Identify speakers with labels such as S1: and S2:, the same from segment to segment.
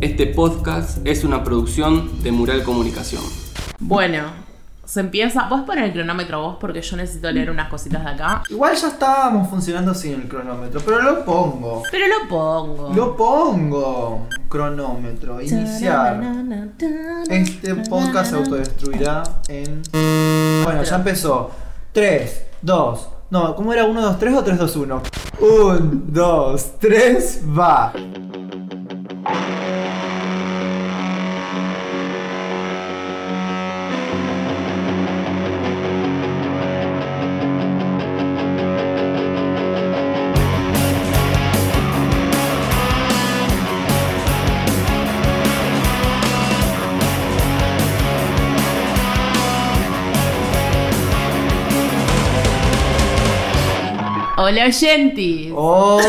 S1: Este podcast es una producción de Mural Comunicación.
S2: Bueno, se empieza. ¿Puedes poner el cronómetro vos? Porque yo necesito leer unas cositas de acá.
S3: Igual ya estábamos funcionando sin el cronómetro, pero lo pongo.
S2: Pero lo pongo.
S3: Lo pongo. Cronómetro, iniciar. Este podcast se autodestruirá en. Bueno, ya empezó. 3, 2, no, ¿cómo era 1, 2, 3 o 3, 2, 1? 1, 2, 3, va.
S2: Hola oyentes.
S3: Oh,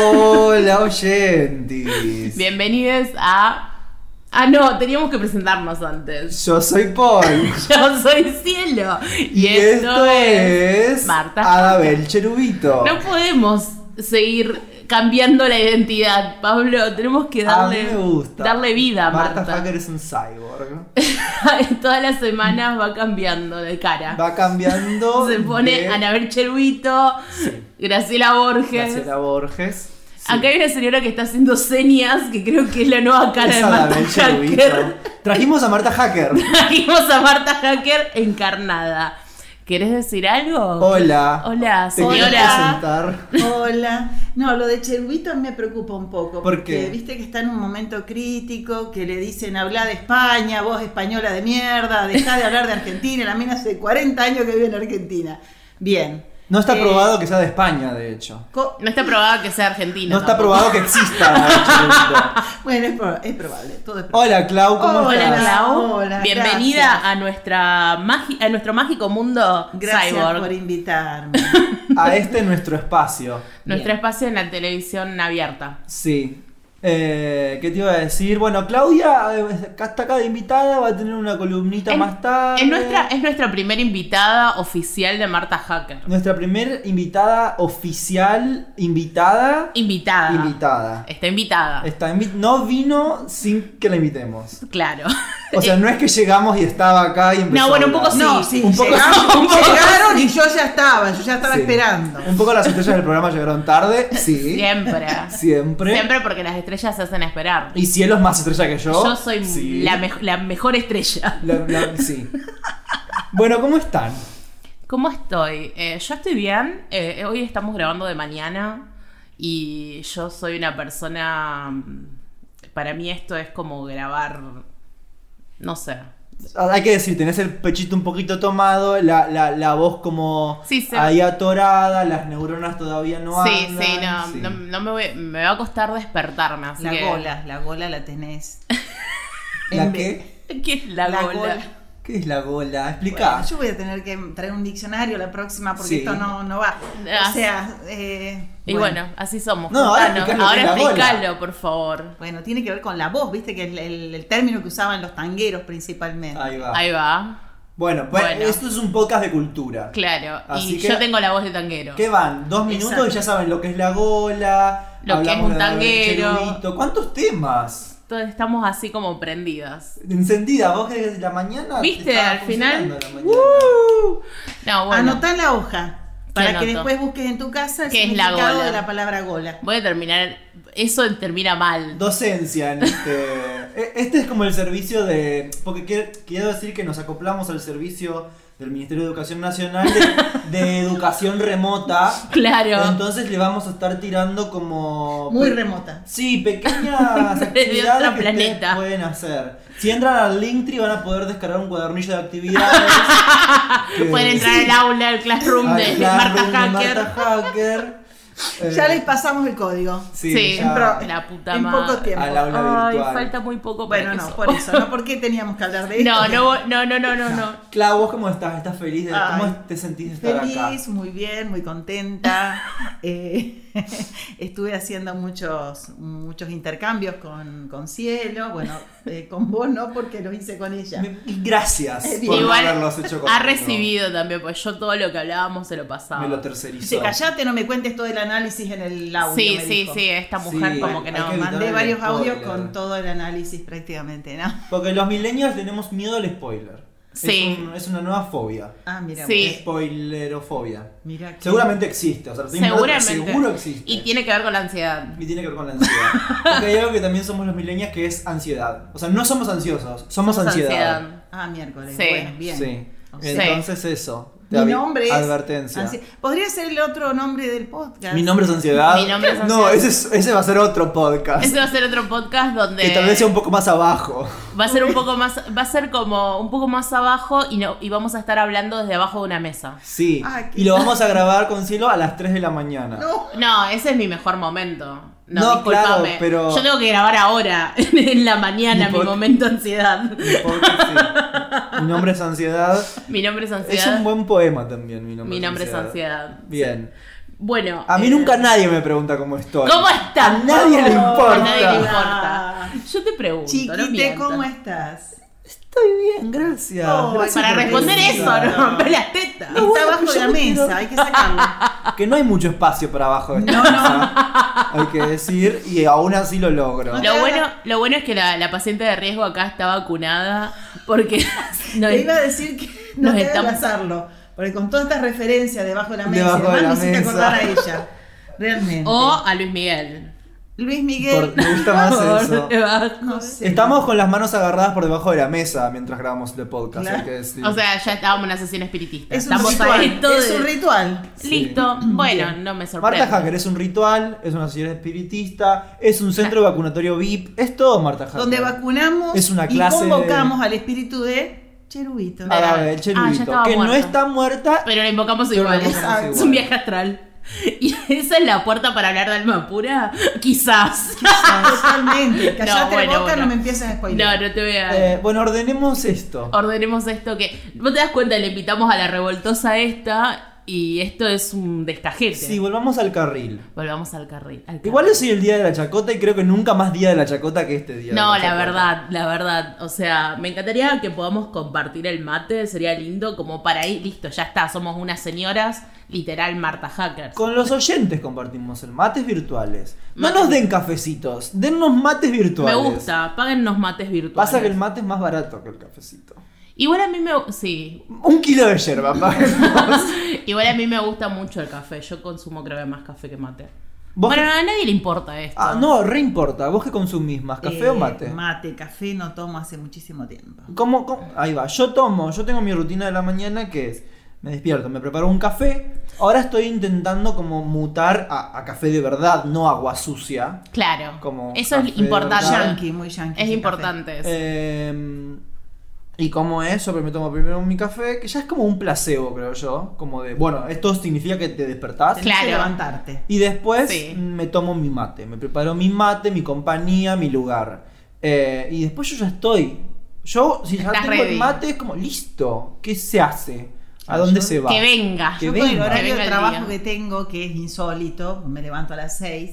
S3: Hola, oyentes.
S2: Bienvenidos a. Ah, no, teníamos que presentarnos antes.
S3: Yo soy Paul.
S2: Yo soy Cielo. Y,
S3: Y esto es.
S2: Marta.
S3: Adabel Cherubito.
S2: No podemos seguir cambiando la identidad, Pablo. Tenemos que
S3: A
S2: darle,
S3: mí me gusta.
S2: darle vida a Marta.
S3: Marta Hacker es un cyborg.
S2: Todas las semanas va cambiando de cara.
S3: Va cambiando.
S2: Se pone
S3: de
S2: Anabel Cherubito, Graciela Borges.
S3: Graciela Borges. Sí.
S2: Acá hay una señora que está haciendo señas que creo que es la nueva cara
S3: Es
S2: de Marta
S3: Anabel
S2: Hacker.
S3: Cherubito. Trajimos a Marta Hacker.
S2: Trajimos a Marta Hacker encarnada. ¿Querés decir algo?
S3: Hola.
S2: Hola,
S3: Te quiero
S2: señora.
S3: presentar.
S4: Hola. No, lo de Cherubito me preocupa un poco.
S3: ¿Por
S4: porque
S3: qué?
S4: viste que está en un momento crítico, que le dicen habla de España, vos española de mierda, dejá de hablar de Argentina, la mina hace 40 años que vive en Argentina. Bien.
S3: No está
S4: Eh,
S3: probado que sea de España, de hecho.
S4: co-
S2: No está probado que sea argentina.
S3: No está
S2: tampoco.
S3: probado que exista. Anabel Cherubito.
S4: Bueno, es, proba- es probable, todo es probable.
S3: Hola, Clau, ¿cómo
S4: Hola,
S2: Hola,
S3: estás?
S2: Clau.
S4: Hola,
S2: Bienvenida
S4: gracias.
S2: a nuestra magi- a nuestro mágico mundo
S4: Gracias
S2: cyborg.
S4: por invitarme.
S3: A este nuestro espacio.
S2: Nuestro espacio en la televisión abierta.
S3: Sí. Eh, ¿Qué te iba a decir? Bueno, Claudia eh, acá está acá de invitada, va a tener una columnita
S2: Es-
S3: más tarde.
S2: Es nuestra, es nuestra primera invitada oficial de Marta Hacker.
S3: Nuestra primer invitada oficial, invitada,
S2: Invitada.
S3: invitada.
S2: Está invitada.
S3: Está invi- no vino sin que la invitemos.
S2: Claro.
S3: O sea, no es que llegamos y estaba acá y empezó
S2: No, bueno, un
S3: a
S2: poco
S3: hablar.
S4: No,
S2: Sí,
S4: Oh, sí,
S3: un poco-
S4: llegaron, llegaron y yo ya estaba, yo ya estaba
S3: Sí.
S4: esperando.
S3: Un poco las estrellas del programa llegaron tarde, sí.
S2: Siempre.
S3: Siempre.
S2: Siempre porque las estrellas se hacen esperar.
S3: Y cielo es más estrella que yo.
S2: Yo soy
S3: Sí.
S2: la, mej- la mejor estrella.
S3: La- la- sí. Bueno, ¿cómo están?
S2: ¿Cómo estoy? Eh, yo estoy bien. Eh, hoy estamos grabando de mañana y yo soy una persona... mm, Para mí esto es como grabar... No sé.
S3: Ah, Hay que decir, tenés el pechito un poquito tomado, la, la, la voz como
S2: Sí, se-
S3: ahí atorada, las neuronas todavía no
S2: sí,
S3: andan.
S2: sí, no, no- no me, voy- me va a costar despertarme. Así
S4: La
S2: que-
S4: gola, la gola la tenés.
S3: ¿La
S4: En
S3: qué?
S2: ¿Qué es la,
S4: La
S2: gola?
S4: gola.
S3: ¿Qué es la gola? Explicá.
S4: Bueno, yo voy a tener que traer un diccionario la próxima porque
S3: Sí.
S4: esto no, no va.
S2: Ah,
S4: O sea, eh,
S2: Y bueno. así somos.
S3: No, ahora
S2: contanos.
S3: explicá lo que
S2: Ahora
S3: es la gola.
S2: explícalo, por favor.
S4: Bueno, tiene que ver con la voz, viste que es el, el término que usaban los tangueros principalmente.
S3: Ahí va.
S2: Ahí va.
S3: Bueno, pues,
S2: Bueno.
S3: esto es un podcast de cultura.
S2: Claro.
S3: Así
S2: y
S3: que-
S2: yo tengo la voz de tanguero.
S3: ¿Qué van? Dos minutos
S4: Exacto.
S3: y ya saben lo que es la gola.
S2: Lo que es un
S3: de la-
S2: tanguero.
S3: Cherubito. ¿Cuántos temas?
S2: Entonces estamos así como prendidas.
S3: Encendida, vos que desde la mañana.
S2: ¿Viste?
S3: estaba
S2: Al final,
S3: funcionando la mañana.
S2: No, Ah, bueno.
S4: Anotá la hoja para
S2: anoto?
S4: que después busques en tu casa el
S2: ¿Qué es la
S4: significado
S2: gola?
S4: de la palabra gola.
S2: Voy a terminar. Eso termina mal.
S3: Docencia en este. e- Este es como el servicio de. Porque quie- quiero decir que nos acoplamos al servicio del Ministerio de Educación Nacional de, de Educación Remota.
S2: Claro.
S3: Entonces le vamos a estar tirando como.
S4: Muy remota.
S3: Sí, pequeñas
S2: Desde
S3: actividades
S2: otro
S3: que ustedes
S2: planeta.
S3: pueden hacer. Si entran al Linktree van a poder descargar un cuadernillo de actividades. Eh, que-
S2: Pueden entrar al aula, al classroom
S3: al
S2: de, de
S3: classroom
S2: Marta
S3: de
S2: Hacker.
S3: Marta Hacker. Eh,
S4: Ya les pasamos el código.
S3: Sí,
S2: Sí,
S3: ya.
S4: pro-
S2: la puta
S4: en poco
S2: madre.
S4: tiempo.
S3: Al aula
S2: Ay,
S3: virtual.
S2: falta muy poco para
S4: Bueno,
S2: que
S4: no,
S2: eso-
S4: por eso, no porque teníamos que hablar de esto.
S2: No, no, no, no, no, no, no.
S3: Clau, ¿vos cómo estás? ¿Estás feliz? De,
S4: Ay,
S3: ¿Cómo te sentís de estar
S4: Feliz, muy bien, muy contenta. Eh, estuve haciendo muchos, muchos intercambios con, con Cielo. Bueno, eh, con vos no, porque lo hice con ella.
S3: acá? Me- y Gracias
S4: Eh,
S3: por no
S2: Igual
S3: haberlos hecho con
S2: ha
S3: otro.
S2: recibido también, pues yo todo lo que hablábamos se lo pasaba.
S3: Me lo tercerizó.
S4: Dice, callate, no me cuentes todo el análisis en el audio.
S2: sí,
S4: me
S2: sí,
S4: dijo.
S2: sí, esta mujer
S3: Sí,
S2: como que
S3: hay
S2: no.
S3: que evitar
S4: Mandé
S3: el
S4: varios audios
S3: spoiler.
S4: con todo el análisis prácticamente, ¿no?
S3: Porque los millennials tenemos miedo al spoiler.
S2: Sí.
S3: Es, un- es una nueva fobia.
S4: Ah, mira.
S2: Sí.
S4: vos.
S3: Spoilerofobia.
S4: Mira que-
S3: Seguramente existe. O sea, estoy inventando, pero
S2: Seguramente.
S3: Seguro existe.
S2: Y tiene que ver con la ansiedad.
S3: Y tiene que ver con la ansiedad. Porque hay algo que también somos los millennials que es ansiedad. O sea, no somos ansiosos, somos ansiedad.
S4: Ah, miércoles.
S2: Sí.
S4: Bueno, bien.
S3: Sí.
S4: Sí.
S3: Entonces eso. Te
S4: Mi
S3: avi-
S4: nombre es.
S3: Advertencia.
S4: ansi- Podría ser el otro nombre del podcast.
S3: Mi nombre es ansiedad.
S2: Mi nombre es
S3: No,
S2: ansiedad.
S3: ese, es- ese va a ser otro podcast.
S2: Ese va a ser otro podcast donde
S3: Que tal vez sea un poco más abajo.
S2: va a ser un poco más, va a ser como un poco más abajo y no, y vamos a estar hablando desde abajo de una mesa.
S3: Sí.
S4: Ah, qué-
S3: y lo vamos a grabar con cielo a las 3 de la mañana.
S4: No.
S2: No, ese es mi mejor momento. No,
S3: No,
S2: discúlpame.
S3: claro, pero-
S2: Yo tengo que grabar ahora, en la mañana,
S3: Mi
S2: mi
S3: pod-
S2: momento de ansiedad.
S3: Mi podcast, sí. Mi nombre es ansiedad.
S2: Mi nombre es
S3: Es
S2: ansiedad.
S3: un buen poema también, mi nombre.
S2: mi nombre es ansiedad.
S3: Bien.
S2: Bueno.
S3: A mí
S2: eh,
S3: nunca nadie me pregunta cómo estoy.
S2: ¿Cómo estás?
S3: A nadie le
S2: No,
S3: importa.
S2: A nadie le
S4: Ah.
S2: importa. Yo te pregunto. no
S4: Chiquite,
S2: mientas.
S4: ¿cómo estás?
S3: Estoy bien, gracias.
S4: Oh,
S3: Gracias
S2: Para
S3: por
S2: responder eso,
S3: preguntar.
S2: no rompe las tetas.
S4: Está
S3: bueno,
S4: abajo
S3: pero
S4: de
S3: yo
S4: la
S3: no
S4: mesa,
S3: quiero-
S4: hay que sacarlo.
S3: Que no hay mucho espacio para abajo de esta mesa, Hay que decir, y aún así lo logro.
S4: No.
S2: Lo bueno, lo bueno es que la, la paciente de riesgo acá está vacunada porque no
S4: Te iba a decir que no
S2: nos
S4: te hagas
S2: estamos-
S4: lanzarlo, porque con todas estas referencias debajo de la mesa,
S3: Debajo de
S4: además
S3: la
S4: me hiciste
S3: mesa.
S4: acordar a ella. Realmente.
S2: o a Luis Miguel.
S4: Luis
S3: Por-
S4: Miguel.
S3: me gusta
S2: Por
S3: más eso.
S2: debajo.
S4: No sé.
S3: Estamos con las manos agarradas por debajo de la mesa mientras grabamos el podcast.
S4: Claro.
S3: hay que decir.
S2: O sea, ya estábamos en una sesión espiritista.
S4: Es un
S2: Estamos a
S4: ritual.
S2: esto
S4: Es
S2: de-
S4: un ritual.
S3: Sí.
S2: Listo. Bueno, no me sorprende.
S3: Marta Hacker es un ritual, es una sociedad espiritista, es un centro vacunatorio VIP, es todo Marta Hacker.
S4: Donde vacunamos
S3: Es una
S4: y
S3: clase de-
S4: convocamos al espíritu de Cherubito.
S3: A la del
S2: Ah, ya
S3: Cherubito,
S2: estaba
S3: que no
S2: muerta.
S3: está muerta.
S2: Pero la invocamos
S3: Pero la
S2: igual.
S3: invocamos
S2: es
S3: igual.
S2: un viaje astral. Y esa es la puerta para hablar de alma pura. Quizás.
S4: Totalmente. Callate
S2: No, bueno,
S4: boca,
S2: bueno.
S4: no me empieces a
S2: No,
S4: spoiler.
S2: no te voy a.
S3: Eh, bueno, ordenemos esto.
S2: Ordenemos esto que. ¿Vos te das cuenta? Le invitamos a la revoltosa esta y esto es un descajete.
S3: Sí, volvamos al carril.
S2: Volvamos al carril. al carril.
S3: Igual es hoy el día de la chacota y creo que nunca más día de la chacota que este día. de
S2: No, la
S3: chacota.
S2: verdad, la verdad. O sea, me encantaría que podamos compartir el mate, sería lindo, como para ir, listo, ya está, somos unas señoras, literal Marta Hackers.
S3: Con los oyentes compartimos el mates virtuales. No nos den cafecitos, dennos mates
S2: Me
S3: virtuales.
S2: gusta, páguennos mates virtuales.
S3: Pasa que el mate es más barato que el cafecito.
S2: Igual a mí me sí,
S3: Un kilo de yerba, paga.
S2: igual a mí me gusta mucho el café. Yo consumo creo que más café que mate.
S3: ¿Vos
S2: Bueno,
S3: qué-
S2: a nadie le importa esto.
S3: Ah, no, re importa. ¿Vos qué consumís más, café o
S4: Eh,
S3: mate?
S4: Mate, café no tomo hace muchísimo tiempo.
S3: ¿Cómo, cómo? Ahí va, yo tomo, yo tengo mi rutina de la mañana que es, me despierto, me preparo un café, ahora estoy intentando como mutar a, a café de verdad, no agua sucia.
S2: Claro.
S3: Como
S2: Eso es
S3: café
S2: importante.
S3: Claro.
S4: Yankee, muy yankee.
S2: Es
S4: ese
S2: importante. eso.
S3: Eh, y como eso, pero me tomo primero mi café, que ya es como un placebo, creo yo, como de, bueno, esto significa que te despertás.
S4: café. Tenés
S2: Claro.
S4: que levantarte.
S3: Y después
S2: Sí.
S3: me tomo mi mate, me preparo mi mate, mi compañía, mi lugar. Eh, y después yo ya estoy. Yo, si ya
S2: Estás
S3: tengo
S2: ready.
S3: el mate, es como, listo, ¿qué se hace? ¿A dónde
S4: Ah, Yo-
S3: se va?
S2: Que venga.
S3: Que
S4: Yo con el
S3: venga.
S2: Que
S4: horario
S2: venga
S4: de
S2: el día.
S4: trabajo que tengo, que es insólito, me levanto a las 6,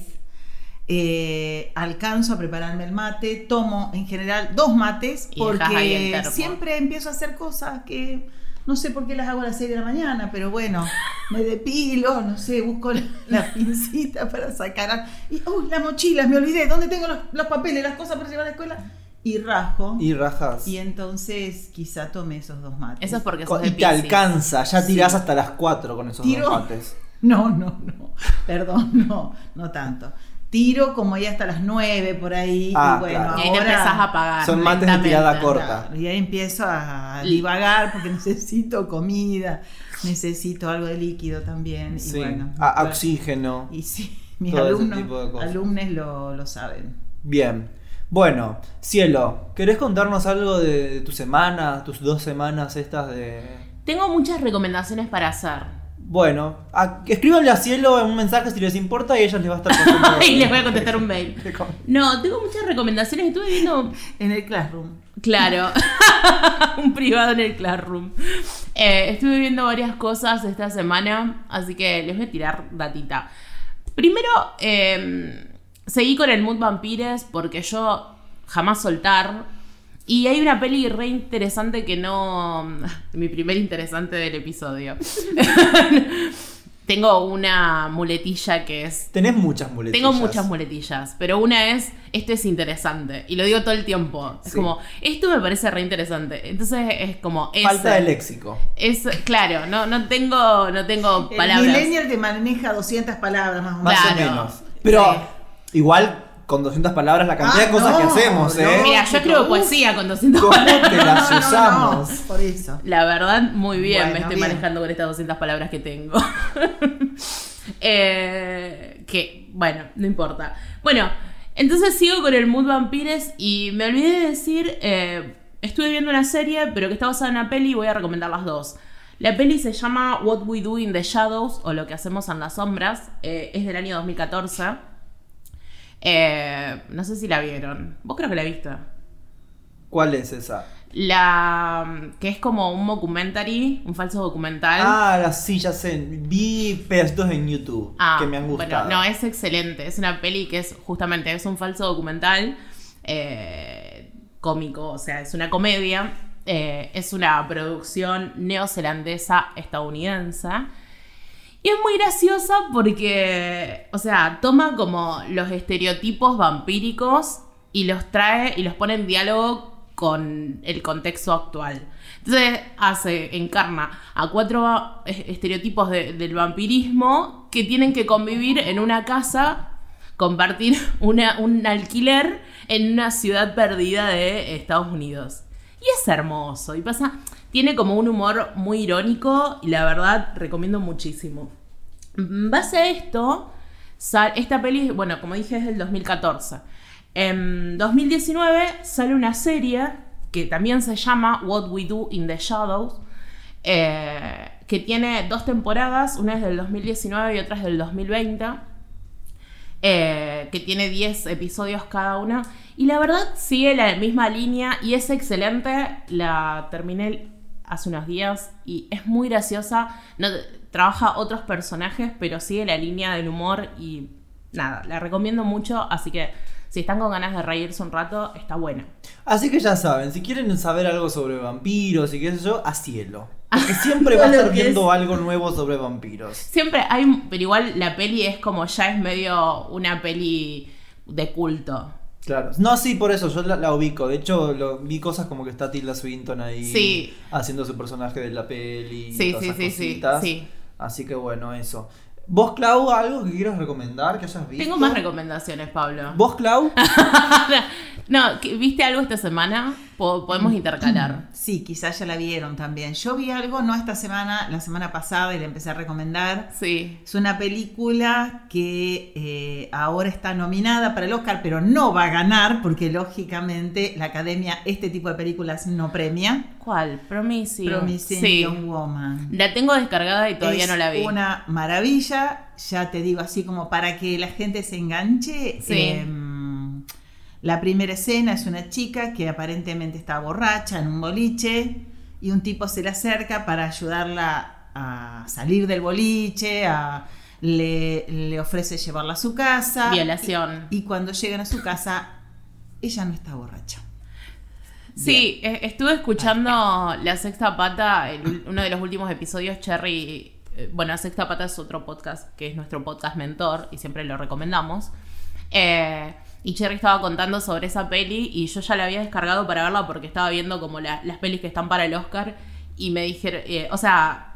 S4: eh, alcanzo a prepararme el mate, tomo en general dos mates,
S2: Y dejás ahí el
S4: porque
S2: termo.
S4: siempre empiezo a hacer cosas que no sé por qué las hago a las 6 de la mañana, pero bueno, me depilo, no sé, busco la, la pincita para sacar... al- Y, ¡Uy, las mochilas! Me olvidé, ¿dónde tengo los, los papeles, las cosas para llevar a la escuela? Y rajo. Y,
S3: Y rajas. Y,
S4: entonces quizá tome esos dos mates.
S2: Eso es porque sos de
S3: te
S2: Piscis.
S3: alcanza, ya tirás
S4: Sí.
S3: hasta las 4 con esos
S4: Tiro.
S3: dos mates.
S4: No, no, no. Perdón, no, no tanto. Tiro como ya hasta las 9 por ahí.
S3: Ah,
S4: y bueno,
S3: claro.
S2: Y ahí te
S4: ahora-
S2: empezás a pagar.
S3: Son mates de tirada
S2: lentamente.
S3: corta.
S4: Claro, Y ahí empiezo a divagar porque necesito comida, necesito algo de líquido también.
S3: Sí.
S4: Y bueno.
S3: A- a
S4: bueno,
S3: oxígeno.
S4: Y sí, mis
S3: Todo ese
S4: alumnos,
S3: tipo de cosas.
S4: alumnos lo, lo saben.
S3: Bien. Bueno, cielo, ¿querés contarnos algo de, de tu semana, tus dos semanas estas de,
S2: Tengo muchas recomendaciones para hacer.
S3: Bueno, a- escríbanle a Cielo un mensaje si les importa y ellas les va a estar contestando.
S2: y les voy a contestar un mail.
S3: Te con-
S2: No, tengo muchas recomendaciones. Estuve viendo,
S4: En el classroom.
S2: claro, un privado en el Classroom. Eh, estuve viendo varias cosas esta semana, así que les voy a tirar datita. Primero, eh, seguí con el Mood Vampires porque yo jamás soltar. Y hay una peli re interesante que no. Mi primer interesante del episodio. Tengo una muletilla que es
S3: Tenés muchas muletillas.
S2: Tengo muchas muletillas, pero una es, esto es interesante, y lo digo todo el tiempo. Es
S3: Sí.
S2: como, esto me parece re interesante. Entonces es como, es,
S3: Falta de léxico.
S2: es claro, no, no tengo, no tengo
S4: El
S2: palabras.
S4: millennial te maneja 200 palabras más o menos.
S3: Más
S2: Claro.
S3: o menos. Pero igual con 200 palabras la cantidad
S4: Ah,
S3: de cosas que
S4: no,
S3: hacemos,
S4: no.
S3: ¿eh?
S2: Mira, yo escribo
S4: Uf.
S2: poesía con 200
S3: ¿Cómo
S2: palabras.
S3: te las
S4: No, no, no,
S3: usamos?
S4: por eso.
S2: La verdad, muy bien, me
S4: Bueno,
S2: estoy
S4: bien.
S2: manejando con estas 200 palabras que tengo. Eh, que, bueno, no importa. Bueno, entonces sigo con el Mood Vampires y me olvidé de decir, eh, estuve viendo una serie, pero que está basada en una peli y voy a recomendar las dos. La peli se llama What We Do in the Shadows o Lo que hacemos en las sombras, eh, es del año 2014. Eh, no sé si la vieron. Vos creo que la viste.
S3: ¿Cuál es esa?
S2: La mm, que es como un documentary, un falso documental.
S3: Ah, las sillas en. Vi pedacitos en YouTube
S2: Ah,
S3: que me han gustado.
S2: Bueno, no, es excelente. Es una peli que es justamente, es un falso documental eh, cómico, o sea, es una comedia. eh, es una producción neozelandesa estadounidense. Y es muy graciosa porque, o sea, toma como los estereotipos vampíricos y los trae y los pone en diálogo con el contexto actual. Entonces hace, encarna a cuatro va- es- estereotipos de- del vampirismo que tienen que convivir en una casa, compartir una, un alquiler en una ciudad perdida de Estados Unidos. Y es hermoso. Y pasa. Tiene como un humor muy irónico. Y la verdad, recomiendo muchísimo. En base a esto, sal- esta peli, bueno, como dije, es del 2014. En 2019 sale una serie que también se llama What We Do in the Shadows. eh, que tiene dos temporadas, una es del 2019 y otra es del 2020 eh, que tiene 10 episodios cada una. Y la verdad sigue la misma línea y es excelente. La terminé hace unos días y es muy graciosa. No, trabaja otros personajes, pero sigue la línea del humor y nada, la recomiendo mucho. Así que si están con ganas de reírse un rato, está buena.
S3: Así que ya saben, si quieren saber algo sobre vampiros y qué sé yo, a cielo. Porque siempre va a estar
S2: Lo que es.
S3: viendo algo nuevo sobre vampiros.
S2: Siempre hay, pero igual la peli es como ya es medio una peli de culto.
S3: Claro. No, sí, por eso, yo la, la ubico. De hecho, lo- vi cosas como que está Tilda Swinton ahí
S2: Sí.
S3: haciendo su personaje de la peli. y
S2: Sí,
S3: todas
S2: sí,
S3: esas
S2: sí, sí,
S3: cositas.
S2: sí.
S3: Así que bueno, eso. ¿Vos, Clau, algo que quieras recomendar que hayas visto?
S2: Tengo más recomendaciones, Pablo.
S3: ¿Vos, Clau?
S2: No, ¿qué- ¿viste algo esta semana? Po- podemos intercalar.
S4: Sí, quizás ya la vieron también. Yo vi algo, no esta semana, la semana pasada y le empecé a recomendar.
S2: Sí.
S4: Es una película que eh, ahora está nominada para el Oscar, pero no va a ganar porque lógicamente la academia este tipo de películas no premia.
S2: ¿Cuál? Promising.
S4: Promising Young
S2: Sí.
S4: Woman.
S2: La tengo descargada y todavía
S4: es
S2: no la vi.
S4: Una maravilla, ya te digo, así como para que la gente se enganche.
S2: Sí.
S4: em, la primera escena es una chica que aparentemente está borracha en un boliche y un tipo se le acerca para ayudarla a salir del boliche, a- le, le ofrece llevarla a su casa.
S2: Violación.
S4: Y, y cuando llegan a su casa, ella no está borracha.
S2: Sí, eh, estuve escuchando La Sexta Pata, el- uno de los últimos episodios, Cherry. eh, Bueno, La Sexta Pata es otro podcast que es nuestro podcast mentor y siempre lo recomendamos. Eh, y Cherry estaba contando sobre esa peli y yo ya la había descargado para verla porque estaba viendo como la- las pelis que están para el Oscar y me dijeron, eh, o sea,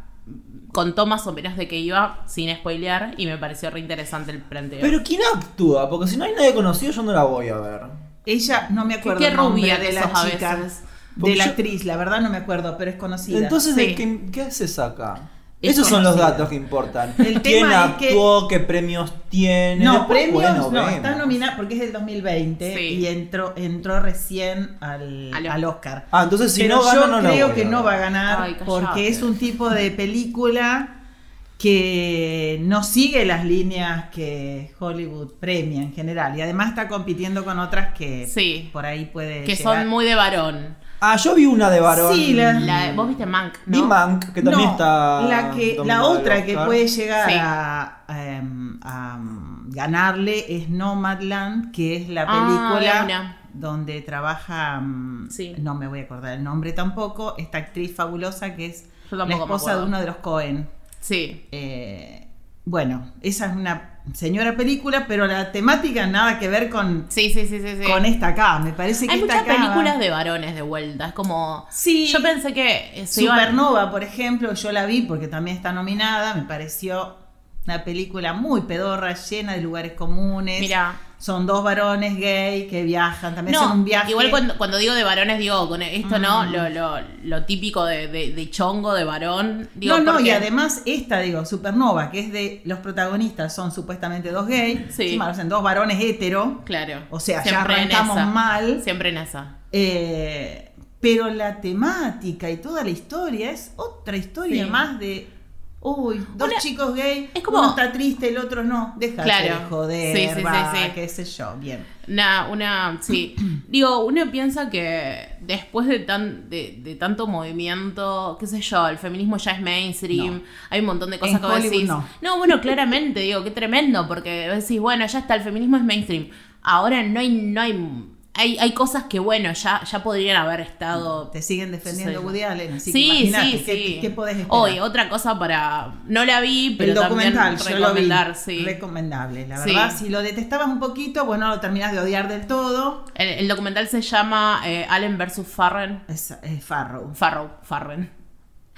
S2: contó más o menos de qué iba sin spoilear y me pareció re interesante el planteo.
S3: Pero ¿quién actúa? Porque si no hay nadie conocido, yo no la voy a ver.
S4: Ella, no me acuerdo
S2: qué
S4: el nombre
S2: rubia
S4: de
S2: que
S4: la
S2: sos a
S4: chica,
S2: veces.
S3: Porque
S4: de la
S3: yo-
S4: actriz, la verdad no me acuerdo, pero es conocida.
S3: Entonces,
S2: Sí.
S3: ¿de ¿qué, qué haces acá?
S4: Es
S3: Esos son los
S4: conocida.
S3: datos que importan.
S4: El tema
S3: ¿Quién
S4: es que-
S3: actuó? ¿Qué premios tiene?
S4: no,
S3: Después,
S4: premios
S3: bueno,
S4: no,
S3: vemos.
S4: está nominada porque es del 2020
S2: Sí.
S4: y entró, entró recién al,
S2: Al-
S4: al Oscar.
S3: Ah, entonces si
S4: Pero
S3: no gana,
S4: yo
S3: no la
S4: creo
S3: voy
S4: que
S3: a
S4: no
S3: ver.
S4: va a ganar
S2: Ay, cállate.
S4: porque es un tipo de película que no sigue las líneas que Hollywood premia en general y además está compitiendo con otras que
S2: Sí.
S4: por ahí puede
S2: que
S4: llegar.
S2: son muy de varón.
S3: Ah, yo vi una de varón.
S4: Sí, la-
S2: La- ¿Vos viste Mank?
S3: Vi
S2: no?
S3: Mank, que también
S4: No,
S3: está.
S4: La, que, la
S3: nominada al
S4: otra que
S3: Oscar.
S4: puede llegar
S2: Sí.
S4: a, em, a, mm, ganarle es Nomadland, que es la
S2: Ah,
S4: película
S2: de una.
S4: donde trabaja, mm,
S2: Sí.
S4: no me voy a acordar el nombre tampoco, esta actriz fabulosa que es
S2: Yo
S4: la
S2: tampoco me
S4: esposa de
S2: acuerdo.
S4: uno de los Cohen.
S2: Sí.
S4: Eh, Bueno, esa es una señora película, pero la temática nada que ver con,
S2: Sí, sí, sí, sí. sí.
S4: con esta acá. Me parece que
S2: Hay
S4: esta
S2: muchas
S4: acá va-
S2: películas de varones de vuelta. Es como.
S4: Sí.
S2: Yo pensé que. eh, se iban-
S4: Supernova, por ejemplo, yo la vi porque también está nominada, me pareció una película muy pedorra, llena de lugares comunes.
S2: Mira.
S4: Son dos varones gay que viajan, también
S2: No,
S4: hacen un viaje. Mm.
S2: igual cuando, cuando digo de varones, digo con esto, ¿no? Lo, lo, lo típico de, de- de chongo, de varón. Digo,
S4: no, no, y
S2: porque-
S4: además esta, digo, Supernova, que es de los protagonistas, son supuestamente dos gays,
S2: Sí.
S4: encima lo hacen dos varones hetero,
S2: Claro.
S4: o sea,
S2: Siempre
S4: ya
S2: en
S4: arrancamos
S2: esa.
S4: mal,
S2: Siempre en esa.
S4: eh, pero la temática y toda la historia es otra historia
S2: Sí.
S4: más de, uy, dos
S2: Una-
S4: chicos gay,
S2: es como-
S4: uno está triste, el otro no, déjate
S2: Claro.
S4: de joder,
S2: Sí, sí, sí,
S4: va,
S2: sí.
S4: qué sé yo, bien.
S2: Una, una, sí. Digo, uno piensa que después de, tan, de, de tanto movimiento, qué sé yo, el feminismo ya es mainstream,
S4: No.
S2: hay un montón de cosas
S4: En
S2: que
S4: Hollywood,
S2: decís.
S4: no.
S2: bueno, claramente, digo, qué tremendo, porque decís, bueno, ya está, el feminismo es mainstream. Ahora no hay, no hay, hay, hay cosas que, bueno, ya, ya podrían haber estado.
S4: Te siguen defendiendo
S2: Sí.
S4: Woody Allen, así que
S2: Sí,
S4: imaginate,
S2: sí,
S4: ¿qué,
S2: sí.
S4: qué podés esperar?
S2: Hoy, otra cosa para. No la vi, pero
S4: el documental,
S2: también
S4: yo lo vi,
S2: recomendar, sí.
S4: recomendable, la
S2: Sí.
S4: verdad. Si lo detestabas un poquito, bueno, lo terminás de odiar del todo.
S2: el, el documental se llama eh, Allen versus Farren.
S4: Es, es Farrow.
S2: Farrow, Farren.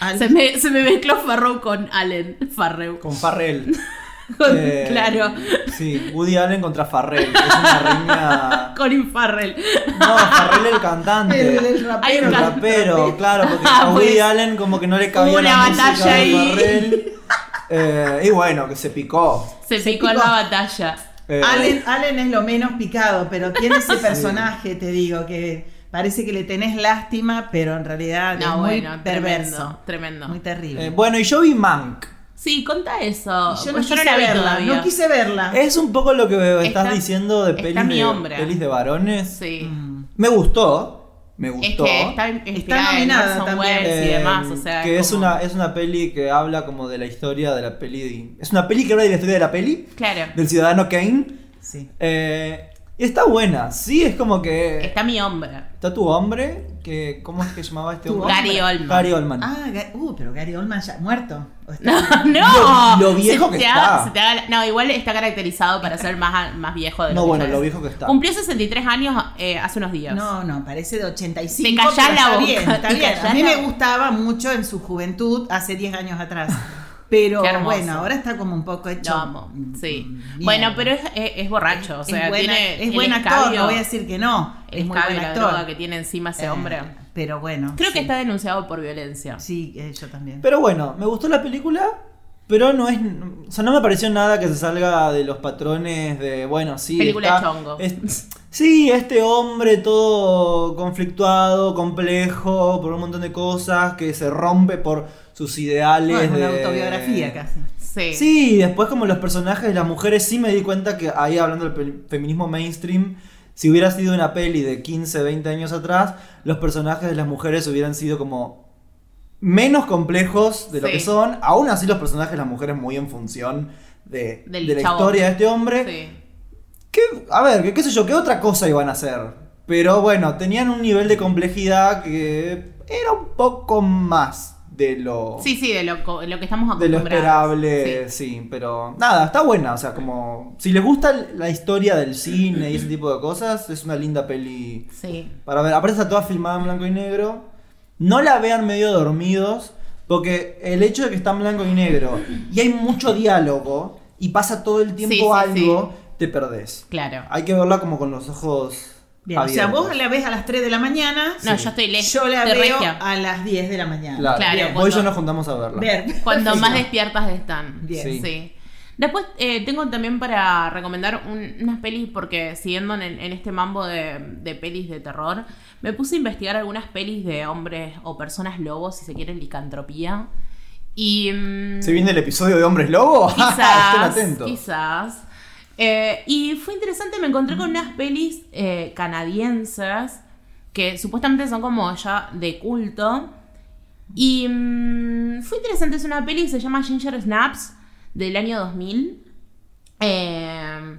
S4: Al-
S2: Se me, se me mezcló Farrow con Allen Farrell.
S3: Con Farrell.
S2: Con-
S3: Eh,
S2: Claro,
S3: Sí, Woody Allen contra Farrell. Es una riña.
S2: Colin Farrell.
S3: No, Farrell el
S4: el,
S3: cantante.
S4: el
S2: Hay
S4: rapero.
S3: El
S2: un
S4: la-
S3: rapero, claro, porque
S2: Ah,
S3: a Woody
S2: pues,
S3: Allen como que no le cabía
S2: hubo
S3: la
S2: una
S3: música
S2: batalla
S3: de
S2: ahí.
S3: Farrell. Eh, y bueno, que se picó.
S2: Se,
S4: Se
S2: picó, en
S4: picó.
S2: la batalla.
S3: Eh,
S4: Allen, Allen es lo menos picado, pero tiene ese personaje, te digo, que parece que le tenés lástima, pero en realidad es
S2: No,
S4: muy
S2: bueno,
S4: perverso.
S2: tremendo. Tremendo.
S4: Muy terrible.
S3: eh, bueno, y yo vi Mank.
S2: Sí, contá eso.
S4: Y yo no
S2: pues yo
S4: quise
S2: no la vi
S4: verla,
S2: todavía.
S4: no quise verla.
S3: Es un poco lo que estás
S2: Ah. Está-
S3: diciendo de
S2: está
S3: pelis,
S2: mi
S3: de,
S2: hombre.
S3: pelis de varones.
S2: Sí.
S4: Mm.
S3: Me gustó. Me
S2: Es
S3: gustó.
S2: que está inspirada en
S4: nominada
S2: Orson
S4: también.
S2: Welles y
S3: Eh,
S2: demás. O sea,
S3: que es
S2: como-
S3: una, es una peli que habla como de la historia de la peli. de- es una peli que habla de la historia de la peli,
S2: Claro.
S3: del ciudadano Kane.
S4: Sí.
S3: Eh, y está buena, sí, es como que. Está,
S2: Está mi hombre.
S3: tu hombre, que. ¿Cómo es que llamaba este
S4: Tu
S3: hombre?
S2: Gary Oldman.
S3: Gary Oldman.
S4: Ah, Ga- uh, pero Gary Oldman ya muerto. ¿O está
S2: No,
S3: Lo-
S2: no.
S3: lo viejo
S2: Se
S3: que
S2: te haga-
S3: está.
S2: se te haga la- no, igual está caracterizado para ser más, más viejo de lo
S3: no,
S2: que
S3: bueno,
S2: ya
S3: lo
S2: es.
S3: viejo que está.
S2: Cumplió 63 años eh, hace unos días.
S4: No, no, parece de 85.
S2: Te callás la
S4: pero está
S2: boca,
S4: bien, está
S2: te
S4: bien. A
S2: callás
S4: mí
S2: la
S4: me
S2: boca.
S4: gustaba mucho en su juventud, hace 10 años atrás. Pero
S2: Qué hermoso.
S4: bueno, ahora está como un poco hecho.
S2: Lo amo, sí.
S4: mm,
S2: Bueno,
S4: mierda.
S2: pero es, es- es borracho, o sea,
S4: es, buena-
S2: tiene
S4: es
S2: el
S4: buen actor,
S2: escabio-
S4: no voy a decir que no.
S2: el
S4: Es muy
S2: escabio,
S4: buen
S2: la
S4: actor.
S2: droga que tiene encima ese
S4: Eh,
S2: hombre.
S4: Pero bueno.
S2: Creo que
S4: sí.
S2: está denunciado por violencia.
S4: Sí, eh, yo también.
S3: Pero bueno, me gustó la película, pero no es. O sea, no me pareció nada que se salga de los patrones de. Bueno, sí.
S2: Película
S3: está-
S2: chongo.
S3: es- sí, este hombre todo conflictuado, complejo, por un montón de cosas, que se rompe por sus ideales.
S4: No, es una
S3: de-
S4: autobiografía casi.
S2: Sí.
S3: Sí, después como los personajes de las mujeres, sí me di cuenta que ahí hablando del pe- feminismo mainstream, si hubiera sido una peli de 15, 20 años atrás, los personajes de las mujeres hubieran sido como menos complejos de lo
S2: Sí.
S3: que son, aún así los personajes de las mujeres muy en función de,
S2: Del
S3: de la
S2: chabón.
S3: historia de este hombre.
S2: Sí.
S3: Que, a ver, que qué sé yo, qué otra cosa iban a hacer. Pero bueno, tenían un nivel de complejidad que era un poco más de lo
S2: Sí, sí, de lo, co- lo que estamos
S3: de lo
S2: acostumbrados.
S3: esperable,
S2: Sí.
S3: sí. pero nada, está buena, o sea, como si les gusta la historia del cine y ese tipo de cosas, es una linda peli
S2: Sí.
S3: para ver. Aparte está toda filmada en blanco y negro. No la vean medio dormidos, porque el hecho de que está en blanco y negro y hay mucho diálogo y pasa todo el tiempo
S2: Sí, sí,
S3: algo, te perdés.
S4: Ah,
S2: claro.
S3: Hay que verla como con los ojos
S4: Bien, o sea,
S3: abiertos.
S4: vos la ves a las 3 de la mañana.
S2: No,
S3: Sí.
S2: yo estoy le-
S4: Yo la
S2: te
S4: veo
S2: regia.
S4: a las 10 de la mañana.
S3: Claro,
S2: Claro,
S3: bien,
S2: cuando-
S3: vos y yo nos juntamos a verla.
S4: Ver.
S2: Cuando más
S4: Perfecto.
S2: despiertas están.
S4: Bien.
S2: Sí.
S3: Sí.
S2: Después eh, tengo también para recomendar un- unas pelis, porque siguiendo en, el- en este mambo de, de pelis de terror, me puse a investigar algunas pelis de hombres o personas lobos, si se quiere, licantropía. Y. mm,
S3: ¿Se viene el episodio de Hombres Lobo? Estén
S2: Quizás.
S3: atentos.
S2: quizás. Eh, y fue interesante, me encontré con unas pelis eh, canadienses que supuestamente son como ya de culto. Y mm, fue interesante, es una peli que se llama Ginger Snaps del año 2000. eh,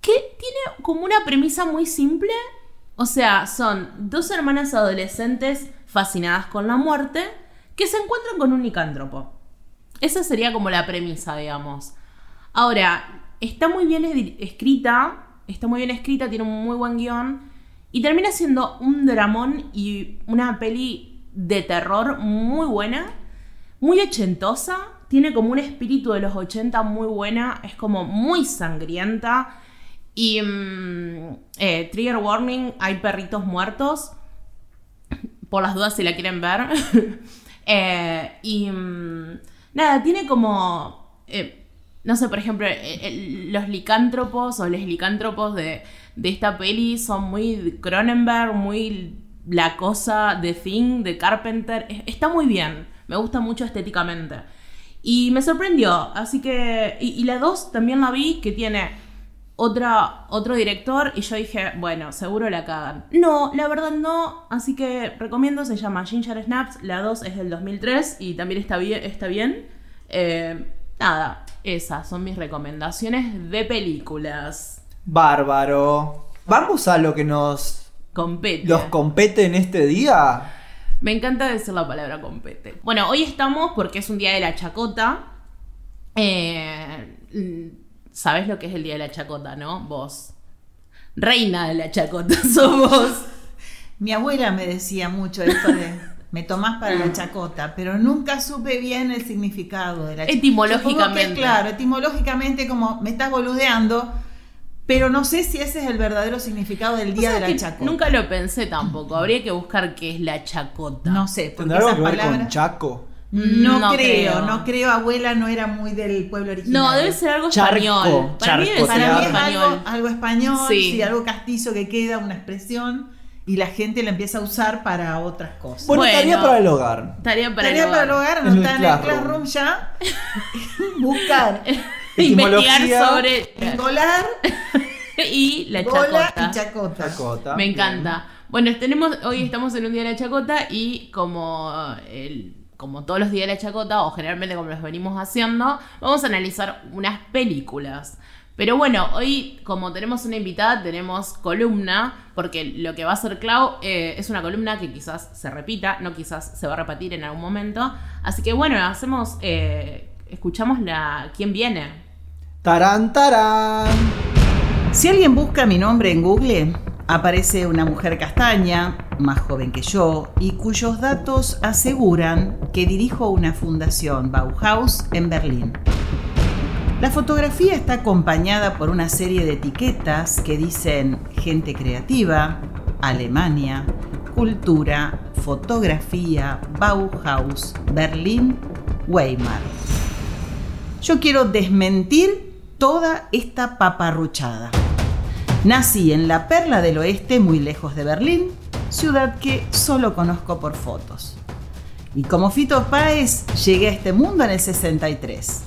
S2: que tiene como una premisa muy simple. O sea, son dos hermanas adolescentes fascinadas con la muerte que se encuentran con un licántropo. Esa sería como la premisa, digamos. Ahora, está muy bien edi- escrita, está muy bien escrita, tiene un muy buen guión y termina siendo un dramón y una peli de terror muy buena, muy ochentosa, tiene como un espíritu de los 80 muy buena, es como muy sangrienta y mm, eh, trigger warning, hay perritos muertos, por las dudas si la quieren ver. Eh, y mm, nada, tiene como... eh, no sé, por ejemplo, eh, eh, los licántropos o los licántropos de, de esta peli son muy Cronenberg, muy la cosa de Thing, de Carpenter. Es- Está muy bien, me gusta mucho estéticamente. Y me sorprendió, así que... Y, y la 2 también la vi, que tiene otra, otro director, y yo dije, bueno, seguro la cagan. No, la verdad no, así que recomiendo, se llama Ginger Snaps, la 2 es del 2003 y también está bien. Está bien. Eh, nada, esas son mis recomendaciones de películas.
S3: Bárbaro. Vamos a lo que nos
S2: Compete.
S3: los compete en este día.
S2: Me encanta decir la palabra compete. Bueno, hoy estamos porque es un día de la chacota. Eh, mm, Sabés lo que es el día de la chacota, ¿no? Vos. Reina de la chacota somos.
S4: Mi abuela me decía mucho esto de me tomás para la chacota, pero nunca supe bien el significado de la chacota.
S2: Etimológicamente.
S4: claro, etimológicamente como me estás boludeando, pero no sé si ese es el verdadero significado del día
S2: Vos
S4: de
S2: sabés
S4: la
S2: que
S4: chacota.
S2: Nunca lo pensé tampoco. Habría que buscar qué es la chacota.
S4: no sé, porque
S3: ¿Tendrá algo
S4: esas
S3: que ver con
S4: palabras
S3: Chaco?
S4: no,
S2: No
S4: creo,
S2: creo.
S4: no creo, abuela no era muy del pueblo original.
S2: No, debe ser algo
S3: Charco,
S2: español. Para mí debe
S3: charco,
S2: ser
S4: Para
S2: algo
S4: mí es
S2: español. Ah,
S4: algo, algo español,
S2: Sí.
S4: sí, algo castizo que queda, una expresión, y la gente la empieza a usar para otras cosas.
S3: Bueno,
S2: Bueno.
S3: tarea para el hogar.
S2: Tarea para
S4: Tarea
S2: el
S4: para el
S2: hogar.
S4: hogar,
S3: En
S4: no
S3: el
S4: está en el
S3: classroom.
S4: classroom ya. Buscar,
S2: Investigar
S3: Etimología.
S2: sobre.
S4: engolar,
S2: y la
S4: bola
S2: chacota.
S4: y chacota.
S3: Chacota.
S2: Me encanta. Bueno, tenemos, hoy estamos en un día de la chacota y como, el- como todos los días de la chacota, o generalmente como los venimos haciendo, vamos a analizar unas películas. Pero bueno, hoy como tenemos una invitada, tenemos columna, porque lo que va a hacer Clau eh, es una columna que quizás se repita, no quizás se va a repetir en algún momento. Así que bueno, hacemos, eh, escuchamos la quién viene.
S3: Tarán, tarán.
S4: Si alguien busca mi nombre en Google, aparece una mujer castaña, más joven que yo, y cuyos datos aseguran que dirijo una fundación Bauhaus en Berlín. La fotografía está acompañada por una serie de etiquetas que dicen gente creativa, Alemania, cultura, fotografía, Bauhaus, Berlín, Weimar. Yo quiero desmentir toda esta paparruchada. Nací en la perla del oeste, muy lejos de Berlín, ciudad que solo conozco por fotos. Y como Fito Páez, llegué a este mundo en el 63.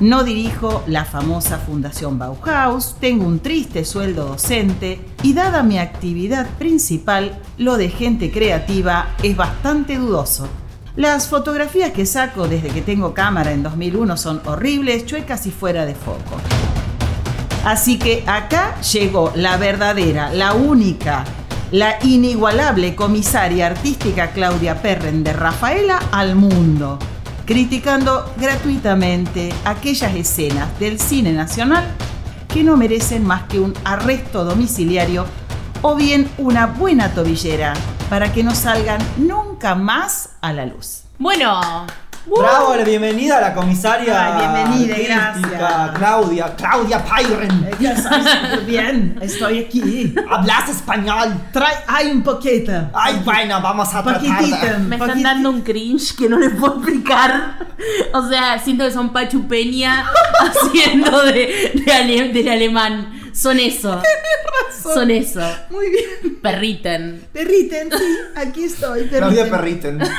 S4: No dirijo la famosa Fundación Bauhaus, tengo un triste sueldo docente y dada mi actividad principal, lo de gente creativa es bastante dudoso. Las fotografías que saco desde que tengo cámara en 2001 son horribles, chuecas y fuera de foco. Así que acá llegó la verdadera, la única, la inigualable comisaria artística Claudia Perren de Rafaela al mundo, criticando gratuitamente aquellas escenas del cine nacional que no merecen más que un arresto domiciliario o bien una buena tobillera para que no salgan nunca más a la luz.
S2: Bueno,
S3: Bravo, la bienvenida a la comisaria.
S4: Uh. Ay, bienvenida, gracias.
S3: Claudia, Claudia Pyren.
S4: Ya sabes, bien, estoy aquí.
S3: Hablas español.
S4: Trae, hay un poquito.
S3: Ay, vaina, vamos a tratar.
S4: Paquitita.
S2: Me están dando un cringe que no les puedo explicar. O sea, siento que son Pachu Peña haciendo de, de ale- del alemán. Son eso. Son eso.
S4: Muy bien.
S2: Perriten.
S4: Perriten, sí, aquí estoy.
S3: Claudia
S4: perriten.
S3: Perriten.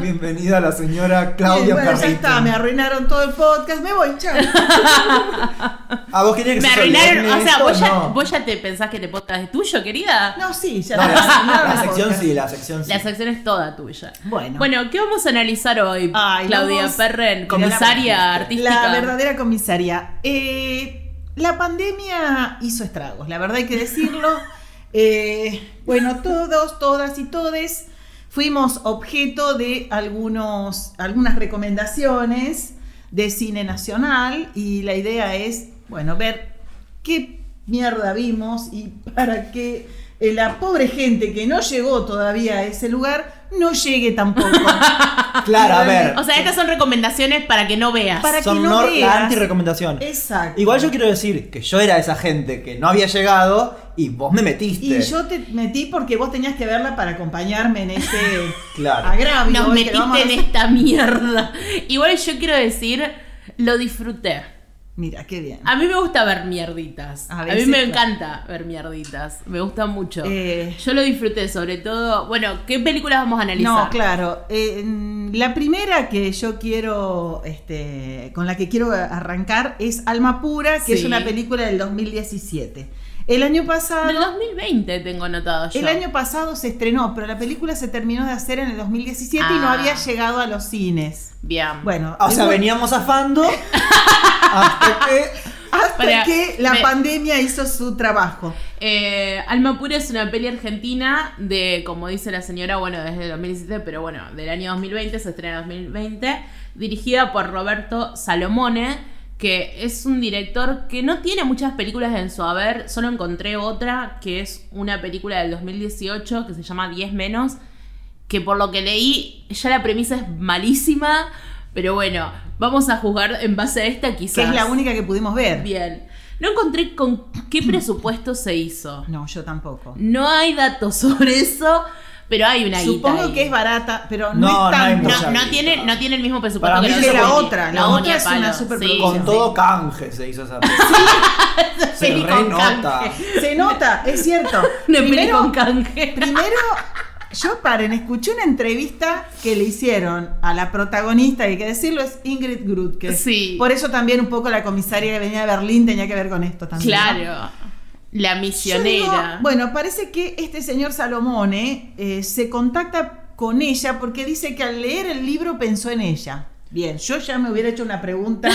S3: bienvenida la señora
S4: Bien,
S3: Claudia
S4: bueno, ya está, me
S3: Perriten.
S4: arruinaron todo el podcast, me voy, chao.
S3: A Ah, vos querías que
S2: Me
S3: se
S2: arruinaron.
S3: solemne
S2: O sea,
S3: esto?
S2: vos ya,
S3: No.
S2: vos ya te pensás que te podcast es tuyo, querida.
S4: No, sí, ya
S3: No, la,
S4: me arruinaron
S3: la
S4: el
S3: sección
S4: podcast.
S3: sí, la sección sí.
S2: La sección es toda tuya.
S4: Bueno.
S2: Bueno, ¿qué vamos a analizar hoy,
S4: Ay,
S2: Claudia
S4: vamos-
S2: Perren,
S4: Mira,
S2: comisaria
S4: la-
S2: artística?
S4: La verdadera comisaria. Eh, la pandemia hizo estragos, la verdad hay que decirlo. Eh, bueno, todos, todas y todes Fuimos objeto de algunos, algunas recomendaciones de cine nacional y la idea es, bueno, ver qué mierda vimos y para que eh, la pobre gente que no llegó todavía a ese lugar no llegue tampoco.
S3: Claro, a ver.
S2: O sea, estas son recomendaciones para que no veas.
S4: Para que
S3: Son
S4: no
S3: nor-
S4: veas.
S3: la anti-recomendación.
S4: Exacto.
S3: Igual yo quiero decir que yo era esa gente que no había llegado y vos me metiste.
S4: Y yo te metí porque vos tenías que verla para acompañarme en este
S3: Claro.
S4: agravio. este
S2: Nos
S4: que lo vamos
S2: metiste
S4: a
S2: en este
S4: hacer.
S2: esta mierda. Igual yo quiero decir, lo disfruté.
S4: Mira, qué bien.
S2: A mí me gusta ver mierditas.
S4: A
S2: A,
S4: veces,
S2: mí me
S4: claro.
S2: encanta ver mierditas. Me gusta mucho.
S4: Eh.
S2: Yo lo disfruté, sobre todo. Bueno, ¿qué películas vamos a analizar?
S4: No, claro. Eh, mm, la primera que yo quiero, este, con la que quiero a- arrancar es Alma Pura, que es
S2: Sí.
S4: una película del 2017. El año pasado,
S2: Del 2020 tengo anotado yo.
S4: el año pasado se estrenó, pero la película se terminó de hacer en el 2017 y no
S2: Ah.
S4: había llegado a los cines.
S2: Bien.
S4: Bueno,
S3: Ah, O sea,
S4: igual-
S3: veníamos afando hasta que.
S4: hasta
S2: Pará,
S4: que la
S2: me-
S4: pandemia hizo su trabajo.
S2: Eh, Alma Pura es una peli argentina de, como dice la señora, bueno, desde el 2017, pero bueno, del año 2020, se estrena en 2020, dirigida por Roberto Salomone, que es un director que no tiene muchas películas en su haber, solo encontré otra, que es una película del 2018 que se llama 10 menos, que por lo que leí, ya la premisa es malísima, pero bueno, vamos a juzgar en base a esta quizás.
S4: Que es la única que pudimos ver.
S2: Bien. No encontré con qué presupuesto se hizo.
S4: No, yo tampoco.
S2: No hay datos sobre eso, pero hay una guita
S4: Supongo
S2: ahí.
S4: que es barata, pero
S3: No,
S4: no,
S3: no
S4: es
S3: hay
S4: tanto.
S3: mucha
S2: No, no
S3: guita.
S2: tiene, no tiene el mismo presupuesto
S3: Para
S4: mí
S2: la
S4: que la
S2: Sony.
S4: otra, la
S2: No, ni
S4: otra
S2: a
S4: es una
S2: palo.
S4: superproducción.
S3: Con
S4: sí.
S3: todo canje se hizo esa película. se
S2: Peli
S3: re
S2: con
S3: nota.
S2: canje.
S4: Se nota, es cierto.
S2: Una peli
S4: primero,
S2: con canje.
S4: primero, yo paren, escuché una entrevista que le hicieron a la protagonista, y hay que decirlo, es Ingrid Grutke.
S2: Sí.
S4: Por eso también un poco la comisaria que venía de Berlín tenía que ver con esto también. ¿no?
S2: Claro. La
S4: Yo digo,
S2: misionera.
S4: bueno, parece que este señor Salomone eh, se contacta con ella porque dice que al leer el libro pensó en ella. Bien, yo ya me hubiera hecho una pregunta.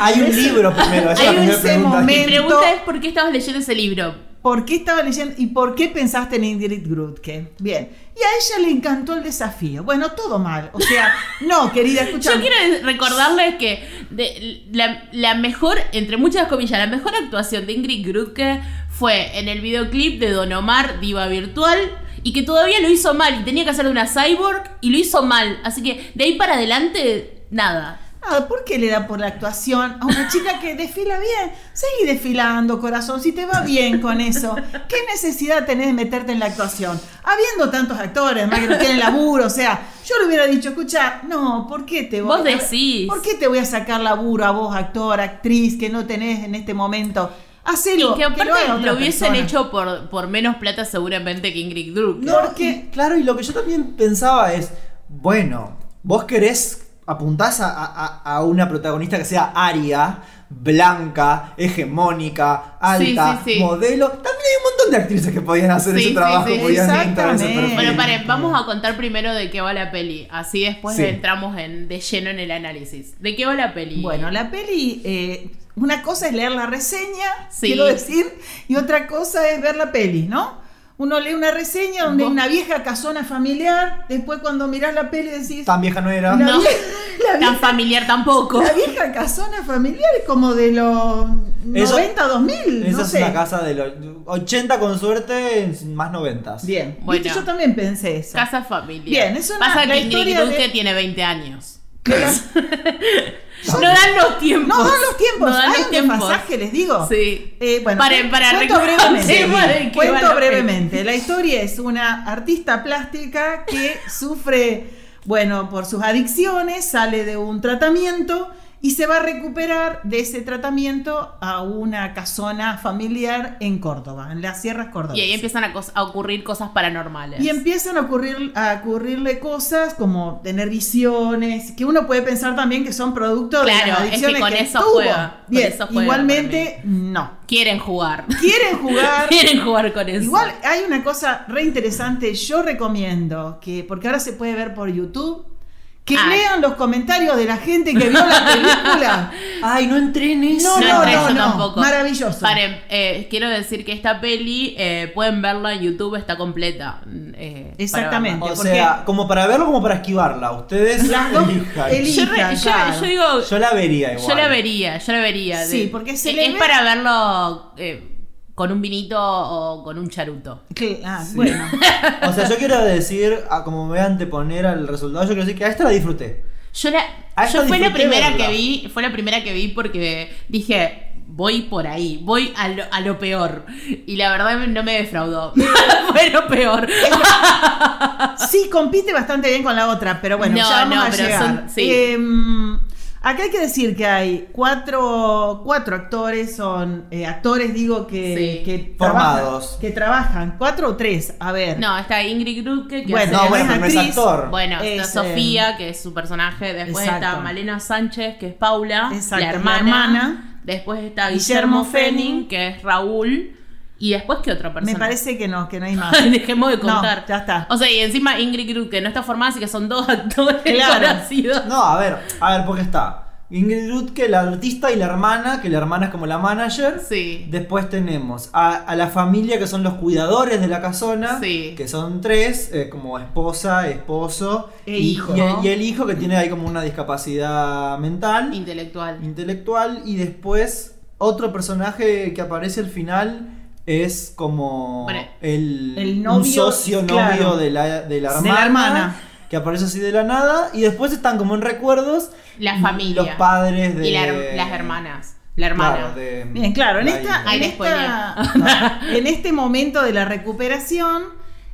S3: Hay un libro primero, esa es
S4: Hay
S3: la
S4: un
S3: primera
S4: ese
S2: Mi
S3: pregunta.
S4: momento.
S2: pregunta es por qué estabas leyendo ese libro.
S4: ¿Por qué estaba leyendo y por qué pensaste en Ingrid Grutke? Bien, y a ella le encantó el desafío. Bueno, todo mal. O sea, no, querida, escucha.
S2: Yo quiero recordarles que de- la, la mejor, entre muchas comillas, la mejor actuación de Ingrid Grutke fue en el videoclip de Don Omar, Diva Virtual, y que todavía lo hizo mal, y tenía que hacer una cyborg, y lo hizo mal. Así que de ahí para adelante, nada.
S4: Nada, Ah, ¿por qué le da por la actuación a una chica que desfila bien? Seguí desfilando, corazón, si te va bien con eso. ¿Qué necesidad tenés de meterte en la actuación? Habiendo tantos actores, más que no tienen laburo, o sea, yo le hubiera dicho, escucha, no, ¿por qué te voy
S2: Vos decís.
S4: ¿Por qué te voy a sacar laburo a vos, actor, actriz, que no tenés en este momento? Hacelo.
S2: y que aparte
S4: lo, haga
S2: lo,
S4: otra
S2: hubiesen
S4: persona.
S2: hecho por, por menos plata seguramente que Ingrid Grutke.
S3: No,
S4: Porque-
S3: y- claro, y lo que yo también pensaba es, bueno, vos querés, apuntás a, a- a una protagonista que sea aria, blanca, hegemónica, alta,
S2: Sí, sí, sí.
S3: modelo. También hay un montón de actrices que podían hacer
S2: Sí,
S3: ese
S2: sí,
S3: trabajo,
S2: sí.
S3: podían entrar en ese
S4: Exactamente.
S3: perfil.
S2: Bueno, paren, vamos a contar primero de qué va la peli. Así después
S3: Sí.
S2: entramos en, de lleno en el análisis. ¿De qué va la peli?
S4: Bueno, la peli, eh, una cosa es leer la reseña,
S2: Sí.
S4: quiero decir, y otra cosa es ver la peli, ¿no? Uno lee una reseña donde hay
S2: Vos-
S4: una vieja casona familiar, después cuando mirás la peli decís,
S3: Tan vieja no era.
S4: la,
S2: No.
S4: vie- la vie-
S2: tan familiar tampoco.
S4: la vieja casona familiar es como de los
S3: Eso-
S4: 90, 2000,
S3: Esa
S4: no
S3: es
S4: sé.
S3: una casa de los 80 con suerte, más 90.
S4: Bien,
S2: Bueno.
S4: Viste, yo también pensé eso.
S2: Casa familiar.
S4: Bien, es una-
S2: Pasa
S4: la
S2: que Ingrid
S4: historia
S2: Duque
S4: de-
S2: tiene 20 años.
S4: Que las-
S2: No dan los tiempos.
S4: No dan los tiempos,
S2: No dan
S4: hay
S2: los
S4: un
S2: tiempos.
S4: desfasaje, les digo.
S2: Sí.
S4: Eh, bueno,
S2: Paren, para,
S4: cuento brevemente.
S2: recordemos de qué va
S4: cuento
S2: la
S4: brevemente. La historia es una artista plástica que sufre, bueno, por sus adicciones, sale de un tratamiento y se va a recuperar de ese tratamiento a una casona familiar en Córdoba, en las sierras cordobesas.
S2: Y ahí empiezan a, cos- a ocurrir cosas paranormales.
S4: Y empiezan a, ocurrir, a ocurrirle cosas como tener visiones, que uno puede pensar también que son producto de
S2: Claro, es
S4: las
S2: que
S4: adicciones
S2: con
S4: que
S2: eso
S4: tuvo.
S2: juega, con
S4: Bien,
S2: eso juega
S4: igualmente, no.
S2: Quieren jugar.
S4: Quieren jugar.
S2: Quieren jugar con eso.
S4: Igual hay una cosa re interesante, yo recomiendo que, porque ahora se puede ver por YouTube, Que
S2: Ay.
S4: lean los comentarios de la gente que vio la película.
S3: Ay, no entré en eso.
S2: No,
S4: No, no,
S2: entré
S4: no,
S2: yo
S4: no.
S2: tampoco.
S4: Maravilloso.
S2: Paren, eh, quiero decir que esta peli eh, pueden verla en YouTube, está completa. eh,
S4: Exactamente.
S2: para
S3: O
S4: porque-
S3: sea, como para verla como para esquivarla. Ustedes
S4: Las dos
S3: elijan.
S2: verla.
S4: eligen.
S2: Yo, re- yo-
S4: Claro.
S2: yo digo,
S3: Yo la vería igual.
S2: yo la vería, yo la vería.
S4: Sí, porque se
S2: es,
S4: le
S2: es
S4: ve-
S2: para verlo eh, con un vinito o con un charuto.
S4: Cl- ah,
S3: Sí.
S4: bueno.
S3: O sea, yo quiero decir, a, como me voy a anteponer al resultado, yo quiero decir que a esta la disfruté.
S2: Yo la,
S3: Ah,
S2: yo
S3: yo
S2: fue la
S3: disfruté
S2: primera
S3: verla.
S2: que vi, fue la primera que vi porque dije voy por ahí, voy a lo, a lo peor y la verdad no me defraudó, fue lo peor.
S4: Sí, compite bastante bien con la otra, pero bueno,
S2: No,
S4: ya vamos
S2: no,
S4: a
S2: pero
S4: llegar.
S2: son- sí.
S4: Em, acá hay que decir que hay cuatro, cuatro actores, son eh, actores, digo, que,
S2: Sí.
S4: que
S3: Formados.
S4: trabajan- que trabajan, cuatro o tres, a ver.
S2: No, está Ingrid Grubke que
S4: Bueno,
S2: hace-
S3: No, bueno, pero no es
S4: actriz,
S3: actor.
S2: Bueno, está
S4: Es,
S2: Sofía, que es su personaje. Después
S4: exacto.
S2: está Malena Sánchez, que es Paula,
S4: Exacto,
S2: la
S4: la
S2: hermana.
S4: hermana.
S2: Después está Guillermo,
S4: Guillermo Fenning,
S2: Fenning, que es Raúl. Y después, ¿qué otra persona?
S4: Me parece que no, que no hay más.
S2: Dejemos de
S4: No,
S2: contar.
S4: ya está.
S2: O sea, y encima Ingrid Grubke que no está formada, así que son dos actores
S4: Claro.
S2: conocidos.
S3: No, a ver, a ver, porque está. Ingrid Rutke, la artista y la hermana, que la hermana es como la manager.
S2: Sí.
S3: Después tenemos a, a la familia que son los cuidadores de la casona,
S2: Sí.
S3: que son tres, eh, como esposa, esposo
S4: E
S3: y,
S4: hijo.
S3: y el, y el hijo que tiene ahí como una discapacidad mental,
S2: Intelectual.
S3: intelectual y después otro personaje que aparece al final es como
S2: Bueno,
S3: el,
S4: el
S3: un
S4: novio,
S3: socio novio
S4: claro.
S3: de, la, de la
S4: De la
S3: hermana.
S4: hermana.
S3: Que aparece así de la nada y después están como en recuerdos
S2: La familia.
S3: los padres de
S2: Y la her- las hermanas. La hermana.
S3: Claro, de-
S4: Bien, claro, en
S3: la
S4: esta,
S3: hija.
S2: Ahí
S4: en,
S2: le
S4: esta- en este momento de la recuperación,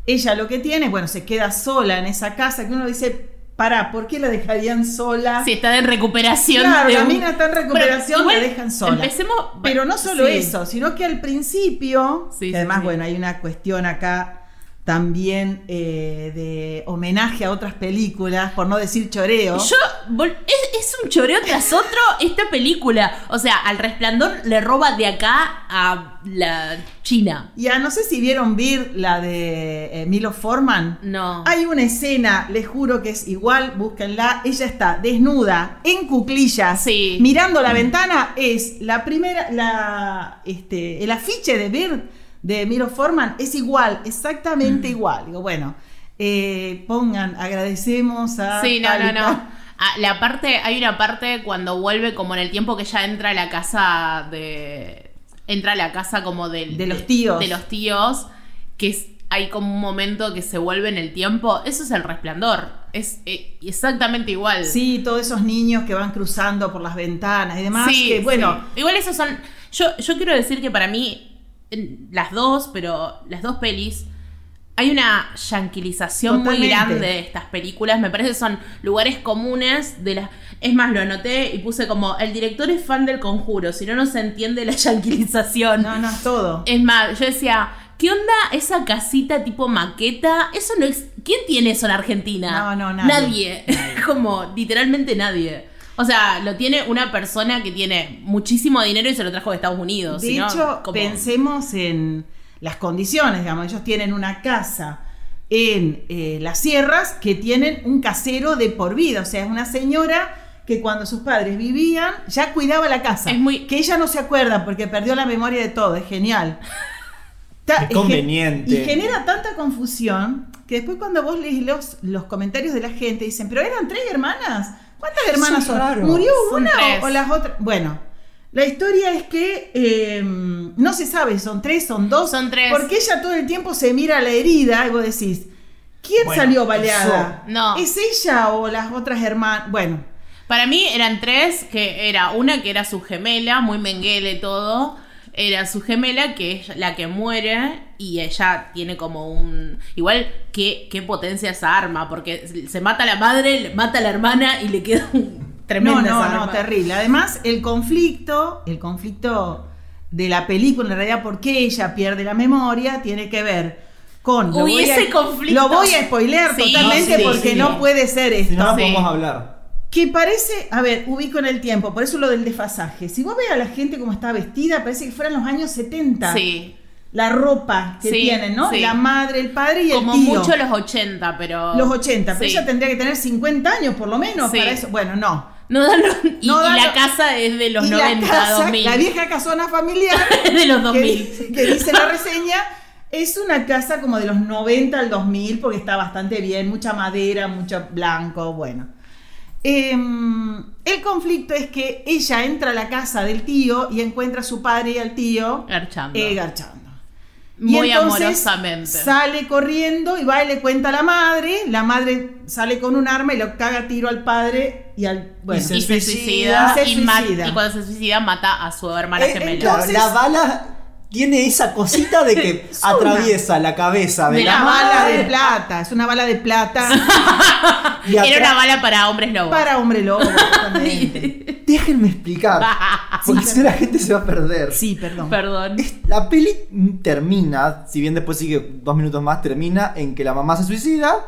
S4: ella lo que tiene, bueno, se queda sola en esa casa que uno dice, pará, ¿por qué la dejarían sola?
S2: Sí, está en recuperación.
S4: Claro,
S2: de
S4: la
S2: un-
S4: mina está en recuperación,
S2: Bueno,
S4: la
S2: igual,
S4: dejan sola.
S2: Empecemos.
S4: Pero no solo
S2: Sí.
S4: eso, sino que al principio,
S2: Sí,
S4: que
S2: sí,
S4: además,
S2: sí.
S4: bueno, hay una cuestión acá también eh, de homenaje a otras películas, por no decir choreo.
S2: Yo, vol- es, es un choreo tras otro esta película. O sea, al resplandor le roba de acá a la China.
S4: Ya no sé si vieron Vir, la de eh, Milo Forman.
S2: No.
S4: Hay una escena, les juro que es igual, búsquenla. Ella está desnuda, en cuclillas,
S2: Sí.
S4: mirando la ventana. Es la primera, la, este, el afiche de Bird de Miro Forman es igual,
S2: Mm.
S4: exactamente igual. Digo, bueno, eh, pongan, agradecemos a.
S2: sí, no,
S4: tal y
S2: no, no.
S4: tal.
S2: Ah, la parte, hay una parte cuando vuelve como en el tiempo que ya entra a la casa de. Entra a la casa como del-
S4: De los tíos.
S2: De los tíos. Que es- hay como un momento que se vuelve en el tiempo. Eso es el resplandor. Es eh, exactamente igual.
S4: Sí, todos esos niños que van cruzando por las ventanas y demás. que, bueno,
S2: sí. Igual esos son. Yo, yo quiero decir que para mí, en- las dos, pero las dos pelis. Hay una yanquilización muy
S4: Totalmente.
S2: grande de estas películas. Me parece que son lugares comunes de las. Es más, lo anoté y puse como el director es fan del conjuro, si no, no se entiende la yanquilización.
S4: no, no es todo.
S2: Es más, yo decía, ¿qué onda esa casita tipo maqueta? Eso no es. ¿Quién tiene eso en Argentina?
S4: No, no, nadie.
S2: Nadie. Como, literalmente nadie. O sea, lo tiene una persona que tiene muchísimo dinero y se lo trajo de Estados Unidos.
S4: De
S2: si no,
S4: hecho,
S2: como-
S4: pensemos en las condiciones, digamos, ellos tienen una casa en eh, las sierras que tienen un casero de por vida, o sea, es una señora que cuando sus padres vivían ya cuidaba la casa,
S2: Es muy-
S4: que ella no se acuerda porque perdió la memoria de todo, es genial. Ta-
S3: Qué
S4: es gen-
S3: conveniente.
S4: Y genera tanta confusión que después cuando vos lees los, los comentarios de la gente dicen, pero eran tres hermanas, ¿cuántas hermanas
S3: Son
S4: son?
S3: raros.
S4: ¿Murió
S2: Son
S4: una o-
S2: tres.
S4: o las otras? Bueno, la historia es que eh, no se sabe si son tres, son dos.
S2: Son tres.
S4: Porque ella todo el tiempo se mira la herida y vos decís, ¿quién
S3: Bueno,
S4: salió baleada?
S2: eso. No.
S4: ¿Es ella o las otras hermanas? Bueno,
S2: Para mí eran tres, que era una que era su gemela, muy menguele todo. Era su gemela, que es la que muere, y ella tiene como un... Igual, ¿qué, qué potencia esa arma? Porque se- se mata la madre, le mata a la hermana y le queda un tremendo...
S4: no, no, no, terrible. Además, el conflicto, el conflicto de la película, en realidad, por qué ella pierde la memoria, tiene que ver con...
S2: Uy, ese conflicto.
S4: Lo voy a spoilear
S2: Sí,
S4: totalmente
S2: sí,
S4: porque
S3: sí.
S4: no puede ser esto.
S3: Si no, no
S2: Sí.
S3: podemos hablar.
S4: Que parece, a ver, ubico en el tiempo, por eso lo del desfasaje. Si vos ves a la gente como está vestida, parece que fueran los años 70.
S2: Sí.
S4: la ropa que
S2: Sí,
S4: tienen, ¿no?
S2: sí.
S4: La madre, el padre y
S2: Como
S4: el tío.
S2: mucho los 80, pero.
S4: los 80, pero
S2: Sí.
S4: ella tendría que tener 50 años por lo menos
S2: Sí.
S4: para eso. Bueno, no.
S2: No dan los- y,
S4: No
S2: y
S4: dan
S2: la
S4: los-
S2: casa es de los
S4: y
S2: 90,
S4: la casa,
S2: 2000.
S4: la vieja casona familiar
S2: Es de los 2000.
S4: que, que dice la reseña, es una casa como de los 90 al 2000 porque está bastante bien, mucha madera, mucho blanco, bueno. Em, el conflicto es que ella entra a la casa del tío y encuentra a su padre y al tío
S2: Garchando.
S4: eh, garchando. Y
S2: Muy
S4: entonces
S2: amorosamente.
S4: Sale corriendo y va y le cuenta a la madre. La madre sale con un arma y lo caga a tiro al padre y al. Bueno,
S2: y se
S4: suicida,
S2: suicida,
S4: se
S2: y, ma-
S4: suicida.
S2: y cuando se suicida mata a su hermana
S3: Eh,
S2: gemela.
S3: claro,
S4: Entonces-
S3: la bala tiene esa cosita de que
S4: Es una-
S3: atraviesa la cabeza de,
S2: De
S3: la
S4: una
S2: la
S4: bala
S3: madre
S4: de plata. Es una bala de plata
S3: y
S2: Era
S3: atrás-
S2: una bala para hombres lobos.
S4: para hombre lobo. exactamente.
S3: Déjenme explicar, porque si no la gente se va a perder.
S4: Sí, perdón.
S2: Perdón.
S3: La peli termina, si bien después sigue dos minutos más, termina en que la mamá se suicida,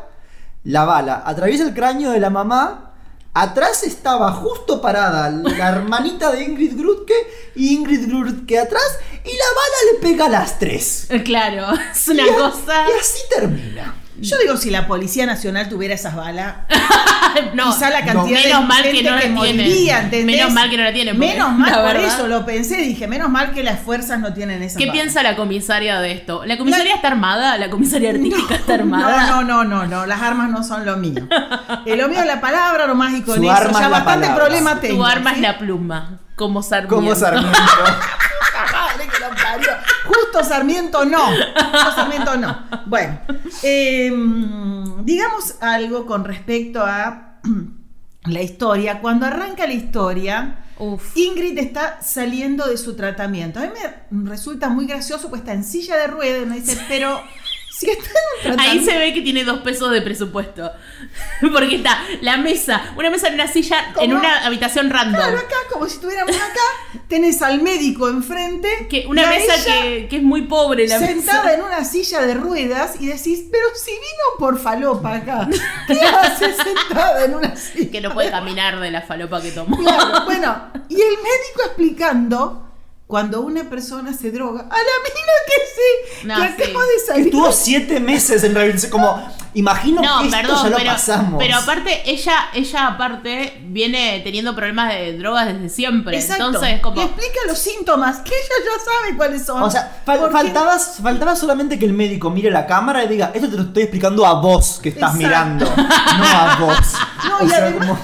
S3: la bala atraviesa el cráneo de la mamá, atrás estaba justo parada la hermanita de Ingrid Grutke y Ingrid Grutke atrás y la bala le pega a las tres.
S2: Claro, es una
S3: Y a-
S2: cosa.
S3: Y así termina.
S4: Yo digo, si la Policía Nacional tuviera esas balas,
S2: no,
S4: quizá la cantidad de
S2: menos mal que
S4: gente
S2: no la tienen.
S4: moriría, ¿entendés?
S2: Menos mal que no la tienen. porque,
S4: Menos mal
S2: la
S4: por
S2: verdad-
S4: eso lo pensé, dije, menos mal que las fuerzas no tienen esas
S2: ¿Qué
S4: balas.
S2: piensa la comisaria de esto? ¿La comisaria está armada? ¿La comisaria artística está armada?
S4: No, no, no, no, no, las armas no son lo mío. Eh, lo mío es la palabra nomás y con
S3: Su
S4: eso
S3: arma es
S4: ya
S3: la
S4: bastante
S3: palabra.
S4: problema
S3: Tu
S4: tengo.
S2: Tu arma
S4: ¿sí?
S2: es la pluma, como Sarmiento.
S3: Como Sarmiento.
S4: Puta madre que la parió. Justo Sarmiento no. Justo Sarmiento no. Bueno, eh, digamos algo con respecto a la historia. Cuando arranca la historia,
S2: Uf.
S4: Ingrid está saliendo de su tratamiento. A mí me resulta muy gracioso, pues está en silla de ruedas y me dice, pero si está en un
S2: Ahí
S4: tratamiento.
S2: se ve que tiene dos pesos de presupuesto. Porque está la mesa, una mesa en una silla, en
S4: ¿Cómo?
S2: una habitación random.
S4: Claro, acá, como si estuviéramos acá, tenés al médico enfrente.
S2: que una
S4: y a
S2: mesa
S4: ella
S2: que, que es muy pobre, la
S4: sentada
S2: mesa.
S4: en una silla de ruedas y decís, pero si vino por falopa acá, ¿qué hace sentada en una silla?
S2: Que no puede caminar de la falopa que tomó.
S4: Claro, bueno, y el médico explicando cuando una persona se droga, a la mina que sí,
S2: No,
S4: que
S2: sí.
S4: acaba de salir.
S3: Estuvo siete meses en rehabilitación. Como, imagino
S2: No,
S3: que esto
S2: perdón,
S3: ya lo
S2: pero,
S3: pasamos.
S2: pero aparte ella, ella aparte viene teniendo problemas de drogas desde siempre.
S4: Exacto.
S2: Entonces,
S4: Le
S2: como
S4: explica los síntomas, que ella ya sabe cuáles son.
S3: O sea, fal-
S4: Porque-
S3: faltaba, faltaba solamente que el médico mire la cámara y diga, esto te lo estoy explicando a vos que estás
S4: Exacto.
S3: mirando, no a vos.
S4: No,
S3: O
S4: y
S3: sea,
S4: además,
S3: como-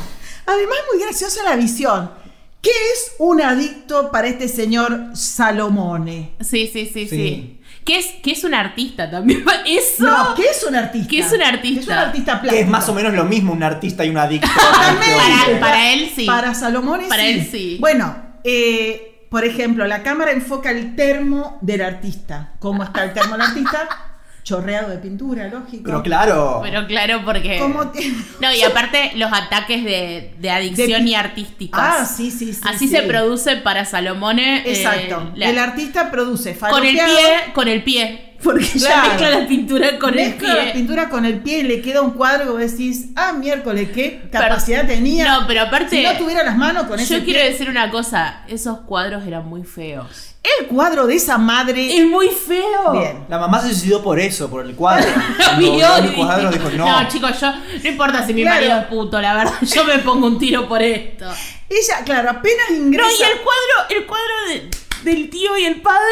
S4: además muy graciosa la visión. ¿Qué es un adicto para este señor Salomone?
S2: sí, sí, sí, sí,
S3: Sí.
S2: Que es que es un artista también. Eso
S4: No, ¿qué es un artista?
S2: ¿Qué es un artista?
S4: Es un artista plástico.
S3: que es más o menos lo mismo un artista y un adicto.
S2: para, para él sí.
S4: Para Salomón es
S2: Para él sí.
S4: Bueno, eh, por ejemplo, la cámara enfoca el termo del artista. ¿Cómo está el termo del artista? Chorreado de pintura, lógico.
S3: Pero claro,
S2: Pero claro, porque.
S4: ¿Cómo te-
S2: No, y aparte los ataques de, de adicción
S4: De-
S2: y artísticos.
S4: Ah, sí, sí, sí.
S2: Así
S4: sí.
S2: se produce para Salomone. eh,
S4: Exacto.
S2: la-
S4: El artista produce
S2: con el
S4: falopeado,
S2: pie, con el pie. Porque
S4: Claro.
S2: ya mezcla la pintura con
S4: mezcla
S2: el
S4: la
S2: pie.
S4: pintura con el pie y le queda un cuadro y vos decís, ah, miércoles, qué capacidad tenía.
S2: No, pero aparte.
S4: si no tuviera las manos con ese
S2: Yo quiero
S4: pie.
S2: decir una cosa, esos cuadros eran muy feos.
S4: El cuadro de esa madre.
S2: Es muy feo.
S4: Bien.
S3: la mamá se suicidó por eso, por el cuadro.
S2: Lo
S3: Cuando
S2: vio
S3: vio
S2: y
S3: el cuadro
S2: dijo,
S3: dijo, no.
S2: chicos, yo no importa si mi
S4: Claro.
S2: marido es puto, la verdad, yo me pongo un tiro por esto.
S4: Ella, claro, apenas
S2: No,
S4: ingresa.
S2: y el cuadro, el cuadro de- del tío y el padre,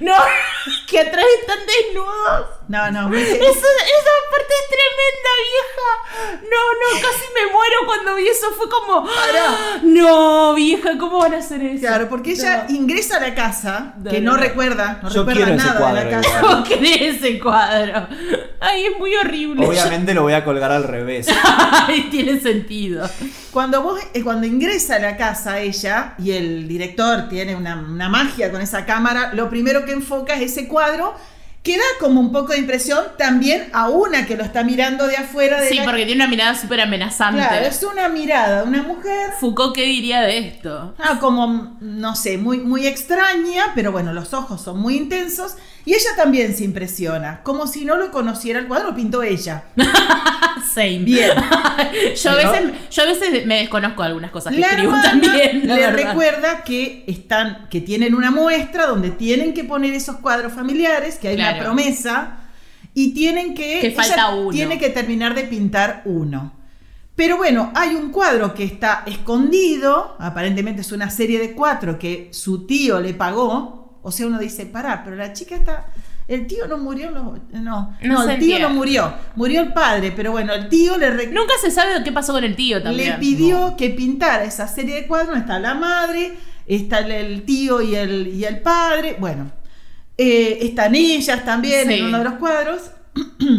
S2: no, que atrás están desnudos.
S4: No, no, me-
S2: Eso- esa parte es tremenda, vieja. No, no, casi me muero cuando vi eso. Fue como, "Ah,
S4: Pará.
S2: no, vieja, ¿cómo van a hacer eso?
S4: Claro, porque ella
S2: No.
S4: ingresa a la casa,
S2: No,
S4: que
S2: no,
S4: no
S2: no.
S4: recuerda, no
S3: Yo
S4: recuerda
S3: quiero ese
S4: nada de la
S3: cuadro
S4: casa.
S3: igual.
S2: ¿Cómo crees ese cuadro? Ay, es muy horrible.
S3: Obviamente lo voy a colgar al revés.
S2: Ay, tiene sentido.
S4: Cuando vos, eh, cuando ingresa a la casa ella, y el director tiene una, una magia con esa cámara, lo primero que enfoca es ese cuadro, que da como un poco de impresión también a una que lo está mirando de afuera de
S2: Sí,
S4: la
S2: porque tiene una mirada súper amenazante.
S4: Claro, es una mirada, una mujer
S2: Foucault, ¿qué diría de esto?
S4: Ah, como, no sé, muy, muy extraña, pero bueno, los ojos son muy intensos Y ella también se impresiona, como si no lo conociera el cuadro, lo pintó ella. Ah,
S2: Same.
S4: Bien.
S2: Yo a,
S4: ¿No?
S2: veces, yo a veces me desconozco algunas cosas que
S4: La
S2: escribo
S4: hermana
S2: también. la
S4: le
S2: verdad.
S4: recuerda que están, que tienen una muestra donde tienen que poner esos cuadros familiares, que hay una
S2: Claro.
S4: promesa, y tienen que,
S2: Que
S4: ella
S2: falta uno.
S4: tiene que terminar de pintar uno. Pero bueno, hay un cuadro que está escondido, aparentemente es una serie de cuatro que su tío le pagó. O sea, uno dice, pará, pero la chica está. El tío no murió, en los och- no, no,
S2: No se
S4: el tío
S2: entera.
S4: no murió, murió el padre, pero bueno, el tío le, recuerda
S2: Nunca se sabe qué pasó con el tío también.
S4: le pidió que pintara esa serie de cuadros. Está la madre, está el, el tío y el, y el padre. Bueno, eh, están ellas también
S2: Sí.
S4: en uno de los cuadros.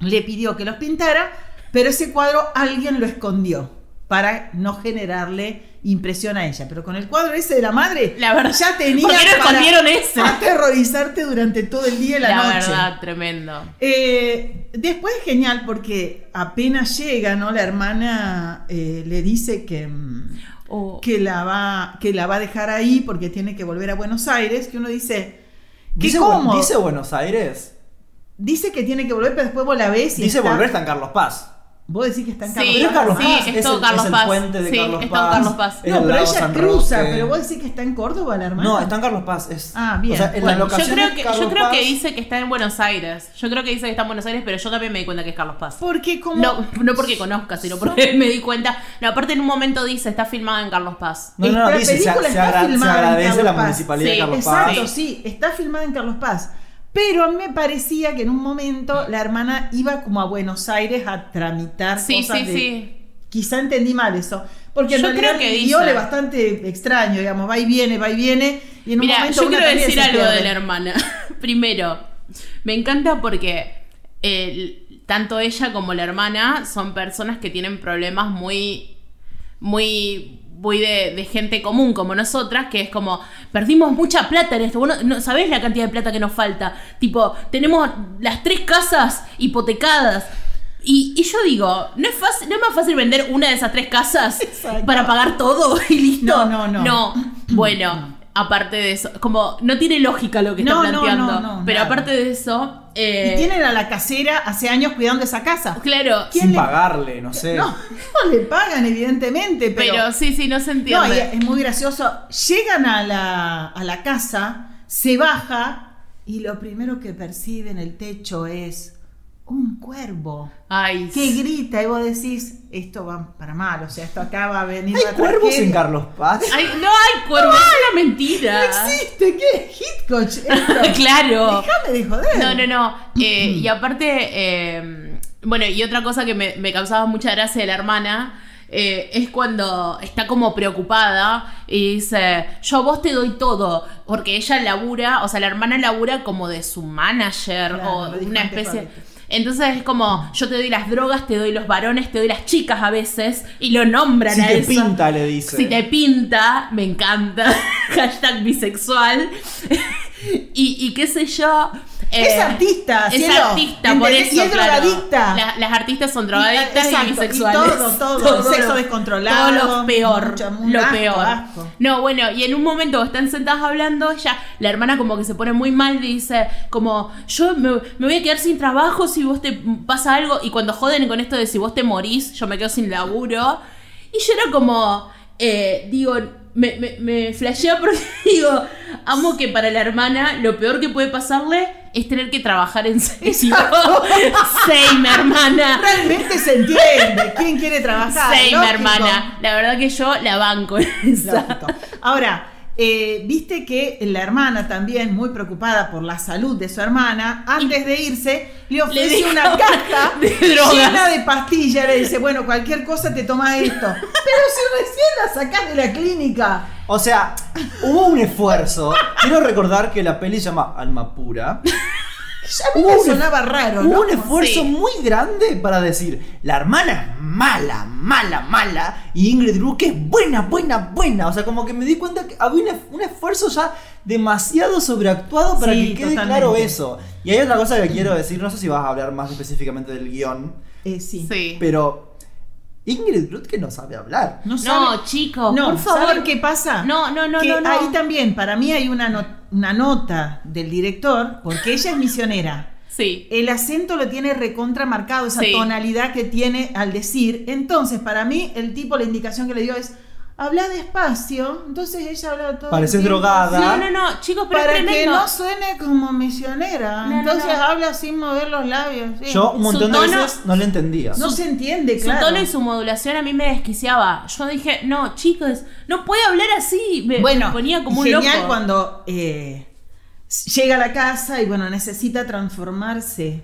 S4: le pidió que los pintara, pero ese cuadro alguien lo escondió para no generarle impresión a ella. Pero con el cuadro ese de la madre,
S2: La verdad.
S4: ya tenía
S2: ¿Por qué no
S4: para
S2: escondieron eso?
S4: aterrorizarte durante todo el día y la,
S2: La
S4: noche.
S2: verdad, tremendo.
S4: Eh, después genial porque apenas llega, ¿no? La hermana eh, le dice que, mm,
S2: Oh,
S4: que, la va, que la va a dejar ahí porque tiene que volver a Buenos Aires, que uno dice, ¿qué
S3: dice,
S4: cómo?
S3: Bu-
S4: Dice,
S3: dice Buenos Aires.
S4: que tiene que volver, pero después vos la ves y
S3: dice
S4: está-
S3: volver está en Carlos Paz.
S4: Vos decís que está en
S2: Sí,
S4: Carlos
S3: Pero es Carlos
S2: sí,
S3: Paz.
S2: es
S3: Es,
S2: todo
S3: el,
S2: Carlos
S3: es el
S2: Paz.
S3: puente de
S2: Sí,
S3: Carlos,
S2: es todo
S3: Paz.
S2: Carlos Paz.
S3: es
S4: No,
S3: el
S4: pero
S3: lago
S4: ella
S3: San
S4: cruza,
S3: Roque.
S4: pero vos decís que está en Córdoba la hermana.
S3: No, está en Carlos Paz. Es,
S4: Ah, bien.
S3: O sea, en
S4: Bueno,
S3: la
S4: yo
S2: Yo
S3: locación
S2: creo,
S3: es
S2: que,
S3: Carlos
S2: yo creo
S3: Paz.
S2: que dice que está en Buenos Aires. Yo creo que dice que está en Buenos Aires, pero yo también me di cuenta que es Carlos Paz.
S4: Porque como...
S2: No, no porque conozca, sino porque me di cuenta. No, aparte en un momento dice, está filmada en Carlos Paz.
S3: No, no, no,
S4: Esta
S3: dice, se, se,
S4: película está
S3: agra- se
S4: filmada en
S3: agradece
S4: Carlos
S3: la
S4: Paz.
S3: municipalidad
S2: Sí,
S3: de Carlos Paz.
S4: Exacto, sí, está filmada en Carlos Paz. Pero a mí me parecía que en un momento la hermana iba como a Buenos Aires a tramitar
S2: Sí,
S4: cosas
S2: sí,
S4: de-
S2: sí.
S4: Quizá entendí mal eso. Porque en
S2: Yo
S4: realidad
S2: creo que
S4: el guión
S2: dice.
S4: es bastante extraño, digamos, va y viene, va y viene. Y en un
S2: Mira,
S4: momento
S2: yo
S4: una
S2: quiero
S4: también
S2: decir
S4: se
S2: algo
S4: pierde.
S2: de la hermana. Primero, me encanta porque eh, tanto ella como la hermana son personas que tienen problemas muy, muy, muy de, de gente común como nosotras, que es como, perdimos mucha plata en esto. Vos no, no sabés la cantidad de plata que nos falta. Tipo, tenemos las tres casas hipotecadas. Y, y yo digo, ¿no es, fácil, ¿no es más fácil vender una de esas tres casas
S4: Exacto.
S2: para pagar todo y listo?
S4: No, no, no.
S2: No, bueno, aparte de eso, como no tiene lógica lo que
S4: No,
S2: está
S4: no,
S2: planteando.
S4: no, no,
S2: pero
S4: nada.
S2: aparte de eso, eh,
S4: Y tienen a la casera hace años cuidando esa casa.
S2: claro,
S4: ¿Quién
S3: Sin
S4: le-
S3: pagarle, no sé.
S4: No, no le pagan, evidentemente,
S2: pero, sí, sí, no se
S4: No, y
S2: entiende.
S4: es muy gracioso. Llegan a la, a la casa, se baja y lo primero que percibe en el techo es un cuervo
S2: Ay,
S4: que grita y vos decís, esto va para mal, o sea, esto acá va a venir
S3: ¿Hay
S4: una
S3: cuervos
S4: tragedia".
S3: en Carlos Paz?
S2: ay, no hay cuervo, es una mentira.
S4: No existe, ¿qué es Hitchcock? Esto?
S2: claro.
S4: Déjame de joder.
S2: No, no, no. Eh, y aparte, eh, bueno, y otra cosa que me, me causaba mucha gracia de la hermana. eh, es cuando está como preocupada y dice, yo a vos te doy todo, porque ella labura, o sea, la hermana labura como de su manager
S4: Claro,
S2: o
S4: lo dijo
S2: una
S4: antes
S2: especie...
S4: Pablito.
S2: Entonces es como, yo te doy las drogas, te doy los varones, te doy las chicas a veces, y lo nombran
S3: Si
S2: a
S3: te
S2: eso.
S3: pinta, le dice.
S2: Si te pinta, me encanta. Hashtag bisexual. y, y qué sé yo. eh,
S4: Es artista,
S2: Es
S4: cielo.
S2: artista, por
S4: ¿Entendés?
S2: eso.
S4: Y es
S2: claro.
S4: drogadicta.
S2: La- las artistas son drogadictas
S4: Exacto,
S2: y
S4: y
S2: bisexuales.
S4: todo, todo, sexo descontrolado,
S2: Todo lo peor.
S4: mucho, un
S2: lo
S4: asco,
S2: peor.
S4: asco.
S2: No, bueno, y en un momento están sentadas hablando, ella, la hermana como que se pone muy mal, dice como, yo me, me voy a quedar sin trabajo si vos te pasa algo, y cuando joden con esto de si vos te morís, yo me quedo sin laburo, y yo era como, eh, digo, me, me, me flashea porque digo, amo que para la hermana lo peor que puede pasarle es tener que trabajar en serio. Same, hermana.
S4: Realmente se entiende. ¿Quién quiere trabajar?
S2: Same,
S4: Lógico.
S2: hermana. La verdad que yo la banco en esa.
S4: Lógico. Ahora, eh, viste que la hermana también, muy preocupada por la salud de su hermana, antes de irse, le ofrece
S2: dijo
S4: una caja
S2: de drogas.
S4: llena de pastillas. Le dice, bueno, cualquier cosa te toma esto. Pero si recién la sacás de la clínica.
S3: O sea, hubo un esfuerzo. Quiero recordar que la peli se llama Alma Pura.
S4: Ya a mí
S3: Hubo
S4: me
S3: un-
S4: sonaba raro,
S3: Hubo
S4: ¿no?
S3: un
S2: Sí.
S3: esfuerzo muy grande para decir, la hermana es mala, mala, mala, y Ingrid Luque es buena, buena, buena. O sea, como que me di cuenta que había un, es- un esfuerzo ya demasiado sobreactuado para
S4: Sí,
S3: que quede
S4: totalmente.
S3: claro eso. Y hay otra cosa que quiero decir, no sé si vas a hablar más específicamente del guión,
S4: Eh, sí.
S2: Sí.
S3: pero Ingrid Groot que no sabe hablar.
S4: No, sabe-
S2: No, chicos,
S4: No,
S2: por favor.
S4: ¿saben qué pasa?
S2: No, no, no,
S4: que
S2: no, no.
S4: Ahí también, para mí hay una, no- una nota del director, porque ella es misionera.
S2: Sí.
S4: El acento lo tiene recontra marcado, esa
S2: Sí.
S4: tonalidad que tiene al decir. Entonces, para mí, el tipo, la indicación que le dio es, habla despacio. Entonces ella habla todo. el
S3: Pareces
S4: tiempo.
S3: drogada.
S2: No, no, no, chicos, pero es
S4: Para que
S2: tremendo.
S4: no suene como misionera.
S2: No, no,
S4: Entonces
S2: no.
S4: habla sin mover los labios. sí.
S3: Yo un
S2: Su
S3: montón de
S2: tono-
S3: veces no le entendía.
S4: no se entiende,
S2: Su
S4: claro.
S2: tono y su modulación a mí me desquiciaba. Yo dije, no, chicos, no puede hablar así. Me, me ponía como un
S4: genial
S2: loco.
S4: cuando eh, llega a la casa y bueno, necesita transformarse.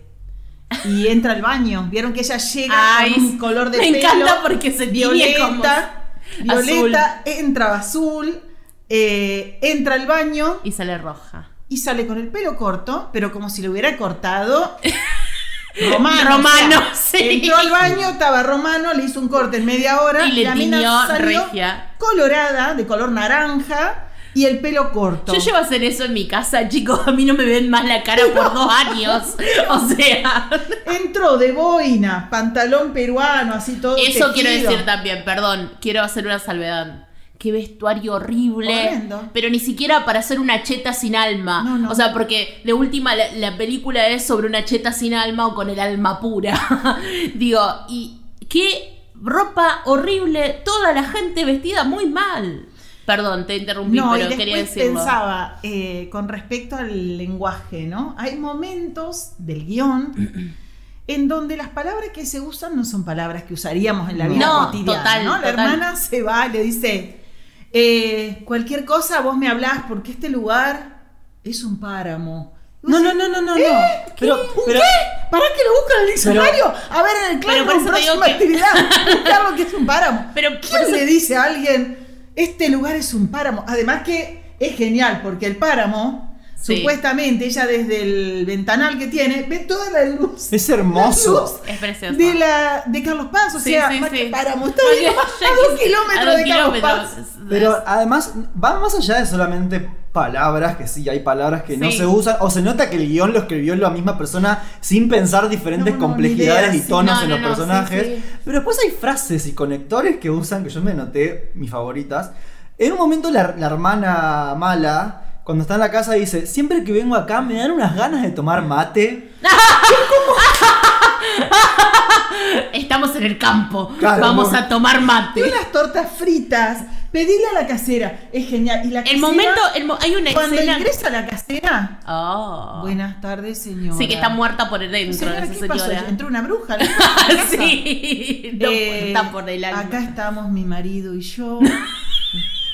S4: Y entra al baño. Vieron que ella llega
S2: Ay,
S4: con un color de
S2: me
S4: pelo.
S2: encanta porque se tiñe
S4: violeta.
S2: como azul.
S4: Violeta entra azul, eh, entra al baño
S2: Y sale roja.
S4: y sale con el pelo corto, pero como si lo hubiera cortado romano.
S2: Romano,
S4: o sea,
S2: sí.
S4: Entró al baño, estaba romano, le hizo un corte en media hora.
S2: Y le
S4: la mina
S2: tiñó
S4: salió
S2: regia.
S4: Colorada, de color naranja y el pelo corto.
S2: Yo llevo a hacer eso en mi casa, chicos. A mí no me ven más la cara por dos años. O sea,
S4: Entró de boina, pantalón peruano, así todo.
S2: eso quiero
S4: tejido.
S2: decir también, perdón. Quiero hacer una salvedad. Qué vestuario horrible.
S4: Horrendo.
S2: Pero ni siquiera para hacer una cheta sin alma.
S4: No, no.
S2: O sea, porque de última la, la película es sobre una cheta sin alma o con el alma pura. Digo, y qué ropa horrible. Toda la gente vestida muy mal. Perdón, te interrumpí,
S4: No, y
S2: pero quería
S4: después
S2: decirlo.
S4: pensaba eh, con respecto al lenguaje, ¿no? Hay momentos del guión en donde las palabras que se usan no son palabras que usaríamos en la vida
S2: No,
S4: cotidiana,
S2: total,
S4: ¿no? La
S2: total.
S4: hermana se va, le dice, eh, cualquier cosa vos me hablás porque este lugar es un páramo.
S3: No, no, no, no, no, no. Pero, pero,
S4: ¿Para qué lo buscan en el diccionario? a ver, en el
S2: Pero
S4: claro,
S2: por eso te digo
S4: próxima
S2: que-
S4: actividad, buscar lo que es un páramo.
S2: Pero por
S4: ¿Quién
S2: eso-
S4: le dice a alguien, este lugar es un páramo? Además que es genial, porque el páramo,
S2: Sí.
S4: supuestamente, ella desde el ventanal que tiene, ve toda la luz.
S3: es hermoso.
S4: La
S2: Es precioso.
S4: luz de, la, de Carlos Paz, o
S2: Sí,
S4: sea,
S2: sí,
S4: más
S2: sí.
S4: que páramo, está
S2: Porque
S4: ahí nomás,
S2: ya
S4: a dos
S2: existe- a dos
S4: kilómetros de Carlos Paz.
S2: kilómetros.
S3: Pero además va más allá de solamente palabras, que sí, hay palabras que no
S2: Sí.
S3: se usan, o se nota que el guión lo escribió la misma persona sin pensar diferentes
S4: No, no,
S3: complejidades
S4: ni idea,
S3: y
S4: sí.
S3: tonos
S2: No,
S3: en
S2: no,
S3: los
S2: no, sí,
S3: personajes.
S2: sí.
S3: Pero después hay frases y conectores que usan, que yo me noté, mis favoritas. En un momento la, la hermana mala, cuando está en la casa, dice, siempre que vengo acá me dan unas ganas de tomar mate.
S2: Estamos en el campo.
S3: Claro,
S2: Vamos
S3: no.
S2: a tomar
S4: Y
S2: mate.
S4: unas tortas fritas, pedirle a la casera, es genial. Y la
S2: El
S4: casera,
S2: momento, el mo- hay una
S4: cuando
S2: escena.
S4: ingresa la casera,
S2: Oh.
S4: Buenas tardes, señora.
S2: Sí, que está muerta por dentro
S4: Señora,
S2: esa
S4: ¿qué pasó?
S2: señora.
S4: Entró una bruja. ¿no?
S2: sí, no,
S4: Eh,
S2: está por el alma.
S4: Acá estamos mi marido y yo.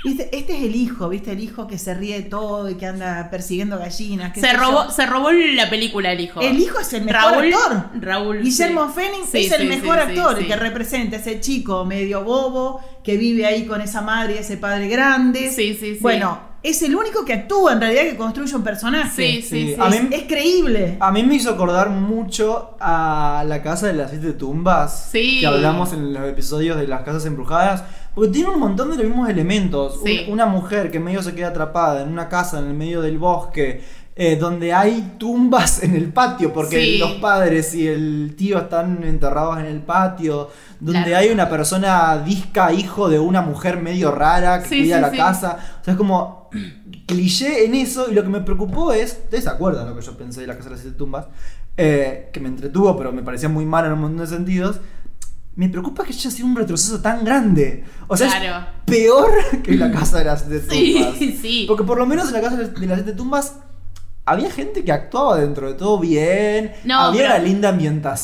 S4: Este, este es el hijo, ¿viste? El hijo que se ríe de todo y que anda persiguiendo gallinas. qué
S2: se
S4: sé yo.
S2: robó, se robó la película el hijo.
S4: El hijo es el mejor
S2: Raúl-
S4: actor.
S2: Raúl,
S4: Guillermo
S2: sí.
S4: Fénix
S2: Sí,
S4: es el
S2: sí,
S4: mejor
S2: sí, sí,
S4: actor, el
S2: sí.
S4: que representa a ese chico medio bobo que vive ahí con esa madre y ese padre grande.
S2: Sí, sí, sí.
S4: Bueno, es el único que actúa en realidad que construye un personaje.
S2: Sí, sí,
S3: Sí,
S2: sí.
S3: a mí-
S4: Es creíble.
S3: A mí me hizo acordar mucho a la casa de las siete tumbas
S2: Sí.
S3: que hablamos en los episodios de las casas embrujadas, porque tiene un montón de los mismos elementos. Un-
S2: Sí.
S3: una mujer que medio se queda atrapada en una casa en el medio del bosque, eh, donde hay tumbas en el patio, porque
S2: Sí.
S3: los padres y el tío están enterrados en el patio, donde
S2: Claro.
S3: hay una persona disca, hijo de una mujer medio rara que
S2: Sí,
S3: cuida
S2: sí,
S3: la
S2: sí.
S3: casa. O sea, es como cliché en eso y lo que me preocupó es, ustedes se acuerdan lo que yo pensé de la casa de las siete tumbas, Eh, que me entretuvo pero me parecía muy mal en un montón de sentidos, me preocupa que haya sido un retroceso tan grande. O sea,
S2: Claro.
S3: es peor que la casa de las siete tumbas.
S2: Sí, sí.
S3: Porque por lo menos en la casa de las siete tumbas había gente que actuaba dentro de todo bien,
S2: No,
S3: había
S2: pero-
S3: una linda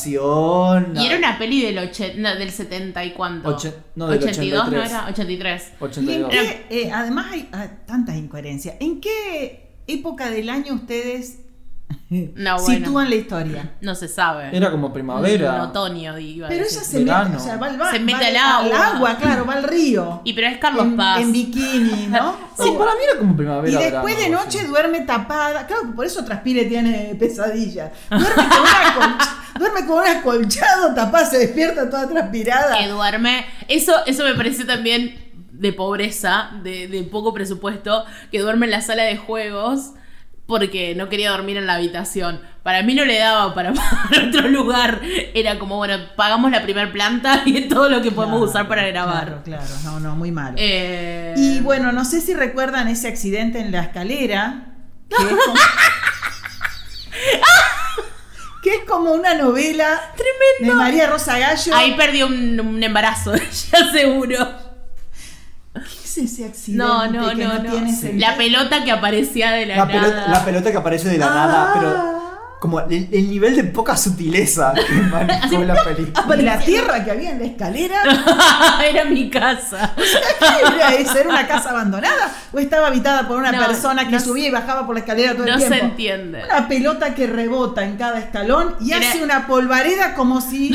S3: ambientación.
S2: Y era una peli del, oche- no, del 70 y cuánto.
S3: Oche- no, del
S2: 82, no
S3: 83.
S2: era 83.
S4: ¿Y en
S3: 82.
S4: qué, eh, además hay ah, tantas incoherencias. ¿En qué época del año ustedes
S2: No, bueno.
S4: sitúan la historia?
S2: No se sabe.
S3: Era como primavera.
S2: En otoño, iba a
S4: Pero
S2: decir.
S4: ella se
S3: verano.
S4: mete, o sea, va al, ba-
S2: Se mete
S4: va
S2: al agua.
S4: agua, claro, va al río.
S2: Y pero es Carlos
S4: en,
S2: Paz.
S4: en bikini, ¿no?
S3: Sí, para mí era como primavera.
S4: Y después
S3: verano,
S4: de
S3: algo
S4: noche
S3: así.
S4: duerme tapada. Claro que por eso Transpire tiene pesadillas. Duerme con, una colch- duerme con un acolchado tapada, se despierta toda transpirada.
S2: que duerme. Eso, eso me pareció también de pobreza, de, de poco presupuesto, que duerme en la sala de juegos. porque no quería dormir en la habitación. Para mí no le daba para pagar otro lugar. Era como, bueno, pagamos la primer planta y es todo lo que podemos
S4: Claro,
S2: usar para grabar.
S4: Claro, claro, no, no, muy malo.
S2: Eh,
S4: Y bueno, no sé si recuerdan ese accidente en la escalera, que es como, que es como una novela de María Rosa Gallo.
S2: ahí perdí un, un embarazo, ya seguro.
S4: ¿Qué es ese accidente?
S2: No, no,
S4: que
S2: no, no.
S4: tiene
S2: La
S4: sentido?
S2: pelota que aparecía de la,
S3: La
S2: nada. Ah.
S3: pelota, la pelota que aparece de la
S4: Ah.
S3: nada, pero como el, el nivel de poca sutileza que manejó la película.
S4: Y Ah, la tierra que había en la escalera.
S2: Era mi casa.
S4: ¿Qué era eso? ¿Era una casa abandonada? ¿O estaba habitada por una
S2: No,
S4: persona que
S2: no se-
S4: subía y bajaba por la escalera todo
S2: No
S4: el
S2: se
S4: tiempo?
S2: entiende.
S4: Una pelota que rebota en cada escalón y
S2: Era-
S4: hace una polvareda como si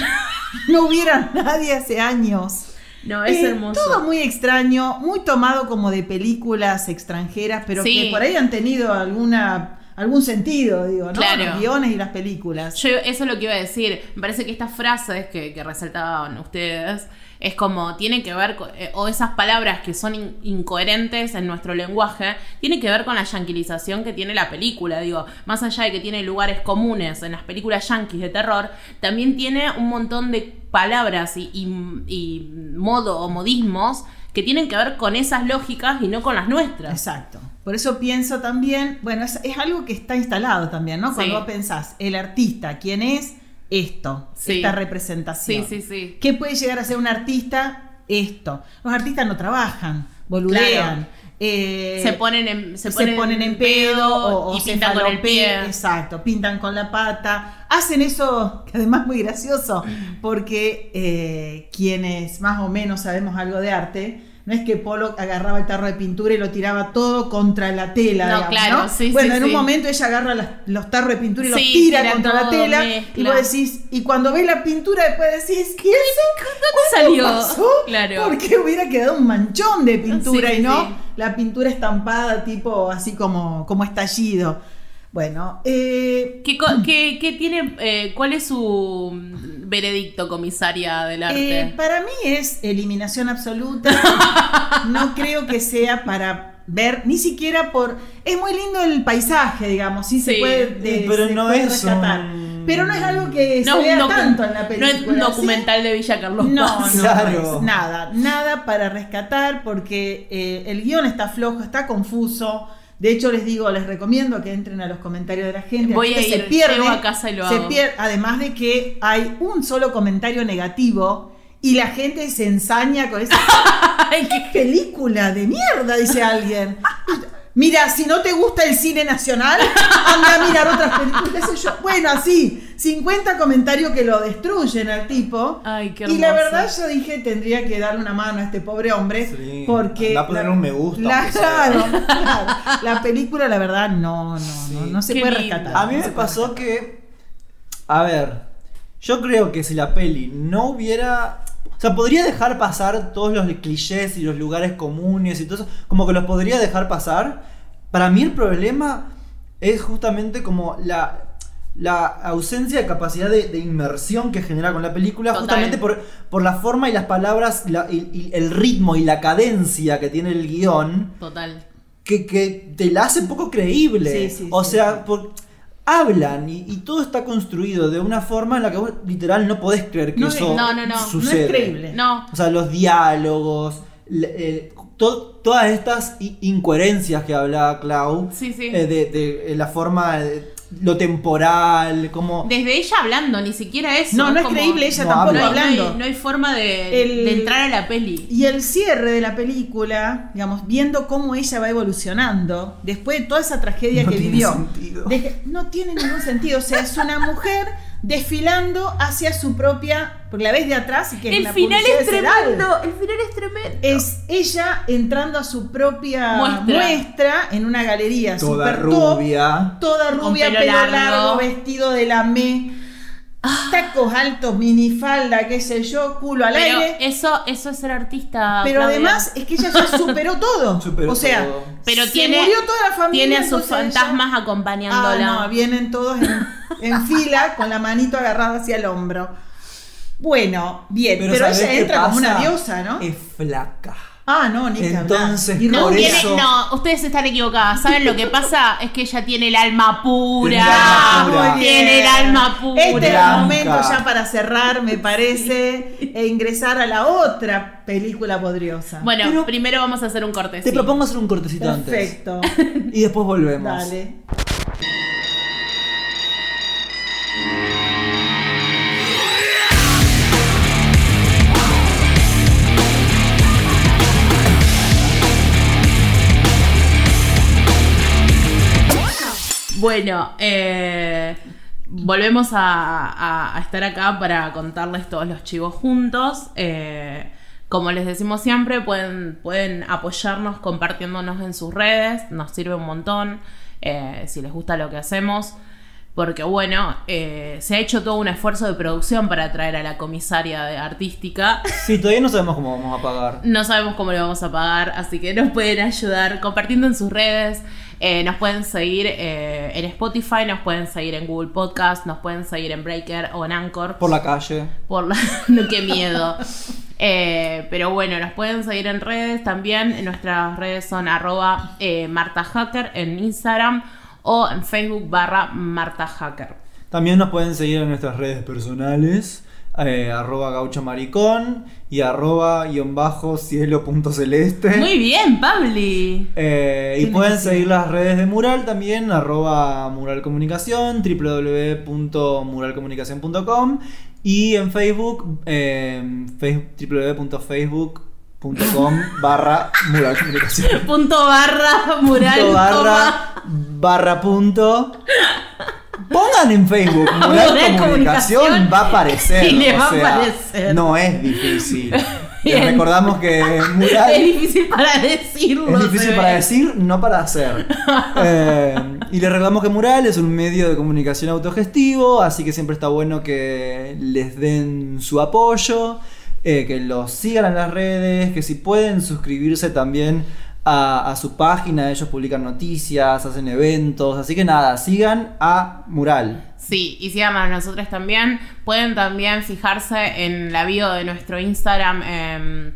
S4: no hubiera nadie hace años.
S2: No, es
S4: Eh,
S2: hermoso.
S4: Todo muy extraño, muy tomado como de películas extranjeras, pero
S2: Sí.
S4: que por ahí han tenido alguna algún sentido, digo, ¿no?
S2: Claro.
S4: Los guiones y las películas.
S2: Yo eso es lo que iba a decir. Me parece que estas frases que, que resaltaban ustedes es como, tienen que ver, con- eh, o esas palabras que son in- incoherentes en nuestro lenguaje, tienen que ver con la yanquilización que tiene la película. Digo, más allá de que tiene lugares comunes en las películas yanquis de terror, también tiene un montón de palabras y, y- y modo o modismos que tienen que ver con esas lógicas y no con las nuestras.
S4: Exacto. Por eso pienso también, bueno, es, es algo que está instalado también, ¿no? Cuando
S2: Sí.
S4: vos pensás, el artista, ¿quién es? Esto,
S2: Sí.
S4: esta
S2: Sí,
S4: representación.
S2: sí, sí.
S4: ¿Qué puede llegar a ser un artista? Esto. Los artistas no trabajan, boludean. eh,
S2: se ponen en, se
S4: se ponen, en pedo o, o
S2: y
S4: se
S2: pintan con el
S4: falope-
S2: pie.
S4: Exacto, pintan con la pata. Hacen eso, que además es muy gracioso, porque eh, quienes más o menos sabemos algo de arte, no es que Polo agarraba el tarro de pintura y lo tiraba todo contra la tela.
S2: No,
S4: digamos,
S2: claro, sí,
S4: Bueno,
S2: sí,
S4: en un
S2: sí.
S4: momento ella agarra las- los tarros de pintura y los
S2: Sí,
S4: tira,
S2: tira
S4: contra la
S2: todo,
S4: tela. Y
S2: mezcla.
S4: vos decís, y cuando ves la pintura, después decís, ¿y eso?
S2: salió?
S4: pasó?
S2: Claro.
S4: Porque hubiera quedado un manchón de pintura
S2: Sí,
S4: y no
S2: sí.
S4: la pintura estampada, tipo así como, como estallido. Bueno, eh,
S2: ¿Qué, co- qué- qué tiene, eh, ¿Cuál es su mm, veredicto, comisaria del arte?
S4: eh, para mí es eliminación absoluta. No creo que sea para ver, ni siquiera por. Es muy lindo el paisaje, digamos, sí, se
S2: Sí.
S4: puede. de-
S3: Pero
S4: se
S3: no
S4: puede
S3: es
S4: rescatar.
S3: un-
S4: Pero no es algo que
S2: No
S4: se
S2: es
S4: vea
S2: un docu-
S4: tanto en la
S2: no
S4: película.
S2: es un
S4: ¿sí?
S2: documental de Villa Carlos
S4: No,
S2: Paz.
S4: no,
S3: Claro.
S4: es nada, nada para rescatar porque eh, el guión está flojo, está confuso. De hecho, les digo, les recomiendo que entren a los comentarios de la gente.
S2: Voy
S4: Aquí
S2: a
S4: que
S2: ir, llego a casa y lo
S4: se
S2: hago.
S4: pier- Además de que hay un solo comentario negativo y la gente se ensaña con esa
S2: Ay, qué-
S4: película de mierda, dice alguien. Mira, si no te gusta el cine nacional, anda a mirar otras películas. qué sé yo. Bueno, así, 50 comentarios que lo destruyen al tipo.
S2: Ay, qué
S4: y la
S2: hermoso.
S4: verdad yo dije, tendría que darle una mano a este pobre hombre,
S3: Sí,
S4: porque...
S3: anda a poner
S4: la-
S3: un me gusta,
S4: la-
S3: aunque sea.
S4: claro, claro. la película, la verdad, no, no, no, no se
S2: Qué
S4: puede
S2: lindo.
S4: rescatar.
S3: A mí
S4: no
S3: me
S4: se puede
S3: pasó que. A ver. Yo creo que si la peli no hubiera. O sea, podría dejar pasar todos los clichés y los lugares comunes y todo eso. Como que los podría dejar pasar. Para mí el problema es justamente como la. La ausencia de capacidad de, de inmersión que genera con la película,
S2: Total.
S3: justamente por, por la forma y las palabras, la- y- y el ritmo y la cadencia que tiene el guión,
S2: Total.
S3: que, que te la hace poco creíble.
S4: Sí, sí,
S3: o
S4: sí, sí.
S3: sea, por- hablan y, y todo está construido de una forma en la que vos literal no podés creer que
S4: No es-
S3: eso
S2: no, no, no, no es
S3: sucede.
S4: creíble.
S2: No.
S3: O sea, los diálogos, le- el- to- todas estas i- incoherencias que hablaba Clau,
S2: Sí, sí.
S3: eh, de, de, eh, la forma, eh, lo temporal, como...
S2: Desde ella hablando, ni siquiera eso.
S4: No, no es
S2: como-
S4: creíble ella
S3: No
S4: tampoco
S2: No hay,
S3: habla.
S4: hablando.
S2: no hay- no hay forma de,
S4: El-
S2: de entrar a la peli.
S4: Y el cierre de la película, digamos, viendo cómo ella va evolucionando después de toda esa tragedia
S3: No
S4: que
S3: tiene
S4: vivió.
S3: sentido.
S4: Deje- no tiene ningún sentido. O sea, es una mujer desfilando hacia su propia. Porque la ves de atrás y que es
S2: El
S4: la
S2: final
S4: publicidad
S2: es
S4: de Eh, Sedal.
S2: tremendo. El final es tremendo.
S4: Es ella entrando a su propia muestra,
S2: Muestra.
S4: en una galería.
S3: toda
S4: super top,
S3: rubia.
S4: toda
S2: Con
S4: rubia,
S2: pelo
S4: pelo largo,
S2: largo. Ah.
S4: vestido de lamé. Tacos altos, minifalda, qué sé yo, culo al
S2: Pero
S4: aire.
S2: eso, eso es ser artista.
S4: Pero
S2: Ah, Claudia.
S4: además es que ella ya superó todo.
S3: Superó
S4: o sea,
S3: todo.
S2: Pero
S4: se
S2: tiene-
S4: murió toda la familia.
S2: tiene a sus
S4: entonces ella-
S2: fantasmas
S4: Ah,
S2: acompañándola.
S4: no, vienen todos en, en fila con la manito agarrada hacia el hombro. Bueno, bien, Eh, pero,
S3: ¿sabés
S4: ella
S3: qué
S4: entra como una
S3: pasa?
S4: diosa, ¿no?
S3: Es flaca.
S4: Ah, no, ni que hablar.
S3: Entonces,
S4: Y
S3: por
S2: No,
S4: Roberto-
S2: tienen-
S3: eso-
S2: no, ustedes están equivocadas. ¿Saben lo que pasa? Es que ella tiene el alma pura.
S3: Tiene el alma pura.
S2: Tiene el alma pura.
S4: Este es
S3: Blanca.
S4: el momento ya para cerrar, me parece, e ingresar a la otra película podriosa.
S2: Bueno,
S3: Pero-
S2: primero vamos a hacer un cortecito.
S3: Te propongo hacer un cortecito antes.
S4: Eh, perfecto.
S3: Y después volvemos.
S4: Dale.
S2: Bueno, eh, volvemos a, a- a estar acá para contarles todos los chivos juntos. Eh, como les decimos siempre, pueden, pueden apoyarnos compartiéndonos en sus redes, nos sirve un montón, eh, si les gusta lo que hacemos. Porque bueno, eh, se ha hecho todo un esfuerzo de producción para traer a la comisaria de artística.
S3: Sí, todavía no sabemos cómo vamos a pagar.
S2: No sabemos cómo le vamos a pagar, así que nos pueden ayudar compartiendo en sus redes. eh, nos pueden seguir eh, en Spotify, nos pueden seguir en Google Podcast, nos pueden seguir en Breaker o en Anchor.
S3: Por la calle.
S2: Por la- no, qué miedo. Eh, pero bueno, nos pueden seguir en redes también. Nuestras redes son arroba eh, Marta Hacker en Instagram o en Facebook barra Marta Hacker.
S3: También nos pueden seguir en nuestras redes personales. eh, arroba gaucho maricón y arroba guión bajo cielo punto celeste.
S2: Muy bien, Pabli.
S3: Eh, y
S4: Tiene
S3: pueden
S4: que ser.
S3: seguir las redes de Mural también, arroba muralcomunicación, www.muralcomunicación.com y en Facebook, eh, fe- www.facebook.com barra muralcomunicación.
S2: Punto barra mural.
S3: Punto
S2: coma.
S3: barra, barra punto. Pongan en Facebook Mural
S2: Mural
S3: Comunicación,
S2: Comunicación
S3: va a aparecer.
S2: y le
S3: o
S2: va a
S3: sea,
S2: aparecer.
S3: No es difícil. Les
S2: Bien.
S3: recordamos que Mural
S2: Es difícil para decirlo.
S3: Es difícil
S2: se
S3: para
S2: ve.
S3: decir, no para hacer. Eh, y les recordamos que Mural es un medio de comunicación autogestivo, así que siempre está bueno que les den su apoyo, eh, que los sigan en las redes, que si pueden suscribirse también a, a su página, ellos publican noticias, hacen eventos, así que nada, sigan a Mural.
S2: Sí, y sigan a nosotros también. Pueden también fijarse en la bio de nuestro Instagram. em,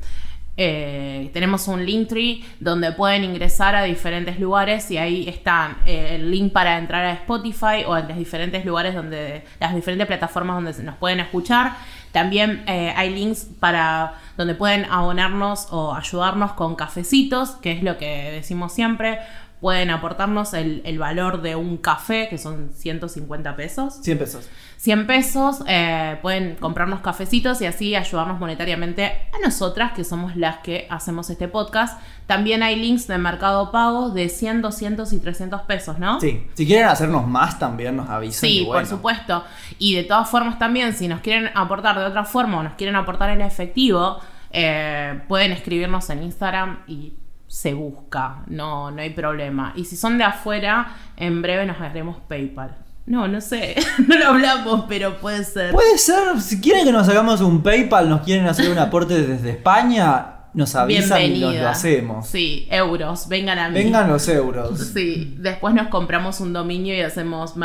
S2: eh, tenemos un Linktree donde pueden ingresar a diferentes lugares y ahí están eh, el link para entrar a Spotify o en los diferentes lugares donde, las diferentes plataformas donde se- nos pueden escuchar. También eh, hay links para donde pueden abonarnos o ayudarnos con cafecitos, que es lo que decimos siempre. Pueden aportarnos el, el valor de un café, que son 150 pesos.
S3: 100 pesos.
S2: 100 pesos, eh, pueden comprarnos cafecitos y así ayudarnos monetariamente a nosotras, que somos las que hacemos este podcast. También hay links de mercado pago de 100, 200 y 300 pesos, ¿no?
S3: Sí, si quieren hacernos más también nos avisan.
S2: Sí,
S3: y bueno.
S2: por supuesto. Y de todas formas también, si nos quieren aportar de otra forma o nos quieren aportar en efectivo, eh, pueden escribirnos en Instagram y se busca, no, no hay problema. Y si son de afuera, en breve nos haremos PayPal. No, no sé, no lo hablamos, pero puede ser.
S3: Puede ser, si quieren que nos hagamos un PayPal, nos quieren hacer un aporte desde España, nos avisan
S2: Bienvenida.
S3: y nos lo hacemos.
S2: Sí, euros, vengan a mí.
S3: Vengan los euros.
S2: Sí, después nos compramos un dominio y hacemos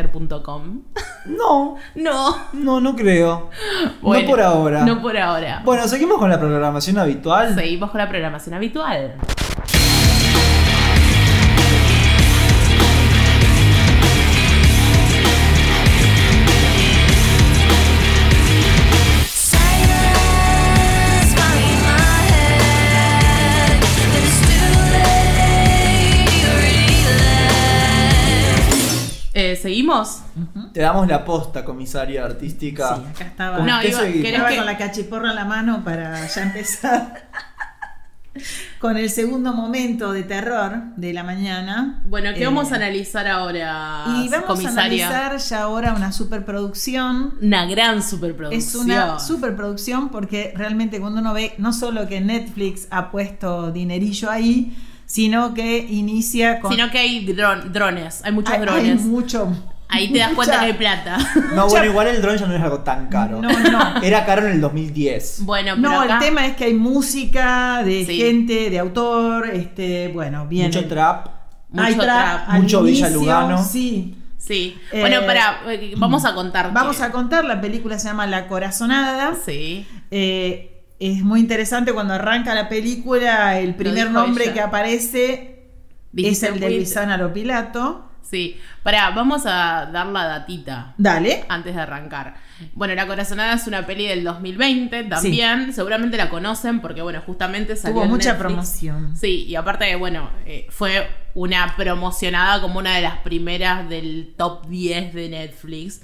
S2: martahacker.com.
S3: No,
S2: No.
S3: no, no creo.
S2: Bueno,
S3: no por ahora.
S2: No por ahora.
S3: Bueno, seguimos con la programación habitual.
S2: Seguimos con la programación habitual.
S5: Silence following my head. It's too late to relent.
S2: Eh, ¿Seguimos?
S3: Te damos la posta, comisaria artística.
S4: Sí, acá estaba.
S3: ¿Con
S2: No,
S3: qué
S2: iba-
S3: seguimos?
S2: ¿querés
S4: Estaba
S2: que-
S4: con la cachiporra en la mano para ya empezar con el segundo momento de terror de la mañana.
S2: Bueno, ¿qué
S4: Eh,
S2: vamos a analizar ahora,
S4: Y vamos
S2: comisaria?
S4: a analizar ya ahora una superproducción.
S2: Una gran superproducción.
S4: Es una superproducción porque realmente cuando uno ve no solo que Netflix ha puesto dinerillo ahí, sino que inicia con...
S2: Sino que hay dron- drones, hay muchos
S4: hay, hay
S2: drones.
S4: mucho.
S2: Ahí te das cuenta
S4: mucha-
S2: que hay plata.
S3: No, bueno, igual el dron ya no es algo tan caro.
S4: No, no.
S3: Era caro en el 2010.
S2: Bueno, pero
S4: No,
S2: acá-
S4: el tema es que hay música de
S2: Sí.
S4: gente, de autor, este, bueno, bien.
S3: Mucho trap.
S2: Mucho
S4: Hay
S2: trap.
S4: al
S3: Mucho Villa
S4: inicio,
S3: Lugano.
S4: Sí.
S2: Sí.
S4: Eh, mm,
S2: bueno, para, vamos a contar.
S4: Vamos
S2: que-
S4: a contar, la película se llama La Corazonada.
S2: Sí.
S4: Eh, es muy interesante cuando arranca la película, el primer
S2: dijo
S4: nombre
S2: ella.
S4: que aparece es
S2: Dijiste
S4: el de
S2: Whit-
S4: Luisana Lopilato.
S2: Sí, pará, vamos a dar la datita
S4: Dale.
S2: antes de arrancar. Bueno, La Corazonada es una peli del 2020 también, seguramente la conocen porque, bueno, justamente salió
S4: Tuvo
S2: en
S4: mucha
S2: Netflix.
S4: promoción.
S2: Sí, y aparte, bueno, eh, fue una promocionada como una de las primeras del top 10 de Netflix,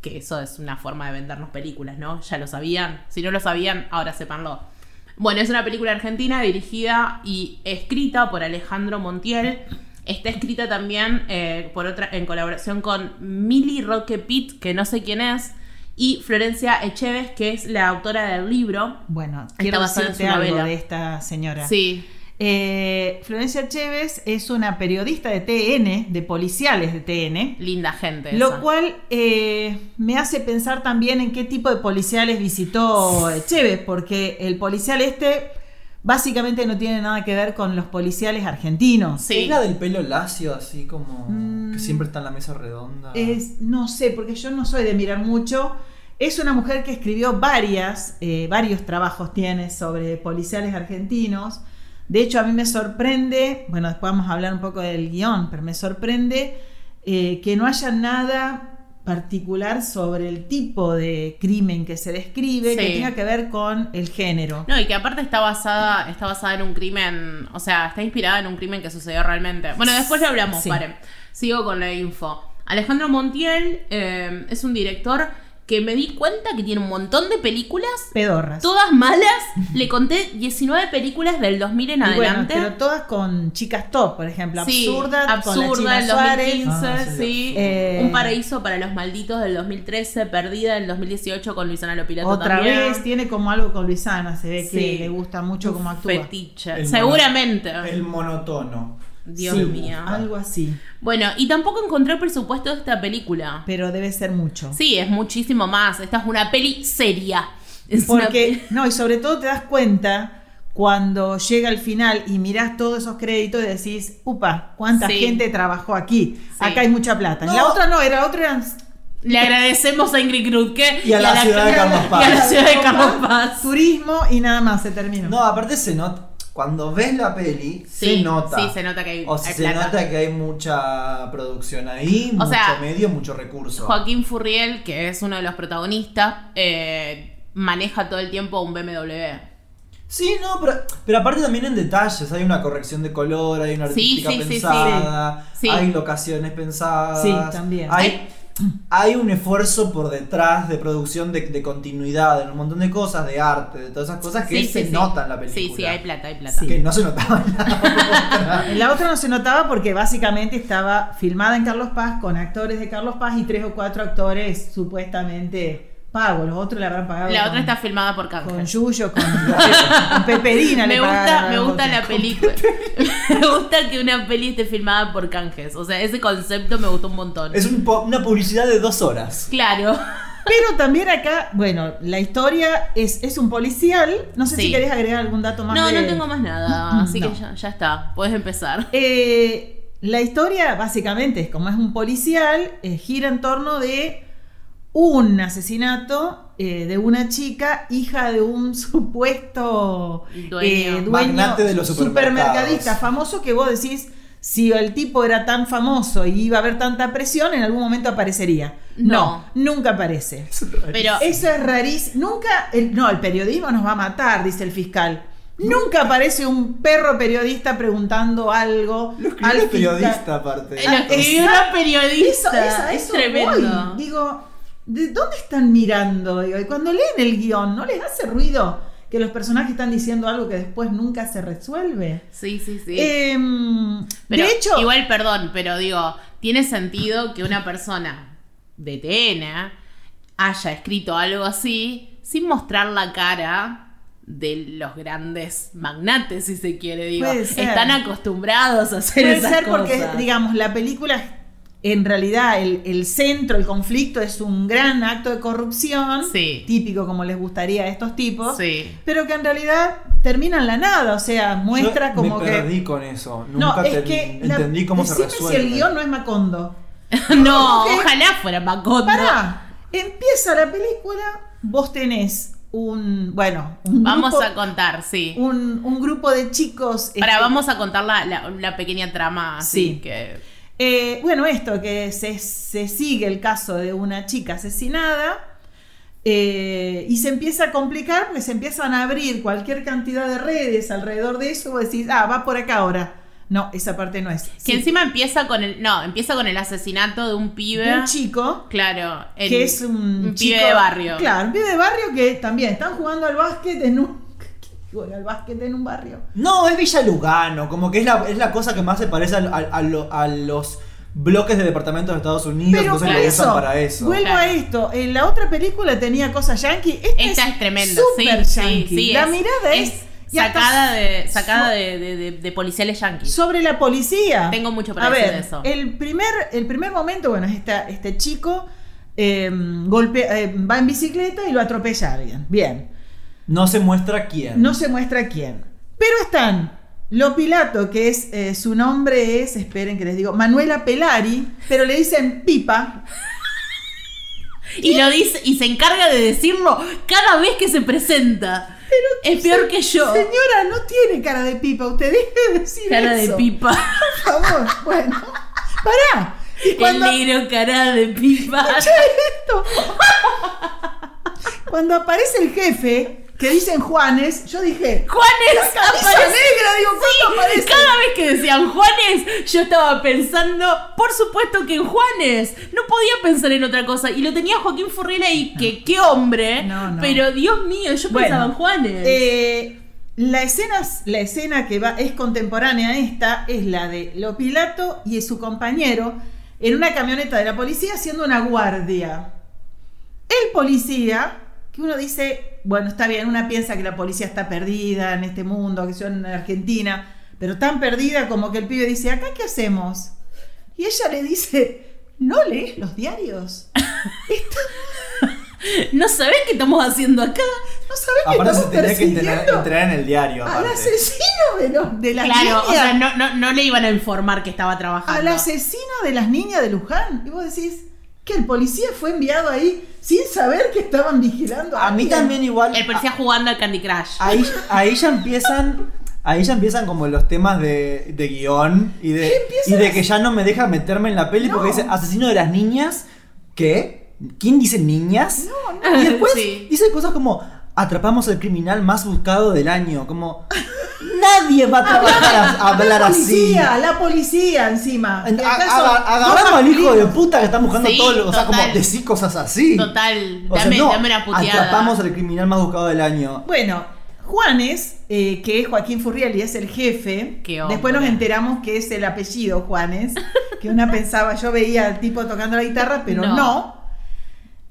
S2: que eso es una forma de vendernos películas, ¿no? Ya lo sabían, si no lo sabían, ahora sépanlo. Bueno, es una película argentina dirigida y escrita por Alejandro Montiel. Está escrita también eh, por otra, en colaboración con Milly Roque Pitt, que no sé quién es, y Florencia Echeves, que es la autora del libro.
S4: Bueno, quiero
S2: basada en
S4: decirte
S2: su
S4: algo
S2: novela.
S4: de esta señora.
S2: Sí,
S4: Eh, Florencia Chévez es una periodista de TN, de policiales de TN.
S2: linda gente.
S4: Lo
S2: esa.
S4: cual eh, me hace pensar también en qué tipo de policiales visitó eh, Chévez, porque el policial este básicamente no tiene nada que ver con los policiales argentinos.
S2: Sí.
S3: Es la del pelo lacio, así como.
S4: Mm.
S3: Que siempre está en la mesa redonda.
S4: Es, no sé, porque yo no soy de mirar mucho. Es una mujer que escribió varias, eh, varios trabajos tiene sobre policiales argentinos. De hecho, a mí me sorprende, bueno, después vamos a hablar un poco del guión, pero me sorprende eh, que no haya nada particular sobre el tipo de crimen que se describe, que
S2: Sí.
S4: tenga que ver con el género.
S2: No, y que aparte está basada, está basada en un crimen, o sea, está inspirada en un crimen que sucedió realmente. Bueno, después lo hablamos,
S4: Sí.
S2: paren. Sigo con la info. Alejandro Montiel eh, es un director que me di cuenta que tiene un montón de películas,
S4: Pedorras.
S2: todas malas. Le conté 19 películas del 2000 en
S4: Y bueno,
S2: adelante.
S4: pero todas con chicas top, por ejemplo.
S2: Sí,
S4: absurda, con la
S2: Absurda
S4: China
S2: del
S4: Suárez.
S2: 2015,
S3: Ah, sí,
S2: sí.
S4: Eh,
S2: Un paraíso para los malditos del 2013, perdida en 2018 con Luisana Lopilato
S4: Otra
S2: también.
S4: vez tiene como algo con Luisana, se ve
S2: Sí.
S4: que le gusta mucho cómo actúa.
S2: Fetiche.
S3: El mono-
S2: Seguramente.
S3: El monotono.
S2: Dios
S3: Sí.
S2: mío.
S4: Algo así,
S2: Bueno, y tampoco encontré el presupuesto de esta película.
S4: pero debe ser mucho.
S2: Sí, es muchísimo más. Esta es una peli seria. Es una
S4: Porque, no, y sobre todo te das cuenta cuando llega al final y mirás todos esos créditos y decís, upa, cuánta
S2: Sí.
S4: gente trabajó aquí. Acá hay mucha plata. En
S3: No.
S4: la otra no, era la otra eran
S2: peli- Le agradecemos a Ingrid Krutke
S3: Y a la ciudad de Carlos Paz.
S2: Y a la ciudad de Carlos Paz.
S4: turismo y nada más se terminó.
S3: No, aparte se nota. Cuando ves la peli,
S2: Sí,
S3: se nota.
S2: sí, se nota que hay-
S3: O sea,
S2: hay
S3: se
S2: plata.
S3: nota que hay mucha producción ahí,
S2: O
S3: mucho
S2: sea,
S3: medio, mucho recurso.
S2: Joaquín Furriel, que es uno de los protagonistas, eh, maneja todo el tiempo un BMW.
S3: Sí, no, pero, pero aparte también en detalles, hay una corrección de color, hay una
S2: Sí,
S3: artística
S2: sí, sí, sí.
S3: pensada,
S2: Sí.
S3: hay locaciones pensadas.
S4: Sí, también.
S3: Hay, hay un esfuerzo por detrás de producción de, de continuidad, de un montón de cosas, de arte, de todas esas cosas que
S2: Sí,
S3: se
S2: sí, sí.
S3: notan en la película.
S2: Sí, sí, hay plata, hay plata.
S3: Que no se notaba en la
S4: En la otra no se notaba porque básicamente estaba filmada en Carlos Paz con actores de Carlos Paz y tres o cuatro actores supuestamente pagos. Los otros le habrán pagado.
S2: La
S4: con-
S2: otra está filmada por
S4: con
S2: Canje.
S4: Yuyo, con, con Peperina.
S2: Me
S4: le
S2: gusta,
S4: pagaron
S2: me
S4: algo.
S2: gusta la película. me gusta que una peli esté filmada por canjes. O sea, ese concepto me gustó un montón.
S3: Es un po- una publicidad de dos horas.
S2: Claro.
S4: Pero también acá, bueno, la historia es, es un policial. No sé
S2: Sí.
S4: si querés agregar algún dato más.
S2: No,
S4: de-
S2: no tengo más nada. Así
S4: No.
S2: que ya, ya está. Puedes empezar.
S4: Eh, la historia básicamente es como es un policial, eh, gira en torno de un asesinato eh, de una chica, hija de un supuesto eh,
S2: Dueño.
S3: Magnate de los
S4: supermercadista
S3: supermercados.
S4: famoso que vos decís, si el tipo era tan famoso y iba a haber tanta presión, en algún momento aparecería. No, nunca aparece.
S2: Pero
S4: Eso es rarísimo. Nunca, el- no, el periodismo nos va a matar, dice el fiscal. Nunca aparece un perro periodista preguntando algo.
S3: Lo escribió
S4: al
S3: el
S4: fiscal.
S3: periodista aparte.
S2: lo escribió una
S4: Eso,
S2: periodista.
S4: Ah, eso,
S2: es
S4: eso
S2: tremendo.
S4: voy. Digo, ¿de dónde están mirando? Digo, y cuando leen el guión, ¿no les hace ruido que los personajes están diciendo algo que después nunca se resuelve?
S2: Sí, sí, sí.
S4: Em,
S2: Pero,
S4: de hecho,
S2: igual, perdón, pero digo, tiene sentido que una persona de TN haya escrito algo así sin mostrar la cara de los grandes magnates, si se quiere, digo.
S4: Puede ser.
S2: Están acostumbrados a hacer
S4: Puede
S2: esas
S4: ser porque,
S2: cosas.
S4: digamos, la película, en realidad, el, el centro, el conflicto es un gran acto de corrupción,
S2: Sí.
S4: típico como les gustaría a estos tipos,
S2: Sí.
S4: pero que en realidad termina en la nada, o sea, muestra
S3: Yo
S4: como
S3: me
S4: que...
S3: perdí con eso.
S4: No,
S3: Nunca
S4: es
S3: ten-
S4: que la-
S3: entendí cómo se
S4: decime
S3: resuelve.
S4: si el guión no es Macondo.
S2: no,
S4: ¿Qué?
S2: ojalá fuera Macondo.
S4: Pará, empieza la película, vos tenés un, bueno, un
S2: Vamos
S4: grupo,
S2: a contar, sí.
S4: un, un grupo de chicos.
S2: Ahora
S4: este,
S2: vamos a contar la, la- la pequeña trama así
S4: Sí.
S2: que.
S4: Eh, bueno, esto, que se, se sigue el caso de una chica asesinada eh, y se empieza a complicar porque se empiezan a abrir cualquier cantidad de redes alrededor de eso. Vos decís, ah, va por acá ahora. No, esa parte no es.
S2: Que
S4: Sí,
S2: encima empieza con el. No, empieza con el asesinato de un pibe.
S4: un chico
S2: Claro. el-
S4: que es un,
S2: un
S4: chico-
S2: pibe de barrio.
S4: Claro, un pibe de barrio que también están jugando al básquet en un. juega al básquet en un barrio.
S3: No, es Villa Lugano, como que es la, es la cosa que más se parece al- al- a, lo- a los bloques de departamentos de Estados Unidos,
S4: Pero
S3: entonces
S4: por
S3: lo usan
S4: eso,
S3: para eso.
S4: vuelvo
S2: Claro.
S4: a esto. En la otra película tenía cosas yankee. Esta,
S2: Esta es tremenda, sí,
S4: súper
S2: sí,
S4: yankee.
S2: sí,
S4: La
S2: es-
S4: mirada es, y hasta
S2: sacada de sacada
S4: so-
S2: de, de- de- de policiales yanquis.
S4: sobre la policía.
S2: Tengo mucho para
S4: a
S2: decir
S4: ver,
S2: de eso.
S4: El primer, el primer momento, bueno, es esta, este chico eh, golpea- eh, va en bicicleta y lo atropella a alguien. Bien.
S3: No se muestra quién.
S4: No se muestra quién. Pero están Lopilato, que es eh, su nombre es, esperen que les digo, Manuela Pelari, pero le dicen Pipa.
S2: Y lo dice y se encarga de decirlo cada vez que se presenta. es peor que yo.
S4: Señora, no tiene cara de pipa, usted deje de decir
S2: Cara de
S4: eso.
S2: pipa.
S4: Por favor, bueno. Pará. Y cuando,
S2: El negro cara de pipa.
S4: esto. Cuando aparece el jefe, que dicen Juanes, yo dije,
S2: Juanes
S4: camisa
S2: aparece.
S4: negra, digo, ¿cuándo aparece?
S2: Cada vez que decían Juanes, yo estaba pensando, por supuesto que en Juanes. No podía pensar en otra cosa. Y lo tenía Joaquín Furriela y que qué hombre.
S4: No, no.
S2: Pero Dios mío, yo
S4: Bueno,
S2: pensaba en Juanes.
S4: Eh, la, escena, la escena que va, es contemporánea a esta es la de Lopilato y su compañero en una camioneta de la policía haciendo una guardia. El policía, que uno dice, bueno, está bien, una piensa que la policía está perdida en este mundo, que son en Argentina, pero tan perdida como que el pibe dice, ¿acá qué hacemos? Y ella le dice, ¿no lees los diarios?
S2: ¿No sabés qué estamos haciendo acá?
S4: ¿No sabés que
S3: Aparte se
S4: estamos
S3: tenía que enterar,
S4: persiguiendo
S3: enterar en el diario.
S4: al
S3: aparte.
S4: asesino de, los, de las
S2: Claro, o
S4: niñas?
S2: sea, no, no, no le iban a informar que estaba
S4: al
S2: trabajando.
S4: asesino de las niñas de Luján. Y vos decís que el policía fue enviado ahí sin saber que estaban vigilando a
S3: A mí
S4: alguien.
S3: también igual.
S2: El policía jugando al Candy Crush.
S4: Ah,
S3: Ahí, ahí ya empiezan. Ahí ya empiezan como los temas de, de guión y de, y
S4: empiezan
S3: de
S4: a-
S3: que ya no me deja meterme en la peli porque
S4: No.
S3: dice asesino de las niñas. ¿Qué? ¿Quién dice niñas?
S4: No, no.
S3: Y después
S2: Sí.
S3: dice cosas como atrapamos al criminal más buscado del año. Como nadie va a trabajar a, a hablar
S4: la
S3: así.
S4: policía, este la policía encima.
S3: En-
S4: Y
S3: a-
S4: acá
S3: a-
S4: son
S3: a-
S4: dos
S3: Agarramos al hijo de
S4: masculinos.
S3: puta que están buscando
S2: Sí,
S3: todo lo- O sea, como
S2: total.
S3: decir cosas así.
S2: Total,
S3: O sea,
S2: dame,
S3: no,
S2: dame una puteada.
S3: Atrapamos al criminal más buscado del año.
S4: Bueno, Juanes, eh, que es Joaquín Furriel y es el jefe.
S2: Qué hombre.
S4: Después nos enteramos que es el apellido Juanes. Que una pensaba, yo veía al tipo tocando la guitarra, pero
S2: No.
S4: no.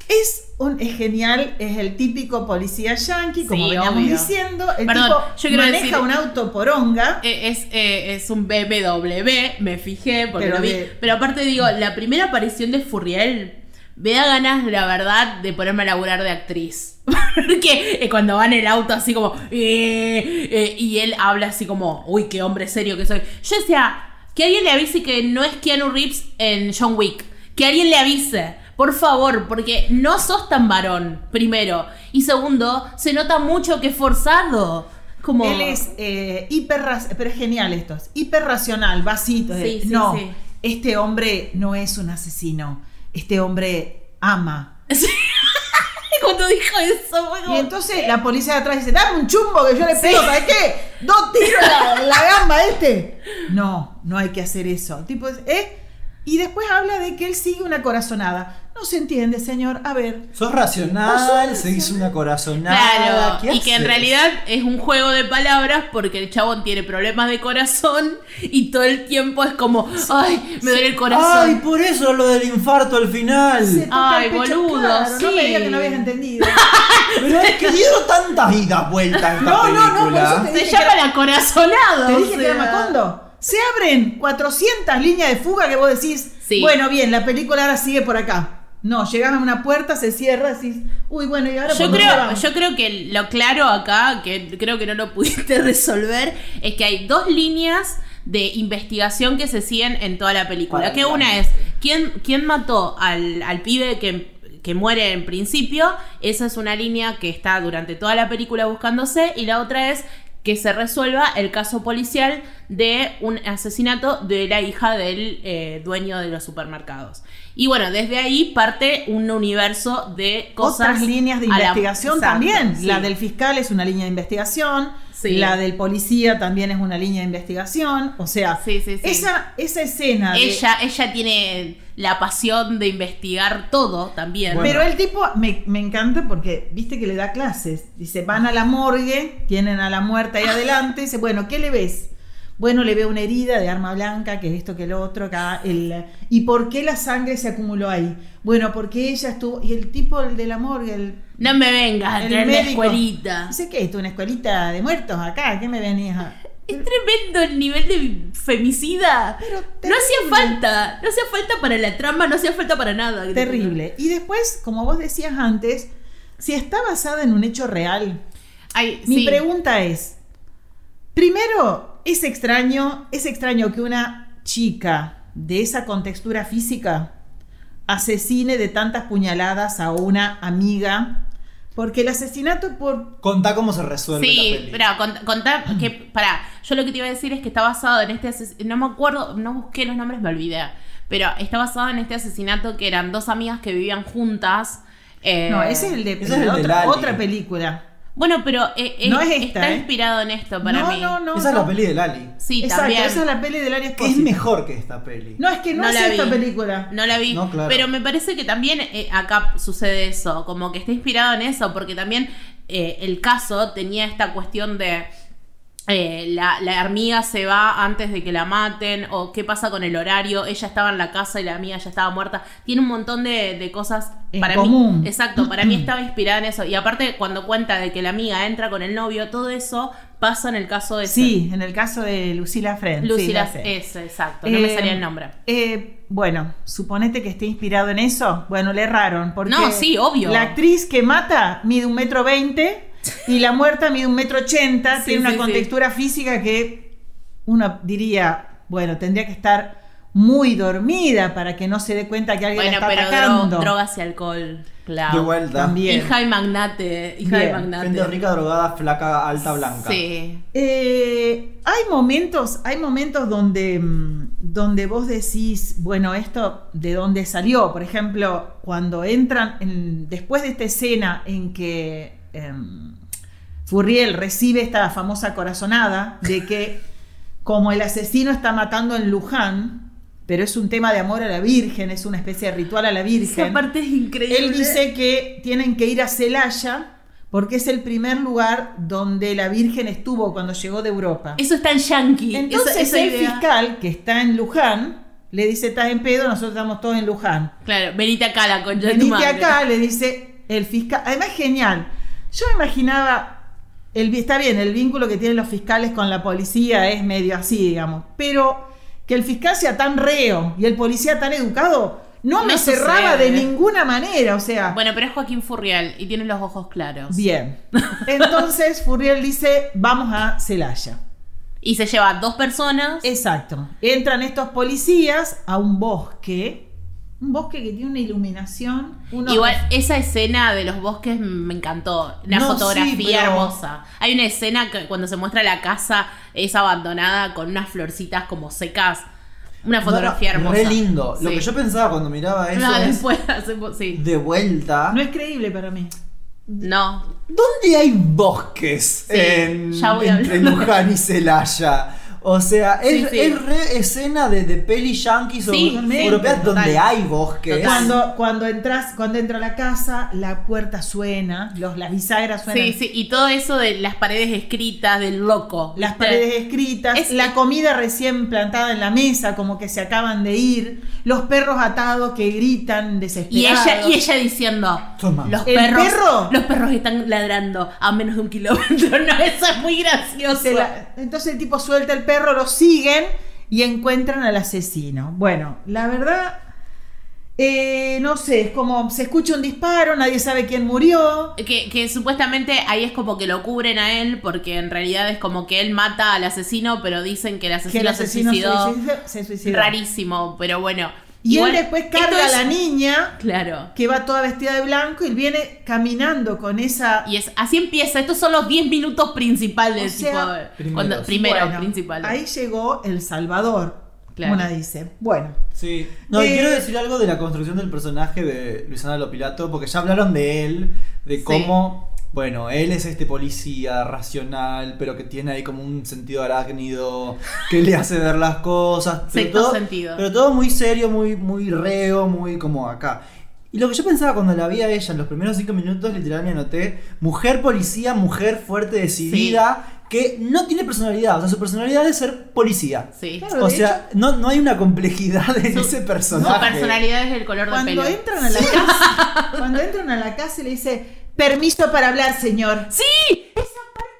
S4: Es, un, es genial, es el típico policía yankee, como
S2: Sí,
S4: veníamos
S2: obvio.
S4: diciendo. El
S2: Perdón,
S4: tipo
S2: yo quiero
S4: maneja
S2: decir-
S4: un auto poronga.
S2: Eh, Es, eh, es un BMW, me fijé porque
S4: Pero
S2: lo vi.
S4: de-
S2: Pero aparte digo, la primera aparición de Furriel me da ganas, la verdad, de ponerme a laburar de actriz. Porque eh, cuando va en el auto así como... eh, eh, y él habla así como, uy, qué hombre serio que soy. Yo decía, que alguien le avise que no es Keanu Reeves en John Wick. Que alguien le avise. Por favor, porque no sos tan varón, primero. Y segundo, se nota mucho que es forzado. Como...
S4: Él es eh, hiper, pero es genial esto, es hiperracional, vasito.
S2: Sí,
S4: de-
S2: sí,
S4: no,
S2: sí.
S4: este hombre no es un asesino, este hombre ama.
S2: Cuando dijo eso, fue como-
S4: Y entonces la policía de atrás dice, dame un chumbo que yo le pego, ¿para qué? Dos tiros en la, en la gamba este. No, no hay que hacer eso. Tipo, ¿eh? Y después habla de que él sigue una corazonada. No se entiende, señor. A ver.
S3: Sos racional, se hizo una corazonada.
S2: Claro,
S3: ¿qué
S2: y que en
S3: haces?
S2: realidad es un juego de palabras porque el chabón tiene problemas de corazón y todo el tiempo es como, ay, me duele el
S3: Ay,
S2: corazón.
S3: por eso lo del infarto al final.
S4: se toca
S2: Ay,
S4: el pecho.
S2: boludo,
S4: Claro, No me
S2: sí.
S4: digas que no habías entendido.
S3: Pero es que dieron tantas idas vueltas en esta
S4: No, no,
S3: película.
S4: no, por eso te
S2: Se
S4: dije que
S2: llama la corazonada.
S4: Te
S2: o
S4: dije que era
S2: sea.
S4: Macondo. Se abren 400 líneas de fuga que vos decís,
S2: Sí.
S4: bueno, bien, la película ahora sigue por acá. No, llegás a una puerta, se cierra, decís, uy, bueno, y ahora
S2: Yo
S4: por dónde
S2: creo,
S4: vamos?".
S2: yo creo que lo claro acá, que creo que no lo pudiste resolver, es que hay dos líneas de investigación que se siguen en toda la película.
S3: Para
S2: Que
S3: mí,
S2: una
S3: para
S2: es, ¿quién, quién mató al, al pibe que, que muere en principio, esa es una línea que está durante toda la película buscándose y la otra es que se resuelva el caso policial de un asesinato de la hija del eh, dueño de los supermercados. Y bueno, desde ahí parte un universo de cosas.
S4: Otras líneas de
S2: a la-
S4: investigación
S2: Exacto,
S4: también.
S2: sí.
S4: La del fiscal es una línea de investigación.
S2: Sí.
S4: La del policía también es una línea de investigación. O sea,
S2: Sí, sí, sí.
S4: Esa, esa escena. de-
S2: Ella, ella tiene la pasión de investigar todo también.
S3: Bueno.
S4: Pero el tipo me, me encanta porque, viste que le da clases. Dice, van a la morgue, tienen a la muerta
S2: Ah.
S4: ahí adelante. Dice, bueno, ¿qué le ves? Bueno, le veo una herida de arma blanca, que esto, que lo otro, acá. El, ¿Y por qué la sangre se acumuló ahí? Bueno, porque ella estuvo... Y el tipo, el de la morgue, el
S2: no me vengas a
S4: El
S2: traer la
S4: médico.
S2: escuelita.
S4: No sé qué, esto, una escuelita de muertos acá, ¿qué me venís a.?
S2: Es tremendo el nivel de femicida.
S4: Pero
S2: No
S4: terrible.
S2: hacía falta, no hacía falta para la trama, no hacía falta para nada.
S4: Terrible. Y después, como vos decías antes, si está basada en un hecho real,
S2: Ay,
S4: mi
S2: sí.
S4: pregunta es: primero, es extraño, es extraño que una chica de esa contextura física asesine de tantas puñaladas a una amiga, porque el asesinato por.
S3: Contá cómo se resuelve la
S2: Sí,
S3: peli.
S2: pero contar que, pará, yo lo que te iba a decir es que está basado en este ases- no me acuerdo, no busqué los nombres, me olvidé, pero está basado en este asesinato que eran dos amigas que vivían juntas. eh,
S4: No, ese es el de,
S3: Ese es el
S4: la
S3: del
S4: otra,
S3: Ali.
S4: otra película.
S2: Bueno, pero eh, eh,
S4: No es esta,
S2: está
S4: ¿eh?
S2: inspirado en esto para
S4: no,
S2: mí.
S4: no, no.
S3: Esa es
S4: no.
S3: la peli de Lali.
S2: Sí,
S4: Exacto,
S2: también.
S4: esa es la peli del área
S3: Que es mejor que esta peli.
S4: No, es que no,
S2: No
S4: es
S2: la
S4: esta
S2: vi.
S4: película.
S2: No la vi,
S3: No, claro.
S2: pero me parece que también eh, acá sucede eso, como que está inspirado en eso, porque también eh, el caso tenía esta cuestión de eh, la, la amiga se va antes de que la maten, o qué pasa con el horario, ella estaba en la casa y la amiga ya estaba muerta, tiene un montón de, de cosas
S4: En
S2: para
S4: común.
S2: mí. Exacto, para mí estaba inspirada en eso, y aparte cuando cuenta de que la amiga entra con el novio, todo eso pasa en el caso de...
S4: Sí, en el caso de Lucila Friend. sí,
S2: Lucila,
S4: la sé.
S2: eso, exacto, no me
S4: Eh,
S2: salía el nombre.
S4: eh, bueno, suponete que esté inspirado en eso. Bueno, le erraron. Porque
S2: No, sí, obvio.
S4: La actriz que mata mide un metro veinte y la muerta mide un metro ochenta.
S2: Sí,
S4: tiene una
S2: sí, sí.
S4: contextura física que uno diría, bueno, tendría que estar muy dormida para que no se dé cuenta que alguien
S2: Bueno,
S4: la
S2: pero
S4: está
S2: dro-
S4: atacando.
S2: drogas y alcohol, claro.
S3: De vuelta.
S4: También.
S2: Hija de magnate, hija de
S4: Bien,
S2: magnate.
S3: Gente rica, drogada, flaca, alta, blanca.
S2: Sí.
S4: Eh, hay momentos, hay momentos donde, mm, donde vos decís, bueno, esto de dónde salió. Por ejemplo, cuando entran, en- después de esta escena en que em, Furriel recibe esta famosa corazonada de que como el asesino está matando en Luján, pero es un tema de amor a la Virgen, es una especie de ritual a la Virgen.
S2: Esa parte es increíble.
S4: Él dice que tienen que ir a Celaya porque es el primer lugar donde la Virgen estuvo cuando llegó de Europa.
S2: Eso está en Yankee.
S4: Entonces
S2: esa- esa
S4: el
S2: idea.
S4: fiscal que está en Luján le dice, estás en pedo, nosotros estamos todos en Luján.
S2: Claro, venite acá la concha de tu
S4: Venite
S2: madre.
S4: acá, le dice el fiscal. Además, genial. Yo me imaginaba, el, vi- está bien, el vínculo que tienen los fiscales con la policía es medio así, digamos, pero que el fiscal sea tan reo y el policía tan educado, no,
S2: No
S4: me
S2: sucede.
S4: cerraba de ninguna manera, o sea...
S2: Bueno, pero es Joaquín Furriel y tiene los ojos claros.
S4: Bien. Entonces Furriel dice, vamos a Celaya.
S2: Y se lleva a dos personas.
S4: Exacto. Entran estos policías a un bosque. Un bosque que tiene una iluminación. unos-
S2: Igual, esa escena de los bosques me encantó. La
S4: No,
S2: fotografía
S4: sí, pero-
S2: hermosa. Hay una escena que cuando se muestra la casa es abandonada con unas florcitas como secas. Una fotografía
S3: No, no,
S2: hermosa.
S3: Re lindo. Lo
S2: Sí.
S3: que yo pensaba cuando miraba eso
S2: No,
S3: es,
S2: después hacemos- sí.
S3: de vuelta.
S4: No es creíble para mí.
S2: No.
S3: ¿Dónde hay bosques
S2: Sí,
S3: en,
S2: ya voy a
S3: entre
S2: hablar.
S3: Luján y Celaya? O sea, es,
S2: Sí, sí.
S3: es re escena de, de peli yankees o
S2: Sí,
S4: sí,
S3: europeas
S2: total.
S3: donde hay bosques.
S2: Total.
S4: Cuando, cuando entras, cuando entra a la casa, la puerta suena, los, las bisagras suenan.
S2: Sí, sí, y todo eso de las paredes escritas, del loco.
S4: Las
S2: ¿viste?
S4: paredes escritas,
S2: Es-
S4: la comida recién plantada en la mesa, como que se acaban de ir, los perros atados que gritan
S2: Y
S4: desesperados.
S2: ella, y ella diciendo,
S3: Toma.
S2: los
S4: ¿El
S2: perros,
S4: perro?
S2: los perros están ladrando a menos de un kilómetro. No, eso es muy gracioso.
S4: Se la- entonces el tipo suelta el perro, lo siguen y encuentran al asesino. Bueno, la verdad, eh, no sé, es como se escucha un disparo, nadie sabe quién murió.
S2: Que, que supuestamente ahí es como que lo cubren a él, porque en realidad es como que él mata al asesino, pero dicen que el asesino,
S4: Que el
S2: se
S4: asesino se
S2: suicidó.
S4: suicidó. se suicidó.
S2: Rarísimo, pero bueno.
S4: Y
S2: Igual,
S4: él después
S2: esto
S4: carga
S2: es-
S4: a la niña
S2: Claro.
S4: que va toda vestida de blanco y viene caminando con esa.
S2: Y es, así empieza. Estos son los 10 minutos principales.
S4: O sea,
S2: tipo, cuando-
S3: primeros.
S2: primeros
S4: Bueno,
S2: principales.
S4: Ahí llegó El Salvador.
S2: Claro.
S4: Una dice. Bueno,
S3: Sí. No, y
S4: Eh,
S3: quiero decir algo de la construcción del personaje de Luisana Lopilato, porque ya hablaron de él, de cómo, bueno, él es este policía racional, pero que tiene ahí como un sentido arácnido, que le hace ver las cosas. pero
S2: Sexto
S3: todo-
S2: sentido.
S3: Pero todo muy serio, muy, muy reo, muy como acá. Y lo que yo pensaba cuando la vi a ella en los primeros cinco minutos, literal me anoté, mujer policía, mujer fuerte, decidida, que no tiene personalidad, o sea, su personalidad es ser policía.
S2: Sí.
S4: Claro,
S3: O
S4: de
S3: sea, no, no hay una complejidad en
S2: Su-
S3: ese
S2: Su
S3: personaje.
S2: personalidad es el color de
S4: cuando
S2: pelo.
S4: entran a la casa, cuando entran a la casa y le dice, permiso para hablar, señor.
S2: ¡Sí!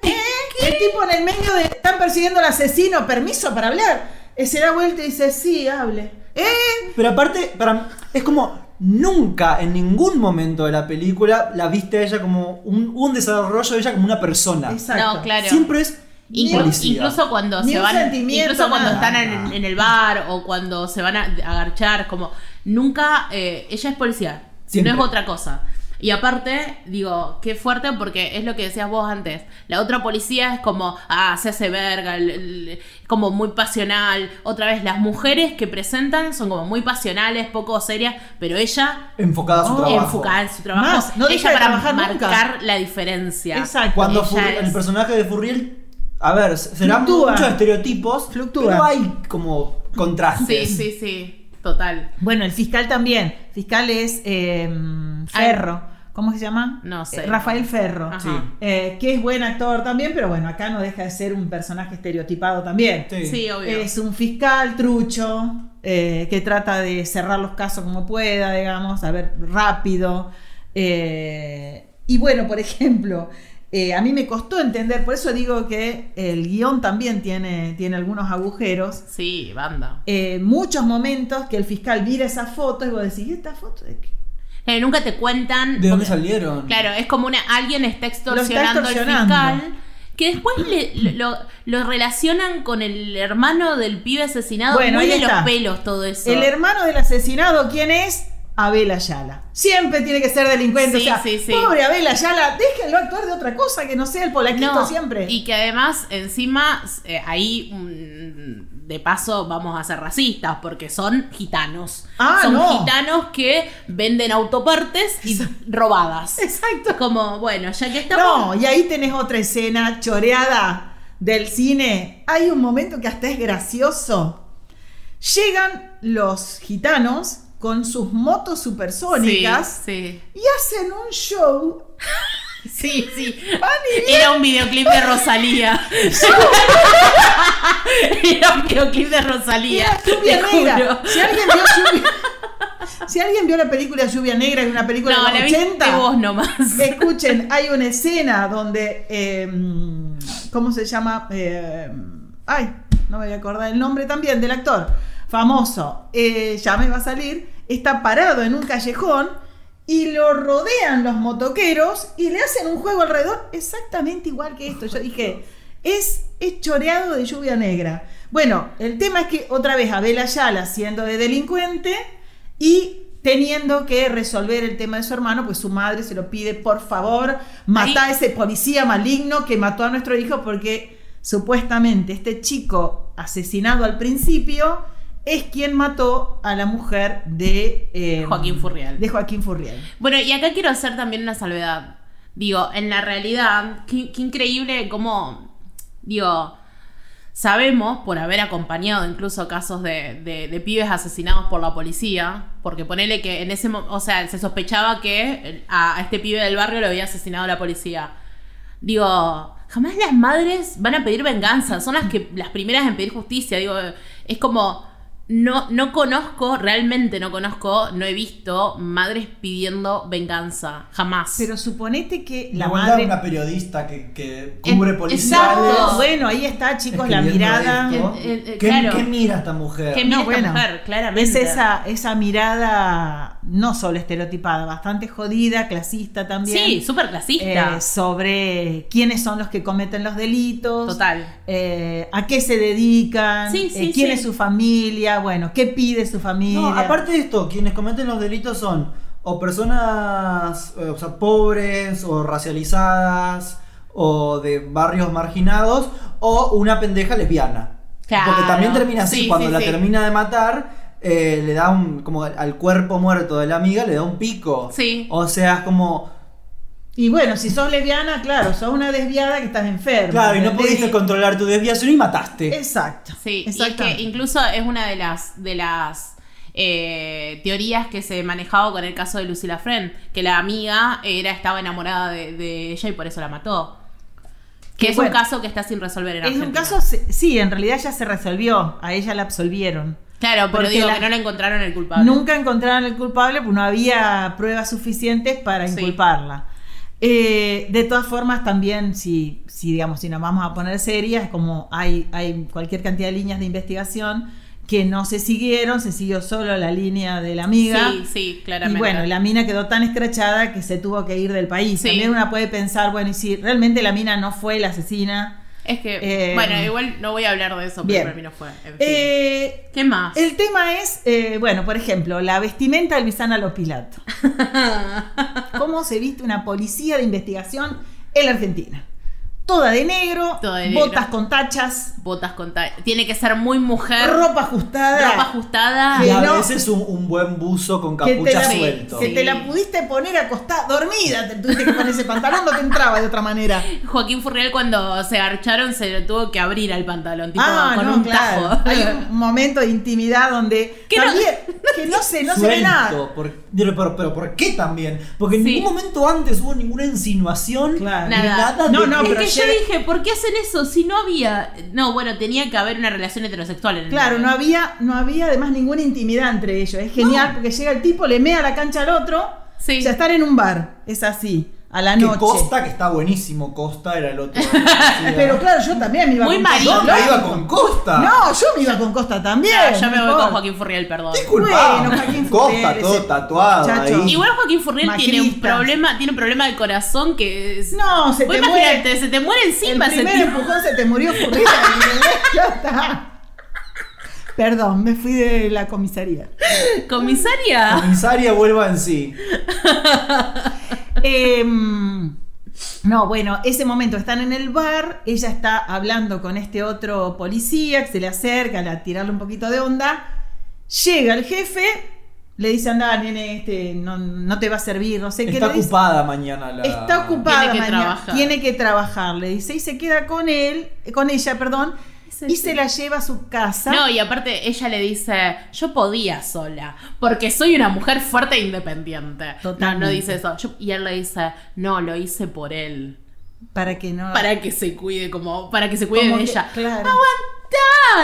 S4: El tipo en el medio de están persiguiendo al asesino, permiso para hablar. Eh, Se da vuelta y dice, sí, hable. ¿Eh?
S3: Pero aparte, para, es como nunca, en ningún momento de la película, la viste a ella como un, un desarrollo de ella como una persona.
S4: Exacto.
S2: No, claro.
S3: Siempre es
S2: Inclu-
S3: policía.
S2: incluso cuando
S4: Ni
S2: se
S4: un
S2: van
S4: sentimiento,
S2: incluso cuando
S4: nada.
S2: están en, en el bar o cuando se van a agarchar como nunca eh, ella es policía
S3: Siempre.
S2: no es otra cosa y aparte digo qué fuerte porque es lo que decías vos antes la otra policía es como ah se hace verga el- el- como muy pasional otra vez las mujeres que presentan son como muy pasionales poco serias pero ella
S3: enfocada a
S2: Oh,
S3: su trabajo.
S2: enfocada en su trabajo
S4: Más, no deja
S2: ella
S4: de
S2: para
S4: trabajar nunca.
S2: marcar la diferencia
S4: Exacto.
S3: Cuando
S2: Ella
S3: Furriel-
S2: es-
S3: el personaje de Furriel, a ver, serán
S4: Fluctúa.
S3: muchos estereotipos,
S4: Fluctúa.
S3: pero hay como contrastes.
S2: sí sí sí total
S4: Bueno, el fiscal también. Fiscal es eh, Ferro. ¿Cómo se llama?
S2: No sé.
S4: Eh, Rafael Ferro.
S2: Ajá.
S3: Sí.
S4: Eh, que es buen actor también, pero bueno, acá no deja de ser un personaje estereotipado también.
S3: Sí.
S2: Sí, obvio.
S4: Es un fiscal trucho eh, que trata de cerrar los casos como pueda, digamos, a ver, rápido. Eh, y bueno, por ejemplo, eh, a mí me costó entender, por eso digo que el guión también tiene, tiene algunos agujeros.
S2: Sí, banda.
S4: Eh, muchos momentos que el fiscal mira esa foto y vos decís, "¿Y ¿esta foto de qué?".
S2: Eh, nunca te cuentan.
S3: ¿De dónde
S2: porque-
S3: salieron?
S2: Claro, es como una alguien está extorsionando,
S4: Lo está extorsionando.
S2: al fiscal. Que después le- lo, lo relacionan con el hermano del pibe asesinado.
S4: Bueno,
S2: muy
S4: ahí
S2: de los
S4: está.
S2: pelos todo eso.
S4: El hermano del asesinado, ¿quién es? Abel Ayala. Siempre tiene que ser delincuente.
S2: Sí,
S4: o sea,
S2: sí, sí.
S4: Pobre Abel Ayala, déjenlo actuar de otra cosa que no sea el polaquito
S2: No,
S4: siempre.
S2: Y que además, encima, eh, ahí mm, de paso vamos a ser racistas, porque son gitanos.
S4: Ah,
S2: son
S4: no.
S2: gitanos que venden autopartes y robadas.
S4: Exacto.
S2: Como, bueno, ya que estamos.
S4: No, y ahí tenés otra escena choreada del cine. Hay un momento que hasta es gracioso. Llegan los gitanos con sus motos supersónicas
S2: Sí,
S4: y hacen un show.
S2: sí. Sí, sí.
S4: Van y
S2: Era un videoclip de Rosalía. Era un videoclip de Rosalía.
S4: Era Lluvia
S2: te
S4: Negra.
S2: juro.
S4: Si alguien vio Lluvia... Si alguien vio la película Lluvia Negra, es una película
S2: No,
S4: de
S2: la
S4: los Eh.
S2: viste
S4: 80.
S2: vos nomás.
S4: Escuchen, hay una escena donde. eh, ¿Cómo se llama? Eh, ay, no me voy a acordar el nombre también del actor. Famoso. eh, ya me va a salir. Está parado en un callejón y lo rodean los motoqueros y le hacen un juego alrededor exactamente igual que esto. Yo dije, es, es choreado de lluvia negra. Bueno, el tema es que otra vez Abel Ayala siendo de delincuente y teniendo que resolver el tema de su hermano, pues su madre se lo pide, por favor, mata a ese policía maligno que mató a nuestro hijo porque supuestamente este chico asesinado al principio es quien mató a la mujer de eh,
S2: Joaquín Furriel.
S4: De Joaquín Furriel.
S2: Bueno, y acá quiero hacer también una salvedad. Digo, en la realidad, qué, qué increíble cómo, digo, sabemos por haber acompañado incluso casos de, de- de pibes asesinados por la policía, porque ponele que en ese momento, o sea, se sospechaba que el- a, a este pibe del barrio lo había asesinado la policía. Digo, jamás las madres van a pedir venganza, son las que las primeras en pedir justicia. Digo, es como no no conozco, realmente no conozco, no he visto madres pidiendo venganza, jamás.
S4: Pero suponete que
S3: La
S4: la
S3: madre...
S4: madre...
S3: una periodista que, que cubre
S2: Eh,
S3: policiales.
S2: exacto.
S4: Bueno, ahí está, chicos, la
S3: escribiendo
S4: mirada...
S3: esto.
S2: Eh, eh, eh,
S3: ¿Qué,
S2: claro.
S3: qué mira esta mujer?
S2: que mira
S4: No,
S2: esta
S4: bueno.
S2: mujer,
S4: Es
S2: claramente.
S4: esa, esa mirada no solo estereotipada, bastante jodida, clasista también.
S2: Sí, súper clasista.
S4: Eh, sobre quiénes son los que cometen los delitos.
S2: Total.
S4: eh, a qué se dedican,
S2: Sí,
S4: eh,
S2: sí,
S4: quién
S2: sí.
S4: es su familia, bueno, ¿qué pide su familia?
S3: No, aparte de esto, quienes cometen los delitos son o personas eh, o sea, pobres o racializadas o de barrios marginados o una pendeja lesbiana.
S2: Claro.
S3: Porque también termina así,
S2: Sí,
S3: cuando
S2: sí,
S3: la
S2: sí.
S3: termina de matar. eh, le da un, como al cuerpo muerto de la amiga, le da un pico.
S2: Sí.
S3: O sea, es como,
S4: Y bueno, si sos lesbiana, claro, sos una desviada que estás enferma.
S3: claro, y no
S4: ¿entendés?
S3: pudiste controlar tu desviación y mataste.
S4: Exacto.
S2: Sí, y es que
S4: exactamente.
S2: incluso es una de las, de las eh, teorías que se manejaba con el caso de Lucila Friend, que la amiga era, estaba enamorada de, de ella y por eso la mató. Que
S4: Qué
S2: es
S4: bueno.
S2: un caso que está sin resolver en
S4: Es un
S2: Argentina.
S4: caso, se- sí, en realidad ya se resolvió, a ella la absolvieron.
S2: Claro, pero
S4: porque
S2: digo
S4: la-
S2: que no la encontraron el culpable.
S4: Nunca encontraron el culpable porque no había pruebas suficientes para
S2: Sí.
S4: inculparla. Eh, de todas formas, también, si, si, digamos, si nos vamos a poner serias, como hay, hay cualquier cantidad de líneas de investigación que no se siguieron, se siguió solo la línea de la amiga.
S2: Sí, sí,
S4: Y
S2: claramente.
S4: bueno, la mina quedó tan escrachada que se tuvo que ir del país.
S2: Sí.
S4: También una puede pensar, bueno, y si realmente la mina no fue la asesina.
S2: Es que,
S4: Eh,
S2: bueno, igual no voy a hablar de eso,
S4: bien.
S2: pero para mí no fue. en fin.
S4: Eh,
S2: ¿Qué más?
S4: el tema es, eh, bueno, por ejemplo, la vestimenta de Luisana Lopilato. ¿Cómo se viste una policía de investigación en la Argentina? Toda de negro,
S2: Toda de negro.
S4: botas con tachas,
S2: Botas con ta- Tiene que ser muy mujer, ropa,
S4: ropa ajustada.
S2: ajustada.
S3: Y a
S4: Que no-
S3: veces un, un buen buzo con
S4: que te,
S3: capucha
S4: la,
S3: suelto.
S4: que
S2: Sí.
S4: te la pudiste poner acostada, dormida, te tuviste que poner ese pantalón, no te entraba de otra manera.
S2: Joaquín Furriel cuando se archaron se lo tuvo que abrir al pantalón, tipo
S4: Ah,
S2: con
S4: no,
S2: un
S4: claro.
S2: tajo.
S4: Hay un momento de intimidad donde
S2: Que no-
S4: también, que no se, no se ve
S3: Suelto,
S4: nada.
S3: por- pero, pero, pero ¿por qué también? Porque en
S2: Sí.
S3: ningún momento antes hubo ninguna insinuación,
S4: Claro.
S3: ni
S2: Nada.
S3: nada
S4: No,
S3: de
S2: es
S4: no, pero
S2: que yo
S4: ayer-
S2: dije, ¿por qué hacen eso? Si no había. No, bueno, tenía que haber una relación heterosexual en el
S4: Claro, no
S2: medio.
S4: había, no había además ninguna intimidad entre ellos. Es genial porque llega el tipo, le mea la cancha al otro.
S2: Sí.
S4: O sea, estar en un bar, es así, a la
S3: que
S4: noche. Eh,
S3: Costa, que está buenísimo, Costa era el otro. Sí,
S4: Pero claro, yo también me iba
S2: Muy
S4: con
S2: marido.
S3: No,
S4: Costa.
S3: me iba con Costa.
S4: No, yo me iba con Costa también.
S2: Ya, ya Ah, me voy
S4: mejor.
S2: con Joaquín Furriel, perdón.
S3: Qué culpable.
S4: Bueno, Joaquín
S3: Costa
S4: Furriel,
S3: todo
S4: ese
S3: tatuado
S4: muchacho.
S3: ahí.
S2: Igual Joaquín Furriel tiene un
S4: Macrista.
S2: problema, tiene un problema de corazón que es-
S4: No, se
S2: Vos
S4: te
S2: imaginate,
S4: muere.
S2: se te muere
S4: El
S2: encima ese
S4: primer
S2: tipo.
S4: empujón se te murió ocurrida. ya está. Perdón, me fui de la comisaría.
S2: Comisaria.
S3: Comisaria vuelva en sí.
S4: Em, no, bueno, ese momento están en el bar, ella está hablando con este otro policía que se le acerca a tirarle un poquito de onda. Llega el jefe, le dice, anda, nene, este, no, no te va a servir, no sé qué.
S3: Está
S4: le dice.
S3: ocupada mañana la.
S4: Está ocupada
S2: Tiene que
S4: mañana,
S2: trabajar.
S4: tiene que trabajar, le dice, y se queda con él, con ella, perdón,
S2: Sí,
S4: y
S2: sí.
S4: se la lleva a su casa.
S2: No, y aparte ella le dice, yo podía sola, porque soy una mujer fuerte e independiente. No, no
S4: Totalmente.
S2: dice eso. Yo- y él le dice, no, lo hice por él.
S4: para que no...
S2: Para que se cuide, como, para que se cuide
S4: Ah. Como
S2: de
S4: que-
S2: ella.
S4: claro.
S2: ¡Aguantá,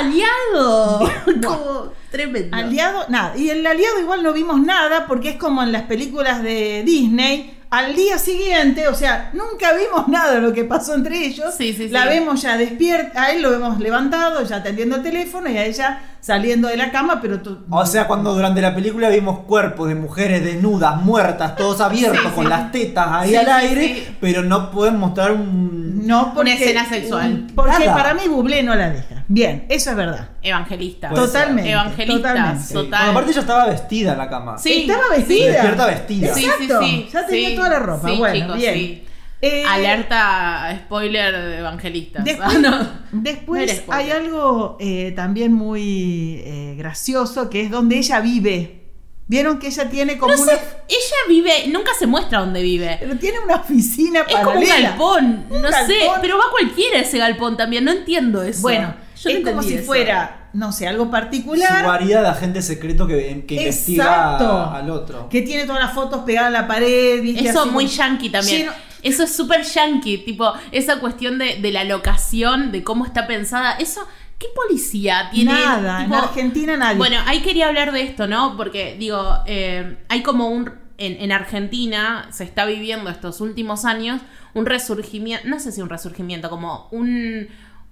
S2: aliado! Como tremendo.
S4: Aliado, nada. Y el aliado igual no vimos nada porque es como en las películas de Disney. Al día siguiente, o sea, nunca vimos nada de lo que pasó entre ellos.
S2: Sí, sí,
S4: la
S2: sí.
S4: vemos ya despierta, a él lo vemos levantado, ya atendiendo el teléfono y a ella saliendo de la cama, pero tú...
S3: O sea, cuando durante la película vimos cuerpos de mujeres desnudas, muertas, todos abiertos,
S2: Sí, sí.
S3: con las tetas ahí
S2: Sí,
S3: al
S2: sí,
S3: aire,
S2: sí.
S3: pero no pueden mostrar un.
S4: No, porque...
S2: escena sexual.
S4: Porque
S3: Nada.
S4: para mí Bublé no la deja. Bien, eso es verdad.
S2: Evangelista.
S3: Puede ser.
S4: Totalmente.
S2: Evangelista.
S4: totalmente.
S2: Total.
S3: Bueno, aparte ella estaba vestida en la cama.
S2: Sí.
S4: Estaba
S3: Se
S4: vestida.
S3: despierta vestida.
S2: Pues Sí,
S4: Exacto.
S2: sí, sí.
S4: Ya tenía
S2: Sí,
S4: toda la ropa.
S2: sí,
S4: bueno,
S2: chicos,
S4: bien.
S2: sí.
S4: Eh,
S2: Alerta spoiler de evangelista.
S4: Después, después
S2: Ah, No era spoiler.
S4: hay algo eh, también muy eh, gracioso que es donde ella vive. Vieron que ella tiene como una,
S2: Ella vive, nunca se muestra dónde vive.
S4: pero tiene una oficina
S2: Es como un
S4: paralela.
S2: galpón,
S4: Un
S2: no sé,
S4: galpón.
S2: pero va cualquiera a ese galpón también, no entiendo eso.
S4: Bueno,
S2: Yo no
S4: es como
S2: entendí
S4: si
S2: eso.
S4: fuera, no sé, algo particular.
S3: Su guarida de agente secreto que, que investiga
S4: Exacto.
S3: al otro.
S4: Que tiene todas las fotos pegadas a la pared. ¿viste?
S2: Eso
S4: Así
S2: muy
S4: como-
S2: yankee también.
S4: lleno-
S2: Eso es súper yankee, tipo, esa cuestión de, de la locación, de cómo está pensada, eso, ¿qué policía tiene?
S4: Nada, en
S2: Tipo,
S4: Argentina nadie.
S2: Bueno, ahí quería hablar de esto, ¿no? Porque digo, eh, hay como un... En, en Argentina se está viviendo estos últimos años un resurgimiento, no sé si un resurgimiento, como un...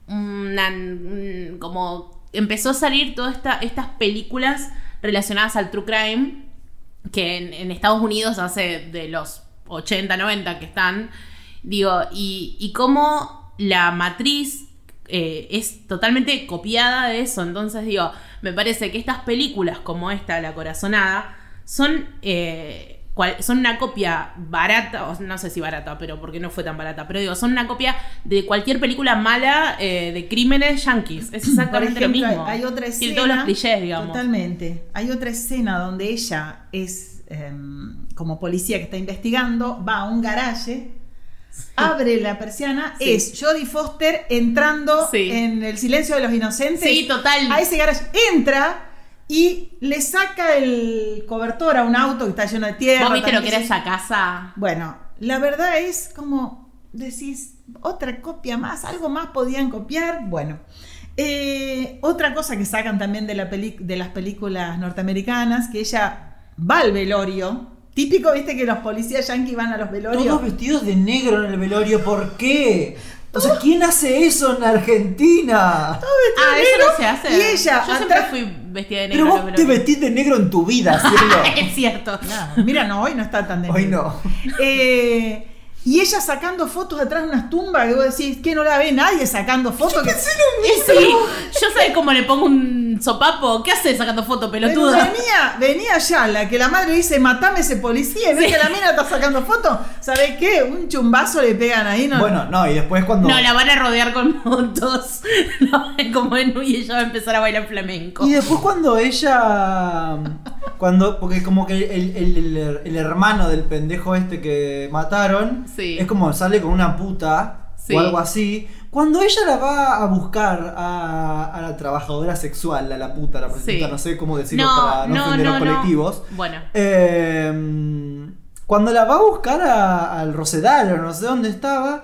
S2: una- un- como empezó a salir todas esta- estas películas relacionadas al true crime, que en, en Estados Unidos hace de los 80, 90 que están, digo, y, y cómo la matriz eh, es totalmente copiada de eso, entonces digo, me parece que estas películas como esta, La Corazonada, son, eh, cual- son una copia barata, o no sé si barata, pero porque no fue tan barata, pero digo, son una copia de cualquier película mala eh, de crímenes yankees. Es exactamente
S4: Por ejemplo,
S2: lo mismo.
S4: Hay otra escena.
S2: Tiene todos los clichés, digamos.
S4: Totalmente. Hay otra escena donde ella es em, como policía que está investigando, va a un garaje, abre la persiana,
S2: Sí.
S4: es Jodie Foster entrando
S2: Sí.
S4: en el silencio de los inocentes.
S2: Sí, total.
S4: A ese garaje entra. Y le saca el cobertor a un auto que está lleno de tierra.
S2: ¿Vos viste lo
S4: también
S2: que
S4: se-
S2: era esa casa?
S4: bueno, la verdad es como decís, otra copia más, algo más podían copiar. Bueno, eh, otra cosa que sacan también de, la peli- de las películas norteamericanas, que ella va al velorio. Típico, viste que los policías yanquis van a los velorios.
S3: Todos vestidos de negro en el velorio, ¿por qué? O sea, ¿quién hace eso en Argentina?
S2: Ah, eso no se hace.
S4: Y ella,
S2: Yo siempre
S4: atrás-
S2: fui vestida de negro.
S3: Pero
S2: no
S3: vos
S2: me
S3: te
S2: lo-
S3: vestís de negro en tu vida, cielo.
S2: Es cierto.
S4: Ah, Mira, no, hoy no está tan de
S3: Hoy
S4: negro.
S3: no.
S4: Eh, y ella sacando fotos detrás de unas tumbas, que vos decís, que no la ve nadie sacando fotos. que-
S2: Y sí, yo sé cómo le pongo un sopapo. ¿Qué haces sacando foto,
S4: Pero
S2: pelotuda?
S4: venía, venía ya la que la madre dice, matame ese policía, y ve que la mina está sacando fotos. ¿Sabés qué? Un chumbazo le pegan ahí, ¿no?
S3: Bueno, no, y después cuando.
S2: No, la van a rodear con motos. No, como en y ella va a empezar a bailar flamenco.
S3: Y después cuando ella. Cuando. Porque como que el, el- el- el hermano del pendejo este que mataron.
S2: Sí.
S3: Es como sale con una puta.
S2: Sí.
S3: O algo así. Cuando ella la va a buscar a, a la trabajadora sexual, a la puta, a la prostituta,
S2: Sí.
S3: no sé cómo decirlo
S2: No,
S3: para no,
S2: no,
S3: ofender a
S2: no,
S3: los colectivos.
S2: no. Bueno,
S3: Eh, cuando la va a buscar a- al Rosedal o no sé dónde estaba,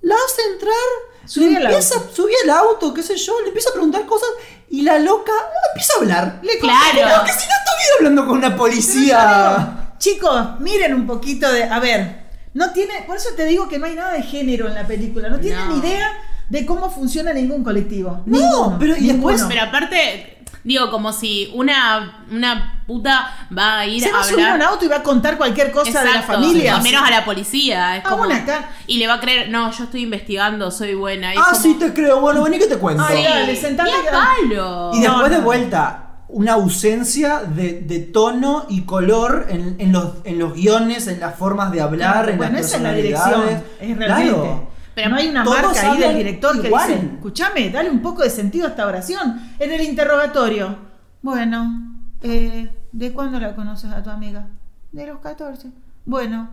S3: la hace entrar,
S4: Subí
S3: le
S4: al
S3: empieza, subí al auto, qué sé yo, le empieza a preguntar cosas y la loca empieza a hablar. Le
S2: Claro.
S3: que si no estuviera hablando con una policía.
S4: Chicos, miren un poquito de. A ver, no tiene. Por eso te digo que no hay nada de género en la película. No tienen
S2: No.
S4: idea de cómo funciona ningún colectivo.
S3: No,
S4: Ninguno,
S3: pero y después-
S4: ninguno.
S2: pero aparte, digo, como si una, una puta va a ir
S4: Se
S2: a
S4: va a subir a un
S2: hablar.
S4: auto y va a contar cualquier cosa de la
S2: Exacto,
S4: familia.
S2: y menos a la policía. Es
S4: Ah,
S2: como,
S4: bueno, acá-
S2: Y le va a creer, no, yo estoy investigando, soy buena. y es
S3: Ah,
S2: como-
S3: sí te creo, bueno, vení que te cuento.
S4: Ay, dale,
S2: Sí,
S4: sentate
S2: y a
S4: que-
S2: palo.
S3: Y después
S4: No,
S3: de
S4: no.
S3: vuelta, una ausencia de, de tono y color en, en los, en los guiones, en las formas de hablar, en
S4: bueno,
S3: las
S4: esa es la dirección.
S3: personalidades.
S4: Es realmente.
S3: Claro.
S2: Pero
S4: Pero no hay una
S3: todos
S4: marca ahí del
S3: hablan
S4: director que
S3: igual.
S4: dice, escúchame, dale un poco de sentido a esta oración. En el interrogatorio. Bueno, eh, ¿de cuándo la conoces a tu amiga? De los 14. Bueno,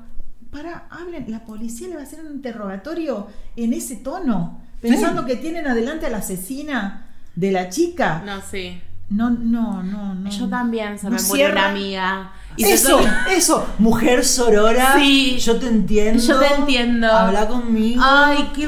S4: para, hablen, la policía le va a hacer un interrogatorio en ese tono, pensando que tienen adelante a la asesina de la chica.
S2: No, sí.
S4: No, no, no, no.
S2: Yo también se
S4: No
S2: me murió
S4: cierra.
S2: una amiga.
S3: eso, eso, mujer sorora,
S2: Sí.
S3: yo te entiendo.
S2: Yo te entiendo. Ah.
S3: Habla conmigo.
S2: Ay, qué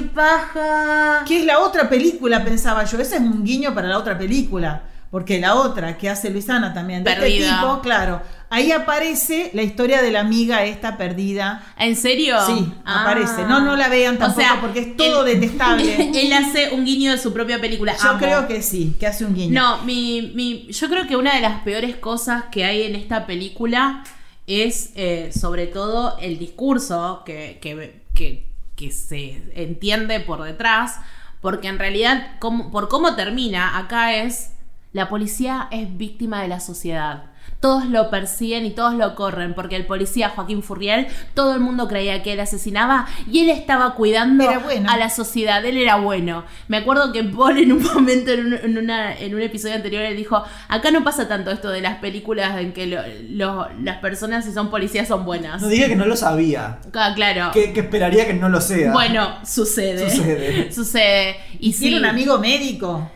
S2: paja.
S4: Que es la otra película, pensaba yo. Ese es un guiño para la otra película. Porque la otra que hace Luisana también, de este
S2: Perdida.
S4: tipo, claro. Ahí aparece la historia de la amiga esta perdida.
S2: ¿En serio?
S4: Sí,
S2: Ah.
S4: aparece. No, no la vean tampoco porque es todo
S2: él-
S4: detestable.
S2: él hace un guiño de su propia película.
S4: Yo
S2: Amo.
S4: creo que sí, que hace un guiño.
S2: No, mi, mi- yo creo que una de las peores cosas que hay en esta película es eh, sobre todo el discurso que, que- que- que se entiende por detrás, porque en realidad cómo- por cómo termina acá es, la policía es víctima de la sociedad. Todos lo persiguen y todos lo corren, porque el policía Joaquín Furriel, todo el mundo creía que él asesinaba y él estaba cuidando
S4: Era bueno.
S2: a la sociedad, él era bueno. Me acuerdo que Paul en un momento, en un, en una- en un episodio anterior, él dijo, acá no pasa tanto esto de las películas en que lo- lo- las personas si son policías son buenas.
S3: No dije que no lo sabía.
S2: Ah, claro.
S3: Que, que esperaría que no lo sea.
S2: Bueno, sucede.
S3: Sucede.
S2: Sucede. Y sí,
S4: Tiene un amigo médico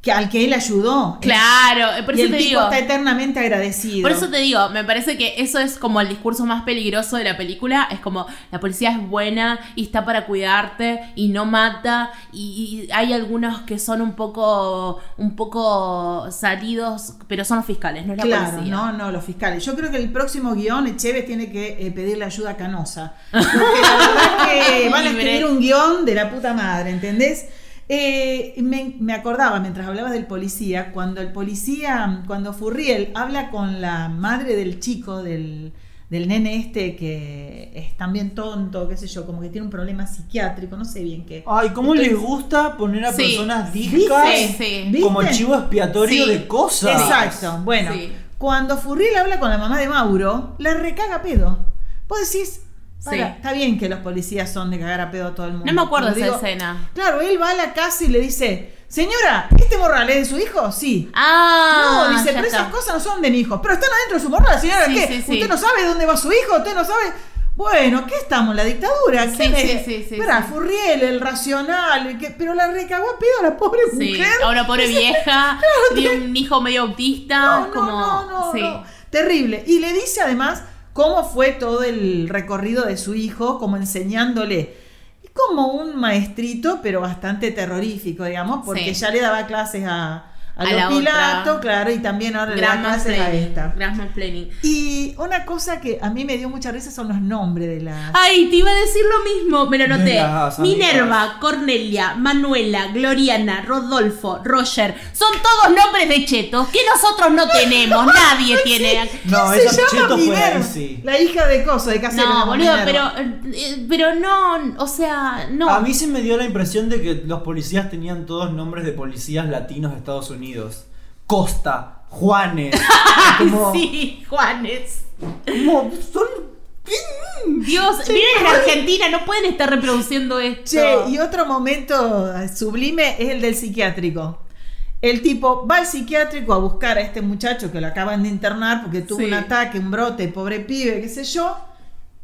S4: que, al que él ayudó.
S2: Claro, eh, por
S4: Y
S2: eso
S4: el
S2: te
S4: tipo
S2: digo.
S4: está eternamente agradecido.
S2: Por eso te digo, me parece que eso es como el discurso más peligroso de la película. Es como la policía es buena y está para cuidarte y no mata. Y, y hay algunos que son un poco, un poco salidos, pero son los fiscales, no es la
S4: Claro,
S2: policía.
S4: no, no, los fiscales. Yo creo que el próximo guión, Echeves tiene que eh, pedirle ayuda a Canosa. Porque la verdad que van a
S2: Libre.
S4: escribir un guión de la puta madre, ¿entendés? Eh, me, me acordaba mientras hablabas del policía, cuando el policía, cuando Furriel habla con la madre del chico, del, del nene este que es también tonto, qué sé yo, como que tiene un problema psiquiátrico, no sé bien
S2: Oh,
S4: qué.
S3: Ay, ¿cómo
S4: Entonces-
S3: les gusta poner a
S2: Sí.
S3: personas
S2: Sí,
S3: discas
S2: sí.
S4: ¿Viste?
S3: como chivo expiatorio
S2: Sí.
S3: de cosas?
S4: Exacto. Bueno,
S2: Sí.
S4: cuando Furriel habla con la mamá de Mauro, la recaga a pedo. Vos decís, "Para,
S2: Sí.
S4: está bien que los policías son de cagar a pedo a todo el mundo.
S2: No me acuerdo
S4: Pero
S2: esa
S4: digo,
S2: escena.
S4: Claro, él va a la casa y le dice, señora, ¿este morral es de su hijo? Sí.
S2: Ah,
S4: no, dice,
S2: ya
S4: pero
S2: está.
S4: esas cosas no son de mi hijo. Pero están adentro de su morral, señora,
S2: Sí,
S4: ¿qué?
S2: sí, sí.
S4: Usted no sabe dónde va su hijo, usted no sabe. Bueno, ¿qué estamos? ¿La dictadura?
S2: Sí,
S4: ¿Quién
S2: sí,
S4: es?
S2: sí, sí,
S4: Pará,
S2: sí.
S4: Furriel, el racional, el que- pero la recagó a pedo a la pobre
S2: Sí,
S4: mujer.
S2: a una pobre vieja, tiene un hijo medio autista,
S4: No, no,
S2: como
S4: no, no,
S2: sí.
S4: no. Ah, Terrible. Y le dice además cómo fue todo el recorrido de su hijo, como enseñándole. Y Como un maestrito, pero bastante terrorífico, digamos, porque
S2: Sí.
S4: ya le daba clases a, a,
S2: A
S4: los
S2: la otra.
S4: Pilato, claro, y también ahora le da
S2: Grammar
S4: clases a
S2: planning,
S4: esta.
S2: grammar planning.
S4: Y una cosa que a mí me dio mucha risa son los nombres de las.
S2: Ay, te iba a decir lo mismo, me lo noté.
S3: Vengas,
S2: Minerva, Cornelia, Manuela, Gloriana, Rodolfo, Roger. Son todos nombres de chetos que nosotros no tenemos, nadie tiene.
S3: No,
S4: ¿Quién
S3: esos chetos
S4: Minerva?
S3: fueron sí.
S4: La hija de Coso, de Casero.
S2: No,
S4: la
S2: boludo,
S4: Minerva.
S2: pero, eh, pero no, o sea, no.
S3: A mí se me dio la impresión de que los policías tenían todos nombres de policías latinos de Estados Unidos. Costa, Juanes. como,
S2: Sí, Juanes.
S3: como son
S2: Dios, miren en Argentina, no pueden estar reproduciendo esto.
S4: Che, y otro momento sublime es el del psiquiátrico. El tipo va al psiquiátrico a buscar a este muchacho que lo acaban de internar porque tuvo
S2: Sí.
S4: un ataque, un brote, pobre pibe, qué sé yo.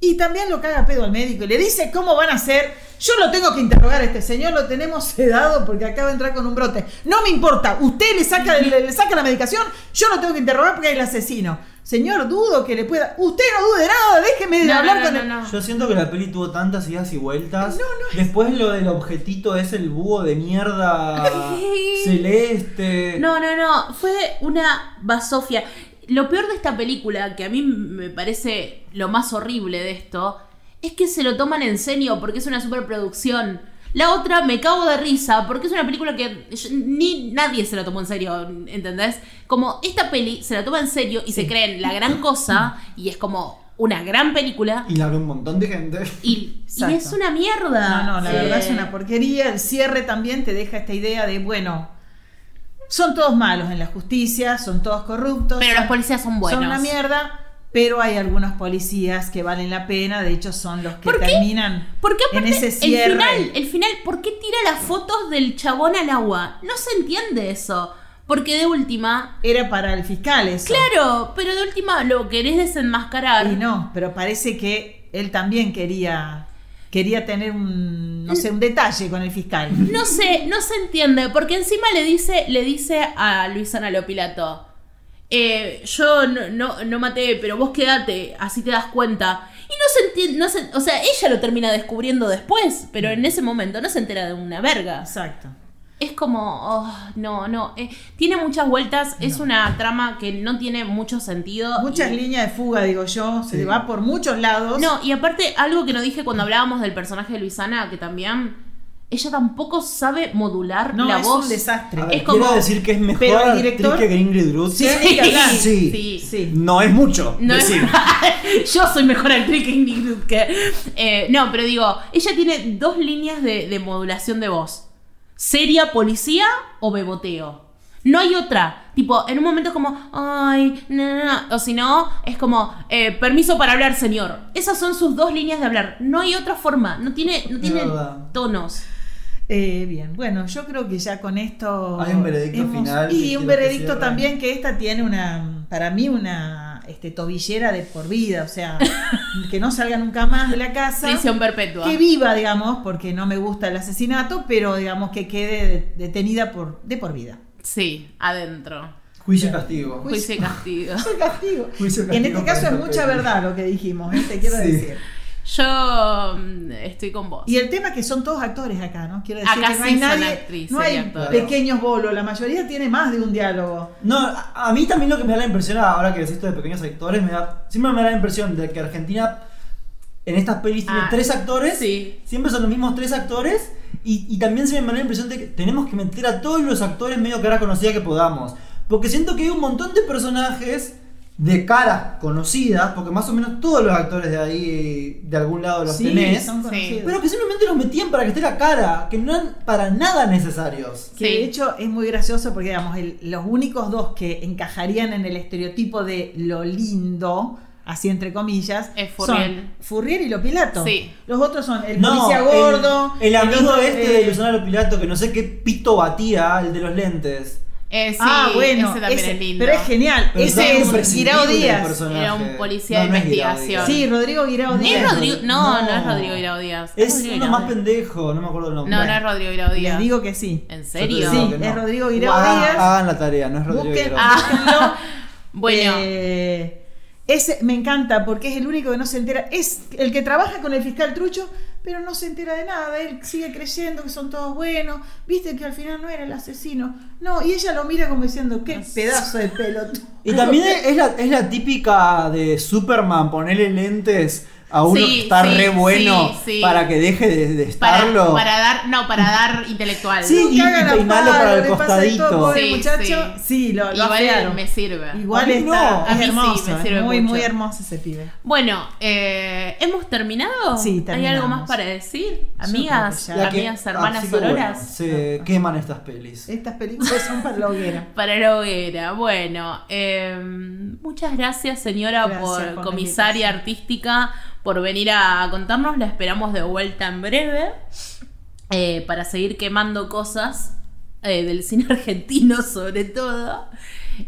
S4: Y también lo caga a pedo al médico y le dice cómo van a hacer. Yo lo tengo que interrogar a este señor, lo tenemos sedado porque acaba de entrar con un brote. No me importa, usted le saca, le, le saca la medicación, yo lo tengo que interrogar porque es el asesino. Señor, dudo que le pueda. Usted no dude nada, déjeme de
S2: No, no,
S4: hablar
S2: no,
S4: con
S2: no,
S4: el.
S2: no.
S3: Yo siento que la peli tuvo tantas idas y vueltas.
S4: Ah. No, no,
S3: Después lo del objetito es el búho de mierda
S2: Ay.
S3: celeste.
S2: No, no, no, fue una basofia. Lo peor de esta película, que a mí me parece lo más horrible de esto, es que se lo toman en serio porque es una superproducción. La otra me cago de risa porque es una película que yo- ni nadie se la tomó en serio, ¿entendés? Como esta peli se la toma en serio y se creen la gran cosa y es como una gran película
S3: Y la ve un montón de gente.
S2: y, y
S4: Exacto.
S2: es una mierda.
S4: No, no, la
S2: Sí.
S4: verdad es una porquería. El cierre también te deja esta idea de, bueno, son todos malos en la justicia, son todos corruptos.
S2: Pero los policías son buenos.
S4: Son una mierda, pero hay algunos policías que valen la pena, de hecho son los que
S2: ¿Por qué?
S4: terminan
S2: ¿Por qué
S4: en
S2: aparte
S4: ese cierre.
S2: el final, el final, por qué tira las fotos del chabón al agua? No se entiende eso. Porque de última,
S4: Era para el fiscal eso.
S2: claro, pero de última lo querés desenmascarar.
S4: Y no, pero parece que él también quería quería tener un no sé, un detalle con el fiscal.
S2: No sé, no se entiende, porque encima le dice, le dice a Luisana Lopilato, eh, yo no, no, no maté, pero vos quedate, así te das cuenta. Y no se entiende, no se- o sea, ella lo termina descubriendo después,
S4: Mm.
S2: pero en ese momento no se entera de una verga.
S4: Exacto.
S2: Es como, oh, no, no, eh, tiene muchas vueltas, es una trama que no tiene mucho sentido.
S4: Muchas
S2: y-
S4: líneas de fuga, digo yo, se
S3: Sí.
S4: va por muchos lados.
S2: No, y aparte, algo que no dije cuando hablábamos del personaje de Luisana, que también, ella tampoco sabe modular
S4: No,
S2: la
S4: es
S2: voz.
S4: un desastre.
S3: A ver,
S2: Es como-
S3: quiero decir que es mejor
S4: Pero el
S3: actriz
S4: director-
S3: que Green Grudge.
S4: Sí, ni que hablar.
S3: Sí.
S2: Sí.
S4: Sí.
S3: No es mucho.
S2: No es-
S3: decir.
S2: Yo soy mejor actriz que Ingrid Grutke. Eh, no, pero digo, ella tiene dos líneas de, de modulación de voz. Seria policía o beboteo. No hay otra. Tipo, en un momento es como, ay, no, no, no. O si no, es como, eh, permiso para hablar, señor. Esas son sus dos líneas de hablar. No hay otra forma. No tiene, no
S3: Es
S2: tiene
S3: verdad.
S2: tonos.
S4: Eh, bien, bueno, yo creo que ya con esto.
S3: Hay un veredicto final que
S4: Y un
S3: quiero que
S4: veredicto
S3: cierren.
S4: también que esta tiene una, para mí, una este, tobillera de por vida, o sea, que no salga nunca más de la casa.
S2: Prisión perpetua.
S4: Que viva, digamos, porque no me gusta el asesinato, pero digamos que quede de- detenida por, de por vida.
S2: Sí, adentro.
S3: Juicio y castigo.
S2: Juicio y castigo.
S4: Castigo.
S3: Juicio y
S4: En
S3: castigo
S4: este
S3: para
S4: caso es
S3: esta
S4: mucha
S3: peli.
S4: verdad lo que dijimos, ¿eh? te quiero
S3: Sí.
S4: decir.
S2: Yo mm, estoy con vos.
S4: Y el tema es que son todos actores acá, ¿no? Quiero decir
S2: Acá
S4: que no
S2: sí
S4: hay
S2: son
S4: nadie,
S2: actrices
S4: no
S2: y
S4: hay
S2: actores.
S4: pequeños bolos, la mayoría tiene más de un diálogo.
S3: No, a a mí también lo que me da la impresión, ahora que decís esto de pequeños actores, me da, siempre me da la impresión de que Argentina en estas pelis tiene
S2: Ah,
S3: tres actores,
S2: sí.
S3: siempre son los mismos tres actores, y, y también siempre me da la impresión de que tenemos que meter a todos los actores medio cara conocida que podamos, porque siento que hay un montón de personajes de caras conocidas, porque más o menos todos los actores de ahí, de algún lado los
S4: Sí,
S3: tenés,
S4: son conocidos.
S3: pero que simplemente los metían para que esté la cara, que no eran para nada necesarios.
S4: Que
S2: Sí.
S4: de hecho es muy gracioso porque, digamos, el- los únicos dos que encajarían en el estereotipo de lo lindo, así entre comillas,
S2: Es
S4: son
S2: Furriel.
S4: Furriel y Lopilato.
S2: Sí.
S4: Los otros son el
S3: No,
S4: policía
S3: el-
S4: gordo.
S3: El, amigo
S4: otro,
S3: este de
S4: eh,
S3: Luciano Pilato, que no sé qué pito batía, el de los lentes.
S2: Eh, sí,
S4: ah, bueno,
S2: ese también
S4: ese-
S2: es lindo.
S4: pero es genial.
S3: Pero son
S4: ese es
S3: imprescindibles
S4: Guirao
S3: los
S4: Díaz.
S3: personajes.
S2: Era un policía de
S3: No, no es Guirao
S2: investigación.
S3: Díaz.
S4: Sí, Rodrigo Guirao
S2: ¿Ni es
S4: Díaz.
S2: Rodrigo? No, no, es
S3: No.
S2: Rodrigo Irao Díaz.
S3: Es
S2: Rodrigo
S3: uno
S2: Irao
S3: más
S2: Díaz.
S3: pendejo, no me acuerdo el nombre.
S2: No, no es Rodrigo Irao Díaz.
S4: Les digo que sí.
S2: ¿En
S3: Yo te
S2: serio?
S3: digo
S4: Sí,
S3: que
S4: es Rodrigo Guirao
S3: Hagan-
S4: Díaz.
S3: Hagan la tarea, no es Rodrigo
S4: Busquen-
S3: Guirao Díaz.
S2: Ah, bueno,
S4: Eh, ese me encanta porque es el único que no se entera. Es el que trabaja con el fiscal trucho, pero no se entera de nada. Él sigue creyendo que son todos buenos. Viste que al final no era el asesino. No, y ella lo mira como diciendo, qué pedazo de pelotudo.
S3: Y también es la, es la típica de Superman, ponerle lentes a uno
S2: Sí,
S3: que está
S2: sí,
S3: re bueno
S2: sí, sí.
S3: para que deje de, de
S2: para,
S3: estarlo.
S2: para dar, no, para dar intelectual.
S3: Sí, y-
S4: Nunca hagan
S3: y
S4: la
S3: peinarlo
S4: pava,
S3: para el
S4: le pasa de todo,
S3: costadito.
S4: pobre
S2: Sí,
S4: muchacho.
S2: sí.
S4: Sí, lo, lo
S2: Igual
S4: afearon.
S2: me sirve.
S3: A
S4: Igual
S3: mí
S4: está
S3: no.
S4: es
S2: A mí sí,
S4: hermoso.
S2: me
S4: es
S2: sirve
S4: muy,
S2: mucho.
S4: muy hermoso ese pibe.
S2: Bueno, eh, ¿hemos terminado?
S4: Sí,
S2: ¿Hay algo
S4: terminamos.
S2: más para decir?
S4: Yo
S2: Amigas,
S4: creo que Ah, ya.
S3: La que-
S2: amigas, hermanas,
S3: así que bueno,
S2: sororas.
S3: se queman estas pelis.
S4: Estas películas son para la hoguera.
S2: Para la hoguera. Bueno, eh, muchas gracias señora
S4: Gracias
S2: por,
S4: por la
S2: comisaria
S4: invitación.
S2: artística por venir a contarnos. La esperamos de vuelta en breve eh, para seguir quemando cosas eh, del cine argentino sobre todo.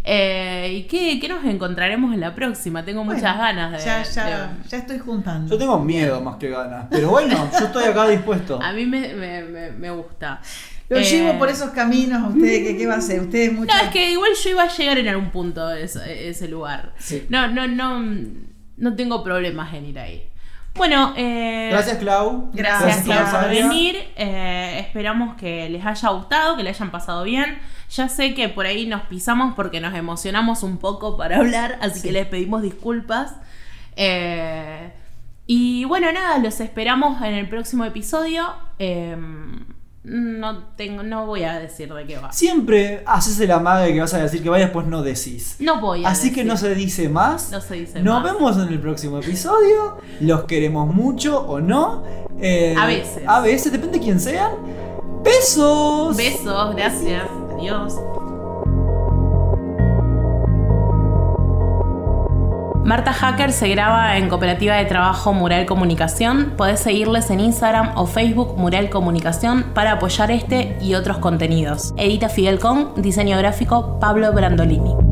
S2: Eh, ¿Y qué, qué nos encontraremos en la próxima? Tengo muchas
S4: Bueno,
S2: ganas de...
S4: Ya, ya,
S2: de-
S4: ya estoy juntando.
S3: Yo tengo miedo más que ganas, pero bueno, yo estoy acá dispuesto.
S2: A mí me, me- me- me gusta.
S4: Lo
S2: Eh,
S4: llevo por esos caminos a ustedes, que qué va a hacer, ustedes mucho.
S2: No, es que igual yo iba a llegar en algún punto a ese, a ese lugar.
S3: Sí.
S2: No, no, no, no tengo problemas en ir ahí. Bueno, eh,
S3: Gracias, Clau.
S2: gracias
S4: Gracias, Clau,
S2: por
S3: Rosario.
S2: venir. Eh, esperamos que les haya gustado, que le hayan pasado bien. Ya sé que por ahí nos pisamos porque nos emocionamos un poco para hablar, así que les pedimos disculpas. Eh, y bueno, nada, los esperamos en el próximo episodio. Eh, no, tengo, no voy a decir de qué va.
S3: Siempre haces el amague que vas a decir que vaya, después no decís.
S2: No voy a
S3: Así que
S2: decir.
S3: no se dice más.
S2: No se dice
S3: Nos
S2: más.
S3: vemos en el próximo episodio. Los queremos mucho o no. Eh,
S2: A veces.
S3: A veces, depende de quién sean. Besos.
S2: Besos, gracias. Adiós. Marta Hacker se graba en Cooperativa de Trabajo Mural Comunicación. Podés seguirles en Instagram o Facebook Mural Comunicación para apoyar este y otros contenidos. Edita Fidel Con, diseño gráfico Pablo Brandolini.